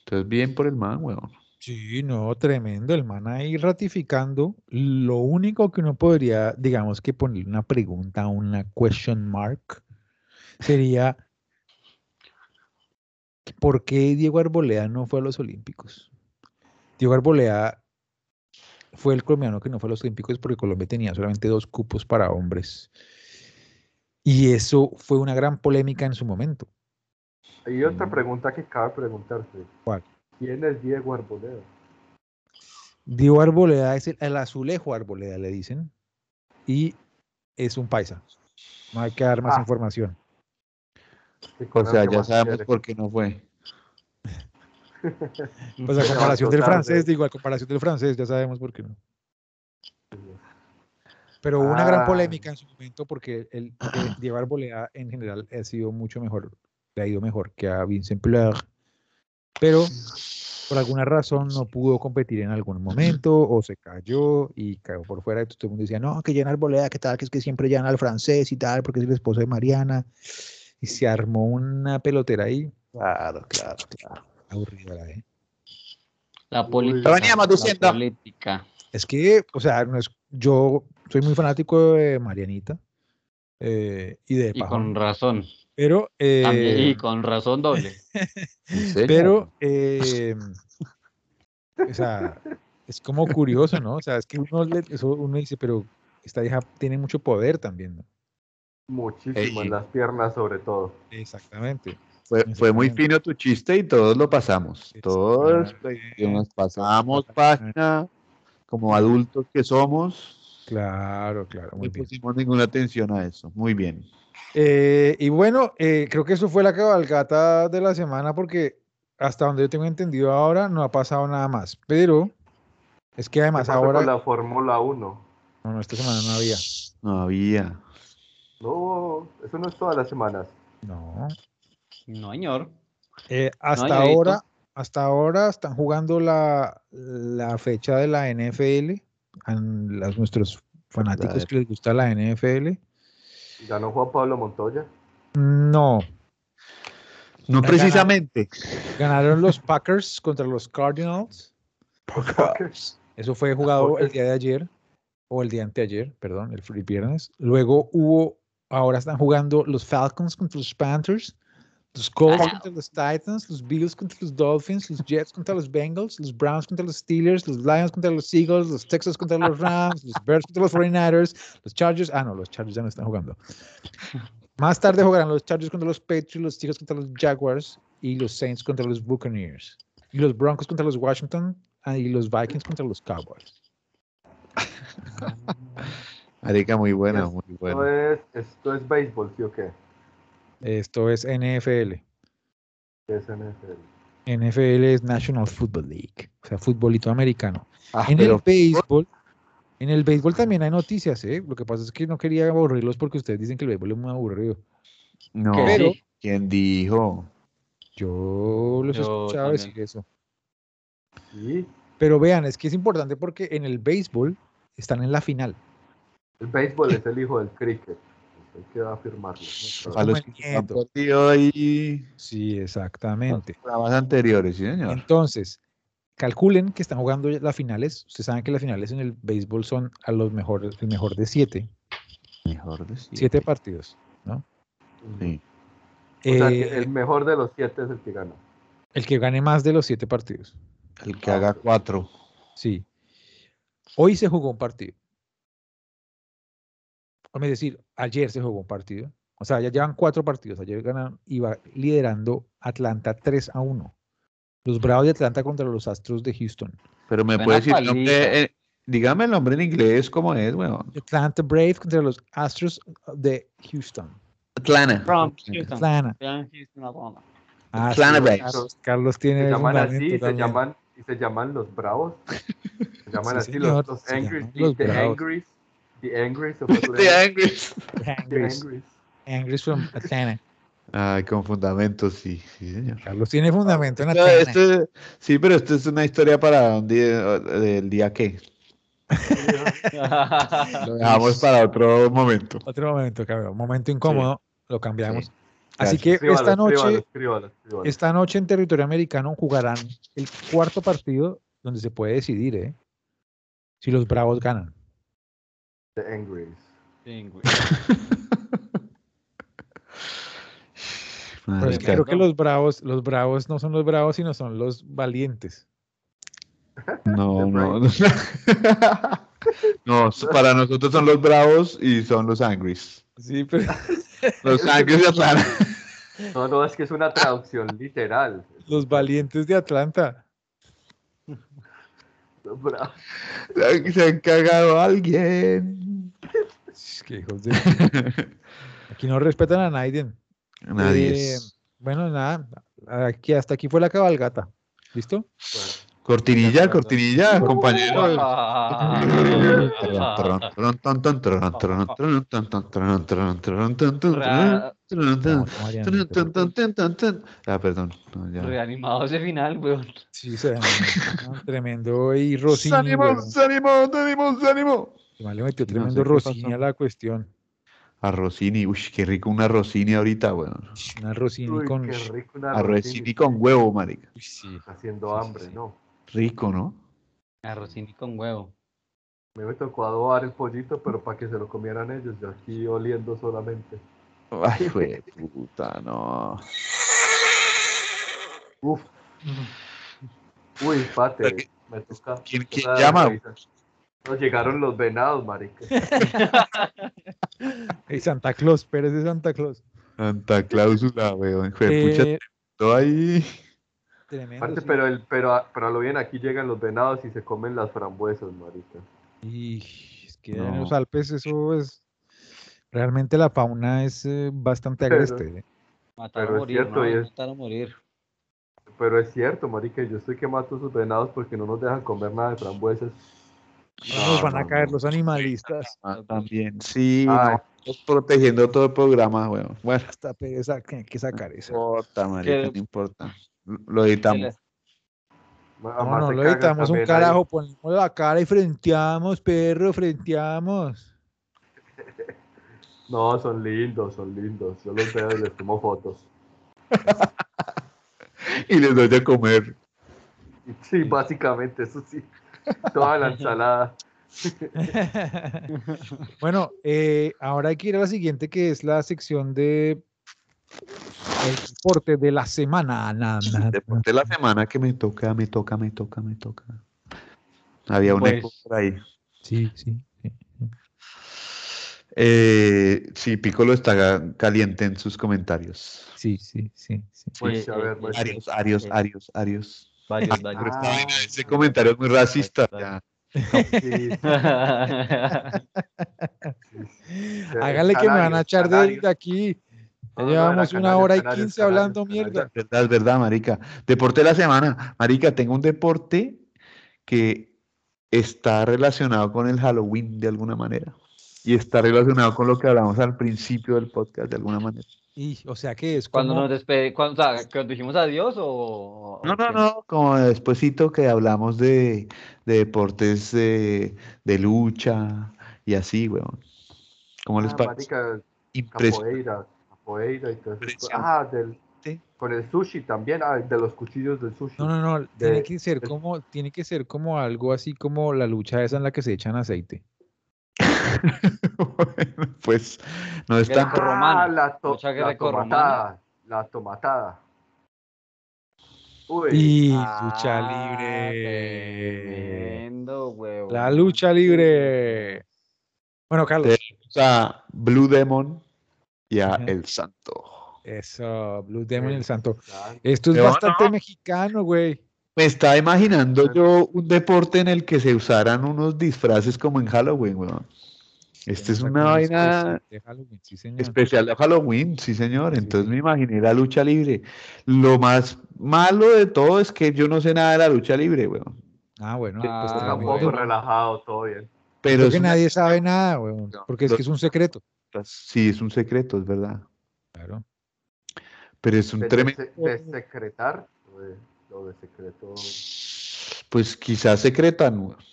[SPEAKER 3] Entonces, bien por el man, weón.
[SPEAKER 1] Sí, no, tremendo. El man ahí ratificando. Lo único que uno podría, digamos que ponerle una pregunta, una question mark, sería ¿por qué Diego Arboleda no fue a los Olímpicos? Diego Arboleda fue el colombiano que no fue a los Olímpicos porque Colombia tenía solamente dos cupos para hombres. Y eso fue una gran polémica en su momento.
[SPEAKER 2] Y otra pregunta que cabe preguntarse.
[SPEAKER 1] ¿Cuál?
[SPEAKER 2] ¿Quién es Diego Arboleda?
[SPEAKER 1] Diego Arboleda es el, el azulejo Arboleda, le dicen. Y es un paisa. No hay que dar más
[SPEAKER 2] Ah.
[SPEAKER 1] información.
[SPEAKER 2] ¿Qué
[SPEAKER 3] O
[SPEAKER 2] con el
[SPEAKER 3] sea,
[SPEAKER 2] que
[SPEAKER 3] ya
[SPEAKER 2] más
[SPEAKER 3] sabemos
[SPEAKER 2] quiere?
[SPEAKER 3] por qué no fue.
[SPEAKER 1] Pues a
[SPEAKER 2] Se
[SPEAKER 1] comparación
[SPEAKER 2] levantó
[SPEAKER 1] del
[SPEAKER 2] tarde.
[SPEAKER 1] francés, digo, a comparación del francés, ya sabemos por qué no. Pero hubo una
[SPEAKER 2] Ah.
[SPEAKER 1] gran polémica en su momento porque el, el
[SPEAKER 3] *clears throat*
[SPEAKER 1] Diego Arboleda en general ha sido mucho mejor, le ha ido mejor que a Vincent Pleur. Pero por alguna razón no pudo competir en algún momento o se cayó y cayó por fuera. Y todo el mundo decía, no, que llena Arboleda, que tal, que es que siempre llena al francés y tal, porque es el esposo de Mariana. Y se armó una pelotera ahí.
[SPEAKER 3] Claro, claro, claro.
[SPEAKER 1] Aburrida la de.
[SPEAKER 5] La
[SPEAKER 2] Lo
[SPEAKER 5] política.
[SPEAKER 3] veníamos
[SPEAKER 5] la
[SPEAKER 3] diciendo.
[SPEAKER 5] política.
[SPEAKER 1] Es que, o sea, no es, yo soy muy fanático de Marianita eh, y de
[SPEAKER 5] Y
[SPEAKER 1] Pajón.
[SPEAKER 5] con razón.
[SPEAKER 1] Pero,
[SPEAKER 5] También,
[SPEAKER 1] eh,
[SPEAKER 5] y con razón doble.
[SPEAKER 3] ¿En serio?
[SPEAKER 5] *laughs*
[SPEAKER 1] pero eh, o sea, es como curioso, ¿no? O sea, es que uno, le- eso uno dice, pero esta vieja tiene mucho poder también, ¿no?
[SPEAKER 2] Muchísimo,
[SPEAKER 3] Ey.
[SPEAKER 2] en las piernas sobre todo.
[SPEAKER 1] Exactamente.
[SPEAKER 3] Fue, fue muy
[SPEAKER 1] Exactamente.
[SPEAKER 3] fino tu chiste y todos lo pasamos. Todos
[SPEAKER 1] Exactamente.
[SPEAKER 3] nos pasamos
[SPEAKER 1] Todos lo pasamos.
[SPEAKER 3] página como adultos que somos.
[SPEAKER 1] Claro, claro, muy
[SPEAKER 3] No
[SPEAKER 1] bien.
[SPEAKER 3] pusimos ninguna atención a eso. Muy bien.
[SPEAKER 1] Eh, y bueno, eh, creo que eso fue la cabalgata de la semana porque hasta donde yo tengo entendido ahora no ha pasado nada más. Pero es que además
[SPEAKER 5] Pues
[SPEAKER 2] pasa
[SPEAKER 1] ahora...
[SPEAKER 2] con la Fórmula 1?
[SPEAKER 1] No, no, esta semana no había.
[SPEAKER 3] No había.
[SPEAKER 2] No, eso no es todas las semanas.
[SPEAKER 1] No.
[SPEAKER 4] No, señor.
[SPEAKER 1] Eh, hasta
[SPEAKER 4] yo he visto.
[SPEAKER 1] ahora, hasta ahora están jugando la, la fecha de la NFL. A las- nuestros fanáticos que les gusta la NFL.
[SPEAKER 2] ¿Ganó Juan Pablo Montoya?
[SPEAKER 1] No,
[SPEAKER 3] No
[SPEAKER 1] Ganado.
[SPEAKER 3] precisamente.
[SPEAKER 1] ganaron los Packers contra los Cardinals. Eso fue jugado el día de ayer, o el día anteayer, perdón, el, el viernes. Luego hubo, ahora están jugando los Falcons contra los Panthers, los Colts contra los Titans, los Bills contra los Dolphins, los Jets contra los Bengals, los Browns contra los Steelers, los Lions contra los Seagulls, los Texas contra los Rams, los Bears contra los 49ers, los Chargers. Ah, no, los Chargers ya no están jugando. Más tarde jugarán los Chargers contra los Patriots, los Tigers contra los Jaguars y los Saints contra los Buccaneers. Y los Broncos contra los Washington ah, y los Vikings contra los Cowboys.
[SPEAKER 3] Arica, muy buena, muy
[SPEAKER 2] Esto,
[SPEAKER 3] buena.
[SPEAKER 2] es, esto es béisbol, ¿sí o qué?
[SPEAKER 1] Esto es NFL.
[SPEAKER 2] ¿Qué es NFL?
[SPEAKER 1] NFL es National Football League, o sea, futbolito americano.
[SPEAKER 3] Ah,
[SPEAKER 1] en el
[SPEAKER 3] pero
[SPEAKER 1] béisbol, en el béisbol también hay noticias, ¿eh? Lo que pasa es que no quería aburrirlos porque ustedes dicen que el béisbol es muy aburrido.
[SPEAKER 3] no.
[SPEAKER 4] Que
[SPEAKER 1] Pero-
[SPEAKER 4] sí.
[SPEAKER 3] ¿Quién dijo?
[SPEAKER 1] Yo los he
[SPEAKER 4] Yo
[SPEAKER 1] escuchado
[SPEAKER 4] también.
[SPEAKER 1] decir eso.
[SPEAKER 2] Sí,
[SPEAKER 1] Pero vean, es que es importante porque en el béisbol están en la final.
[SPEAKER 2] el béisbol es el hijo del cricket. Hay que afirmarlo. ¿no?
[SPEAKER 3] A
[SPEAKER 1] Como
[SPEAKER 3] los
[SPEAKER 1] el
[SPEAKER 3] que pues. han
[SPEAKER 1] nieto.
[SPEAKER 3] perdido ahí
[SPEAKER 1] Sí, exactamente.
[SPEAKER 3] programas anteriores, sí, señor.
[SPEAKER 1] Entonces, calculen que están jugando ya las finales. Ustedes saben que las finales en el béisbol son a los mejores, el mejor de siete,
[SPEAKER 3] Mejor decir.
[SPEAKER 1] siete partidos.
[SPEAKER 3] Sí.
[SPEAKER 2] O sea,
[SPEAKER 1] Eh,
[SPEAKER 2] que el mejor de los siete es el que gana.
[SPEAKER 1] el que gane más de los siete partidos.
[SPEAKER 3] El que haga cuatro.
[SPEAKER 1] Sí. Hoy se jugó un partido. O Es decir, ayer se jugó un partido. O sea, ya llevan cuatro partidos. Ayer ganaron, iba liderando Atlanta 3 a 1. Los Bravos de Atlanta contra los Astros de Houston.
[SPEAKER 3] Pero me
[SPEAKER 4] Buena
[SPEAKER 3] puede decir el
[SPEAKER 4] paliza.
[SPEAKER 3] nombre. eh, dígame el nombre en inglés, ¿cómo es, weón?
[SPEAKER 1] Atlanta Brave contra los Astros de Houston.
[SPEAKER 3] Atlanta.
[SPEAKER 4] Trump, Houston.
[SPEAKER 1] Atlanta.
[SPEAKER 4] Vean
[SPEAKER 5] *laughs*
[SPEAKER 4] Houston, Oklahoma.
[SPEAKER 1] Ah, sí,
[SPEAKER 3] Atlanta Braves.
[SPEAKER 1] Carlos, Carlos tiene
[SPEAKER 2] Se llaman
[SPEAKER 1] fundamento
[SPEAKER 2] así, se
[SPEAKER 1] también. *laughs*
[SPEAKER 2] llaman, y se llaman los bravos. Se llaman
[SPEAKER 1] Sí,
[SPEAKER 2] así
[SPEAKER 1] señor,
[SPEAKER 2] los, los
[SPEAKER 1] se
[SPEAKER 2] angry,
[SPEAKER 1] llaman los
[SPEAKER 2] the
[SPEAKER 1] bravos.
[SPEAKER 2] angry, the angry,
[SPEAKER 3] The angry.
[SPEAKER 2] the
[SPEAKER 1] Angries,
[SPEAKER 2] angry.
[SPEAKER 1] Angries from Atlanta.
[SPEAKER 3] Ay, con fundamento, sí, sí, señor.
[SPEAKER 1] Carlos tiene fundamento en
[SPEAKER 3] Esto-
[SPEAKER 1] Atlanta.
[SPEAKER 3] esto- sí, pero esto es una historia para un día, del día que. Lo
[SPEAKER 1] Pues,
[SPEAKER 3] dejamos para otro momento.
[SPEAKER 1] Otro momento, cabrón. Momento incómodo. Lo cambiamos. Así *laughs*
[SPEAKER 3] Gracias.
[SPEAKER 1] que esta noche,
[SPEAKER 2] escríbalo, escríbalo.
[SPEAKER 1] esta noche en territorio americano jugarán el cuarto partido donde se puede decidir, ¿eh? Si los Bravos ganan.
[SPEAKER 2] The angry.
[SPEAKER 1] Pero es
[SPEAKER 3] Marica,
[SPEAKER 1] que pues, creo que los Bravos, los Bravos no son los Bravos, sino son los valientes.
[SPEAKER 3] No, no. no. No, *laughs* s- para nosotros son los bravos y son los angries.
[SPEAKER 1] Sí,
[SPEAKER 2] *laughs*
[SPEAKER 1] pero
[SPEAKER 3] Los angries de Atlanta.
[SPEAKER 2] No, no, es que es una traducción literal.
[SPEAKER 1] los valientes de Atlanta.
[SPEAKER 2] Los bravos.
[SPEAKER 3] Se han- *laughs* Se han cagado a alguien.
[SPEAKER 1] Qué hijos de- Aquí no respetan a Naiden.
[SPEAKER 3] Nadie.
[SPEAKER 1] Eh,
[SPEAKER 3] es-
[SPEAKER 1] Bueno, nada, aquí, hasta aquí fue la cabalgata. ¿Listo?
[SPEAKER 3] Cortinilla, cortinilla, compañero. Ah,
[SPEAKER 4] Ra-
[SPEAKER 1] No, Mariana, pero-
[SPEAKER 3] Ah, perdón. No, ya.
[SPEAKER 4] Reanimados de final, weón.
[SPEAKER 1] Sí, se- no, tremendo y
[SPEAKER 3] Se
[SPEAKER 1] Rossini.
[SPEAKER 3] animó,
[SPEAKER 1] weón.
[SPEAKER 3] se animó, se animó, se animó.
[SPEAKER 1] El man Le metió
[SPEAKER 3] No sé
[SPEAKER 1] tremendo
[SPEAKER 3] qué
[SPEAKER 1] Rossini
[SPEAKER 3] pasó.
[SPEAKER 1] a la cuestión.
[SPEAKER 3] A Rossini, Ah, uy, qué rico una Rossini ahorita, weón.
[SPEAKER 1] Una Rossini
[SPEAKER 2] Uy,
[SPEAKER 1] con.
[SPEAKER 2] qué rico una
[SPEAKER 3] A Rossini
[SPEAKER 2] Rossini.
[SPEAKER 3] con huevo, marica.
[SPEAKER 1] Uy, sí.
[SPEAKER 2] Haciendo
[SPEAKER 1] Sí, sí,
[SPEAKER 2] hambre,
[SPEAKER 1] sí.
[SPEAKER 2] ¿no?
[SPEAKER 3] Rico, ¿no?
[SPEAKER 4] Arrocini con huevo.
[SPEAKER 2] A mí me tocó adobar el pollito, pero para que se lo comieran ellos, yo aquí oliendo solamente.
[SPEAKER 3] Ay, güey, puta, no.
[SPEAKER 2] Uf. Uy, pate. Me toca.
[SPEAKER 3] ¿Quién-
[SPEAKER 2] me
[SPEAKER 3] quién
[SPEAKER 2] toca dar
[SPEAKER 3] llama?
[SPEAKER 2] risa. Nos llegaron los venados, marica.
[SPEAKER 1] Ey, Santa Claus, Pérez de Santa Claus.
[SPEAKER 3] Santa cláusula, weón. Fue pucha,
[SPEAKER 1] Eh,
[SPEAKER 3] todo ahí.
[SPEAKER 1] tremendo.
[SPEAKER 2] Parce,
[SPEAKER 1] sí.
[SPEAKER 2] pero, el, pero, a- pero a lo bien aquí llegan los venados y se comen las frambuesas, marica.
[SPEAKER 1] Y es que allá en
[SPEAKER 3] No.
[SPEAKER 1] los Alpes eso es... Realmente la fauna es eh, bastante
[SPEAKER 2] Pero-
[SPEAKER 1] agreste. ¿eh?
[SPEAKER 4] Matar o
[SPEAKER 2] Pero es
[SPEAKER 4] morir,
[SPEAKER 2] cierto,
[SPEAKER 4] ¿no?
[SPEAKER 2] y es-
[SPEAKER 4] Matar o morir.
[SPEAKER 2] Pero es cierto, marica, yo estoy que mato esos venados porque no nos dejan comer nada de frambuesas.
[SPEAKER 1] No nos van a caer los animalistas.
[SPEAKER 3] Ah, también, sí,
[SPEAKER 1] Ah,
[SPEAKER 2] Ay.
[SPEAKER 3] no, estamos protegiendo todo el programa, weón. Bueno,
[SPEAKER 1] Hasta pereza que hay que sacar
[SPEAKER 3] no
[SPEAKER 1] eso.
[SPEAKER 3] importa, marica,
[SPEAKER 4] Que-
[SPEAKER 3] no importa. Lo editamos.
[SPEAKER 1] No, no, lo editamos un carajo, ponemos la cara y frenteamos, perro, frenteamos.
[SPEAKER 2] No, son lindos, son lindos. Yo los veo y les tomo fotos.
[SPEAKER 3] Y les doy de comer.
[SPEAKER 2] Y Sí, básicamente, eso sí.
[SPEAKER 1] *laughs*
[SPEAKER 2] Toda la ensalada.
[SPEAKER 1] bueno, eh, ahora hay que ir a la siguiente, que es la sección de el deporte de la semana. Ah, na, na, na.
[SPEAKER 3] Deporte de la semana que me toca, me toca, me toca, me toca. Había un
[SPEAKER 4] Pues-
[SPEAKER 3] eco por ahí.
[SPEAKER 1] Sí, sí. sí.
[SPEAKER 3] Eh, sí, Piccolo está caliente en sus comentarios.
[SPEAKER 1] Sí, sí, sí, sí.
[SPEAKER 2] Oye, a ver, pues,
[SPEAKER 3] Arios, Arios,
[SPEAKER 4] eh,
[SPEAKER 3] Arios, Pues, Arios.
[SPEAKER 4] Varios,
[SPEAKER 3] Pero
[SPEAKER 4] varios.
[SPEAKER 3] esta
[SPEAKER 2] Ah,
[SPEAKER 3] vaina, ese comentario es muy racista. ya.
[SPEAKER 2] Sí,
[SPEAKER 5] *laughs*
[SPEAKER 2] sí, sí.
[SPEAKER 1] Hágale que me van a
[SPEAKER 2] Eh, Canarios,
[SPEAKER 1] echar de,
[SPEAKER 2] canarios.
[SPEAKER 1] de aquí. Ya
[SPEAKER 2] No, no,
[SPEAKER 1] llevamos
[SPEAKER 2] era
[SPEAKER 1] una
[SPEAKER 2] canarios,
[SPEAKER 1] hora y
[SPEAKER 2] canarios,
[SPEAKER 1] quince
[SPEAKER 2] canarios,
[SPEAKER 1] hablando
[SPEAKER 2] canarios.
[SPEAKER 1] mierda.
[SPEAKER 3] Verdad, es verdad, marica. Deporte de la semana. Marica, tengo un deporte que está relacionado con el Halloween de alguna manera. Y está relacionado con lo que hablamos al principio del podcast de alguna manera.
[SPEAKER 1] Y, o sea que es
[SPEAKER 4] Cuando
[SPEAKER 1] como-
[SPEAKER 4] nos despedimos, cuando, o sea, cuando dijimos adiós o...
[SPEAKER 3] No,
[SPEAKER 4] o
[SPEAKER 3] no,
[SPEAKER 4] qué?
[SPEAKER 3] no, como despuesito que hablamos de, de deportes eh, de lucha y así, weón. ¿Cómo les
[SPEAKER 2] Ah,
[SPEAKER 3] parece?
[SPEAKER 2] marica,
[SPEAKER 3] Impresionante. *laughs*
[SPEAKER 2] capoeira, capoeira y todo eso.
[SPEAKER 3] Impresionante.
[SPEAKER 2] Ah, del,
[SPEAKER 3] Sí.
[SPEAKER 2] con el sushi también, ah, de los cuchillos del sushi.
[SPEAKER 1] No, no, no. Tiene
[SPEAKER 2] de-
[SPEAKER 1] que ser
[SPEAKER 2] de-
[SPEAKER 1] como, tiene que ser como algo así como la lucha esa en la que se echan aceite.
[SPEAKER 3] Bueno, pues no es tan
[SPEAKER 4] Gran
[SPEAKER 2] Ah,
[SPEAKER 4] romana,
[SPEAKER 2] la, to-
[SPEAKER 4] lucha
[SPEAKER 2] la
[SPEAKER 4] grecorromana.
[SPEAKER 2] tomatada, la tomatada. Uy,
[SPEAKER 1] Y lucha
[SPEAKER 4] Ah,
[SPEAKER 1] libre.
[SPEAKER 4] tremendo, huevón.
[SPEAKER 1] La lucha libre. Bueno, Carlos.
[SPEAKER 3] tenemos a Blue Demon y a
[SPEAKER 1] Ajá.
[SPEAKER 3] El Santo.
[SPEAKER 1] Eso, Blue Demon y el
[SPEAKER 2] Sí.
[SPEAKER 1] Santo.
[SPEAKER 2] claro.
[SPEAKER 1] Esto es
[SPEAKER 3] Pero no.
[SPEAKER 1] bastante mexicano, güey.
[SPEAKER 3] Me estaba imaginando yo un deporte en el que se usaran unos disfraces como en Halloween, weón. Esta Este es
[SPEAKER 1] Tenemos
[SPEAKER 3] una
[SPEAKER 1] aquí un
[SPEAKER 3] vaina
[SPEAKER 1] especial de Halloween, sí, señor.
[SPEAKER 3] Especial de Halloween, sí señor.
[SPEAKER 1] pues, Sí,
[SPEAKER 3] Entonces
[SPEAKER 1] sí.
[SPEAKER 3] me imaginé la lucha libre. Lo más malo de todo es que yo no sé nada de la lucha libre, weón.
[SPEAKER 1] Ah, bueno,
[SPEAKER 4] Ah,
[SPEAKER 1] pues
[SPEAKER 2] Yo
[SPEAKER 1] también,
[SPEAKER 2] tampoco
[SPEAKER 1] güey.
[SPEAKER 4] bueno.
[SPEAKER 2] relajado, todo bien.
[SPEAKER 3] Pero
[SPEAKER 1] Creo
[SPEAKER 3] es
[SPEAKER 1] que
[SPEAKER 3] una-
[SPEAKER 1] nadie sabe nada, güey.
[SPEAKER 3] No,
[SPEAKER 1] Porque es
[SPEAKER 3] lo-
[SPEAKER 1] que es un secreto.
[SPEAKER 3] sí es un secreto, es verdad.
[SPEAKER 1] Claro.
[SPEAKER 3] Pero es un
[SPEAKER 2] De,
[SPEAKER 3] tremendo.
[SPEAKER 2] de- de secretar, güey, lo de secreto.
[SPEAKER 1] este
[SPEAKER 3] Pues quizás secretan, weón. pues,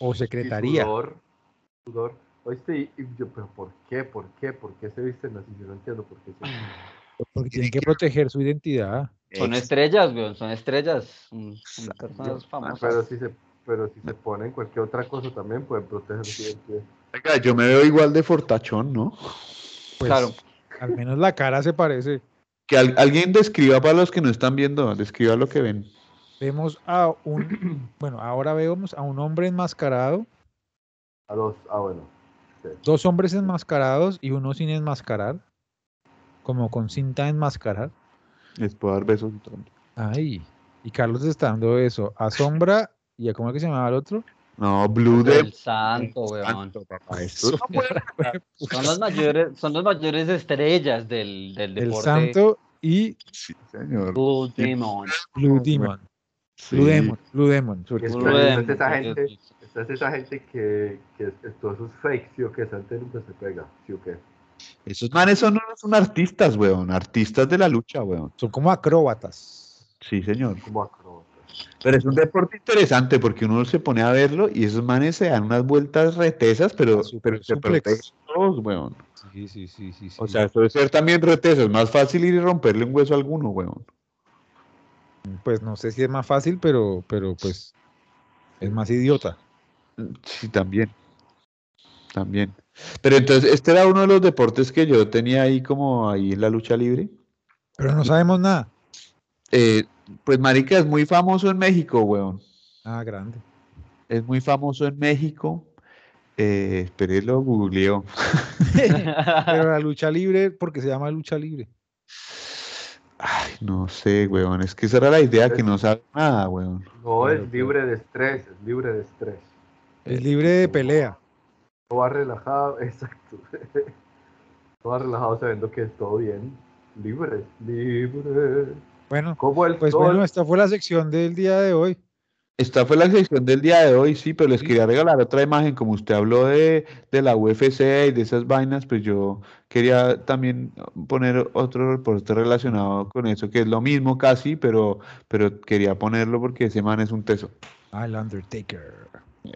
[SPEAKER 1] O
[SPEAKER 2] y
[SPEAKER 1] secretaría.
[SPEAKER 2] Sudor, sudor. Oíste, y, y yo, pero ¿por qué? ¿Por qué? ¿Por qué se visten así? Yo no entiendo por qué se visten así.
[SPEAKER 1] Porque tienen que proteger su identidad.
[SPEAKER 4] Son estrellas, weón, son estrellas. son- son personas
[SPEAKER 2] Pero
[SPEAKER 4] famosas.
[SPEAKER 2] si se, pero si se ponen cualquier otra cosa también pueden proteger su identidad.
[SPEAKER 3] Oiga, yo me veo igual de fortachón, ¿no?
[SPEAKER 1] Pues,
[SPEAKER 4] Claro.
[SPEAKER 1] Al menos la cara se parece.
[SPEAKER 3] Que al- alguien describa para los que no están viendo, describa lo que ven.
[SPEAKER 1] Vemos a un,
[SPEAKER 3] *clears throat*
[SPEAKER 1] bueno, ahora vemos a un hombre enmascarado,
[SPEAKER 2] A los, ah, bueno.
[SPEAKER 1] dos hombres enmascarados y uno sin enmascarar, como con cinta de enmascarar.
[SPEAKER 3] Les puedo dar besos.
[SPEAKER 1] Ay, y Carlos está dando eso, a Sombra y a, ¿cómo es que se llamaba el otro?
[SPEAKER 3] No, Blue
[SPEAKER 4] El
[SPEAKER 3] Demon.
[SPEAKER 4] santo, weón.
[SPEAKER 3] papá, eso-
[SPEAKER 4] Son las mayores, son las mayores estrellas del, del
[SPEAKER 1] El
[SPEAKER 4] deporte.
[SPEAKER 1] Santo y
[SPEAKER 3] Sí, señor.
[SPEAKER 4] Blue Demon.
[SPEAKER 1] Blue Demon. Blue
[SPEAKER 3] Sí.
[SPEAKER 1] Demon, Blue Demon. sobre
[SPEAKER 2] Es
[SPEAKER 1] todo.
[SPEAKER 4] Blue
[SPEAKER 2] que
[SPEAKER 4] Demon,
[SPEAKER 2] pues, esa
[SPEAKER 4] por
[SPEAKER 2] gente-
[SPEAKER 4] Dios.
[SPEAKER 2] Esta es esa gente que, que es, es- todo eso es fake, ¿sí o qué? Esa gente nunca se pega, ¿sí o qué?
[SPEAKER 3] Esos manes son, son artistas, weón. Artistas de la lucha, weón.
[SPEAKER 1] Son como acróbatas.
[SPEAKER 3] Sí, señor.
[SPEAKER 2] Como acróbatas.
[SPEAKER 3] Pero es un deporte interesante porque uno se pone a verlo y esos manes se dan unas vueltas retesas, pero,
[SPEAKER 1] Ah, super
[SPEAKER 3] pero se
[SPEAKER 1] suplex.
[SPEAKER 3] protegen todos, weón.
[SPEAKER 1] Sí, sí, sí, sí.
[SPEAKER 3] O
[SPEAKER 1] sí.
[SPEAKER 3] sea, eso de ser también retesas. Es más fácil ir y romperle un hueso a alguno, weón.
[SPEAKER 1] pues no sé si es más fácil, pero, pero pues es más idiota.
[SPEAKER 3] Sí, también. También. Pero entonces, este era uno de los deportes que yo tenía ahí como ahí en la lucha libre.
[SPEAKER 1] Pero no sabemos nada.
[SPEAKER 3] Eh, pues Marica es muy famoso en México, weón.
[SPEAKER 1] Ah, grande.
[SPEAKER 3] Es muy famoso en México. Eh, esperé, lo googleó.
[SPEAKER 1] Pero la lucha libre, porque se llama lucha libre.
[SPEAKER 3] Ay, no sé, weón. Es que esa era la idea, que no sabe nada, weón.
[SPEAKER 2] No,
[SPEAKER 1] Claro,
[SPEAKER 2] es libre de estrés, es libre de estrés.
[SPEAKER 1] Es libre de pelea.
[SPEAKER 2] no va relajado, *laughs* exacto. no va relajado sabiendo que es todo bien. Libre, libre.
[SPEAKER 1] Bueno,
[SPEAKER 2] Como el
[SPEAKER 1] pues
[SPEAKER 2] sol.
[SPEAKER 1] bueno, esta fue la sección del día de hoy.
[SPEAKER 3] Esta fue la sección del día de hoy, sí, pero les quería regalar otra imagen, como usted habló de, de la UFC y de esas vainas, pues yo quería también poner otro reporte relacionado con eso, que es lo mismo casi, pero, pero quería ponerlo porque ese man es un teso.
[SPEAKER 1] Al Undertaker.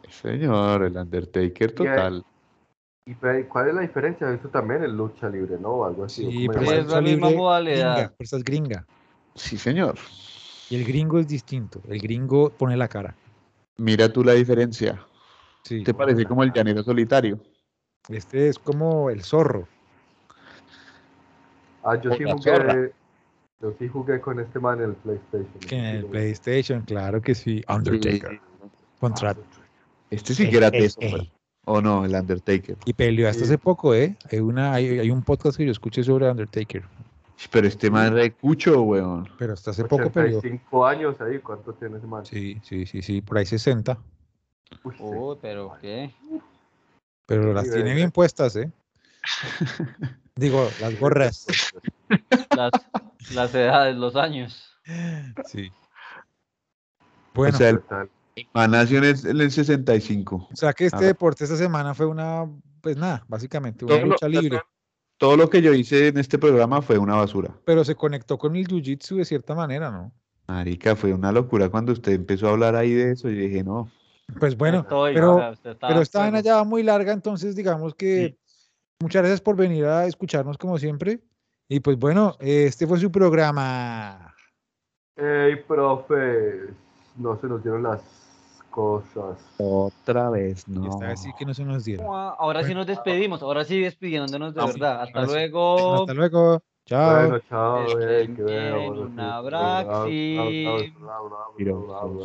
[SPEAKER 3] Señor, el Undertaker
[SPEAKER 2] Y ahí-
[SPEAKER 3] total.
[SPEAKER 2] ¿Y pe- cuál es la diferencia? Eso también es lucha libre, ¿no? O Algo así.
[SPEAKER 1] Sí,
[SPEAKER 2] ¿o cómo
[SPEAKER 1] pero
[SPEAKER 2] llaman?
[SPEAKER 1] es
[SPEAKER 4] es
[SPEAKER 1] lucha
[SPEAKER 4] la misma
[SPEAKER 1] libre
[SPEAKER 4] modalidad.
[SPEAKER 1] gringa, fuerzas gringa.
[SPEAKER 3] Sí, señor.
[SPEAKER 1] Y el gringo es distinto. El gringo pone la cara.
[SPEAKER 3] Mira tú la diferencia.
[SPEAKER 1] Sí.
[SPEAKER 3] ¿Te parece como el llanero solitario?
[SPEAKER 1] Este es como el zorro.
[SPEAKER 2] Ah, yo sí
[SPEAKER 3] Hola,
[SPEAKER 2] jugué. Yo sí jugué con este man en el PlayStation.
[SPEAKER 1] Que en el
[SPEAKER 2] Sí,
[SPEAKER 1] PlayStation, claro que sí. Undertaker. Contra
[SPEAKER 2] Ah,
[SPEAKER 3] Este sí que era
[SPEAKER 1] Ey, ey,
[SPEAKER 3] teso,
[SPEAKER 1] ey.
[SPEAKER 3] pero- o no, el Undertaker.
[SPEAKER 1] Y peleó hasta
[SPEAKER 2] Sí.
[SPEAKER 1] hace poco, ¿eh? Hay, una, hay, hay un podcast que yo escuché sobre Undertaker.
[SPEAKER 3] Pero este man recucho, weón.
[SPEAKER 1] Pero hasta hace poco peleó.
[SPEAKER 2] 85 años ahí, ¿cuánto tiene ese man?
[SPEAKER 1] Sí, Oh. sí, sí, sí. Por ahí 60.
[SPEAKER 2] Uy, sí.
[SPEAKER 4] Uy, pero qué.
[SPEAKER 1] Pero
[SPEAKER 2] Sí,
[SPEAKER 1] las
[SPEAKER 2] de
[SPEAKER 1] tiene
[SPEAKER 2] verdad.
[SPEAKER 1] bien puestas, ¿eh? Digo, las gorras.
[SPEAKER 4] Las, las edades, los años.
[SPEAKER 1] Sí. Bueno,
[SPEAKER 3] o sea, el
[SPEAKER 2] Total.
[SPEAKER 3] man nació en el, en el 65.
[SPEAKER 1] o sea que
[SPEAKER 3] a
[SPEAKER 1] este
[SPEAKER 3] ver.
[SPEAKER 1] deporte esta semana fue una, pues nada, básicamente una
[SPEAKER 3] Todo lo-
[SPEAKER 1] lucha libre.
[SPEAKER 3] Todo lo que yo hice en este programa fue una basura.
[SPEAKER 1] Pero se conectó con el jiu-jitsu de cierta manera, ¿no?
[SPEAKER 3] Marica, fue una locura cuando usted empezó a hablar ahí de eso. Yo dije, no,
[SPEAKER 1] Pues bueno,
[SPEAKER 4] Estoy,
[SPEAKER 1] pero-
[SPEAKER 4] o sea, usted está-
[SPEAKER 1] pero esta vaina ya va muy larga, entonces digamos que muchas gracias por venir a escucharnos como siempre. Y pues bueno, este fue su programa.
[SPEAKER 2] Ey, profe, no se nos dieron las cosas.
[SPEAKER 3] otra vez,
[SPEAKER 1] Y
[SPEAKER 3] no.
[SPEAKER 1] Esta vez sí que no se nos dieron.
[SPEAKER 4] Ahora sí nos despedimos, ahora sí despidiéndonos de
[SPEAKER 1] Ah, sí,
[SPEAKER 4] verdad. Hasta
[SPEAKER 1] ahora sí.
[SPEAKER 4] luego.
[SPEAKER 1] Hasta luego. Chao.
[SPEAKER 2] Bueno, chao,
[SPEAKER 4] Desde
[SPEAKER 2] ey, que
[SPEAKER 4] bien,
[SPEAKER 2] veo,
[SPEAKER 4] un
[SPEAKER 2] bueno, sí.
[SPEAKER 4] abraxi.
[SPEAKER 2] Abra- abra- abra- abra- abra- abra-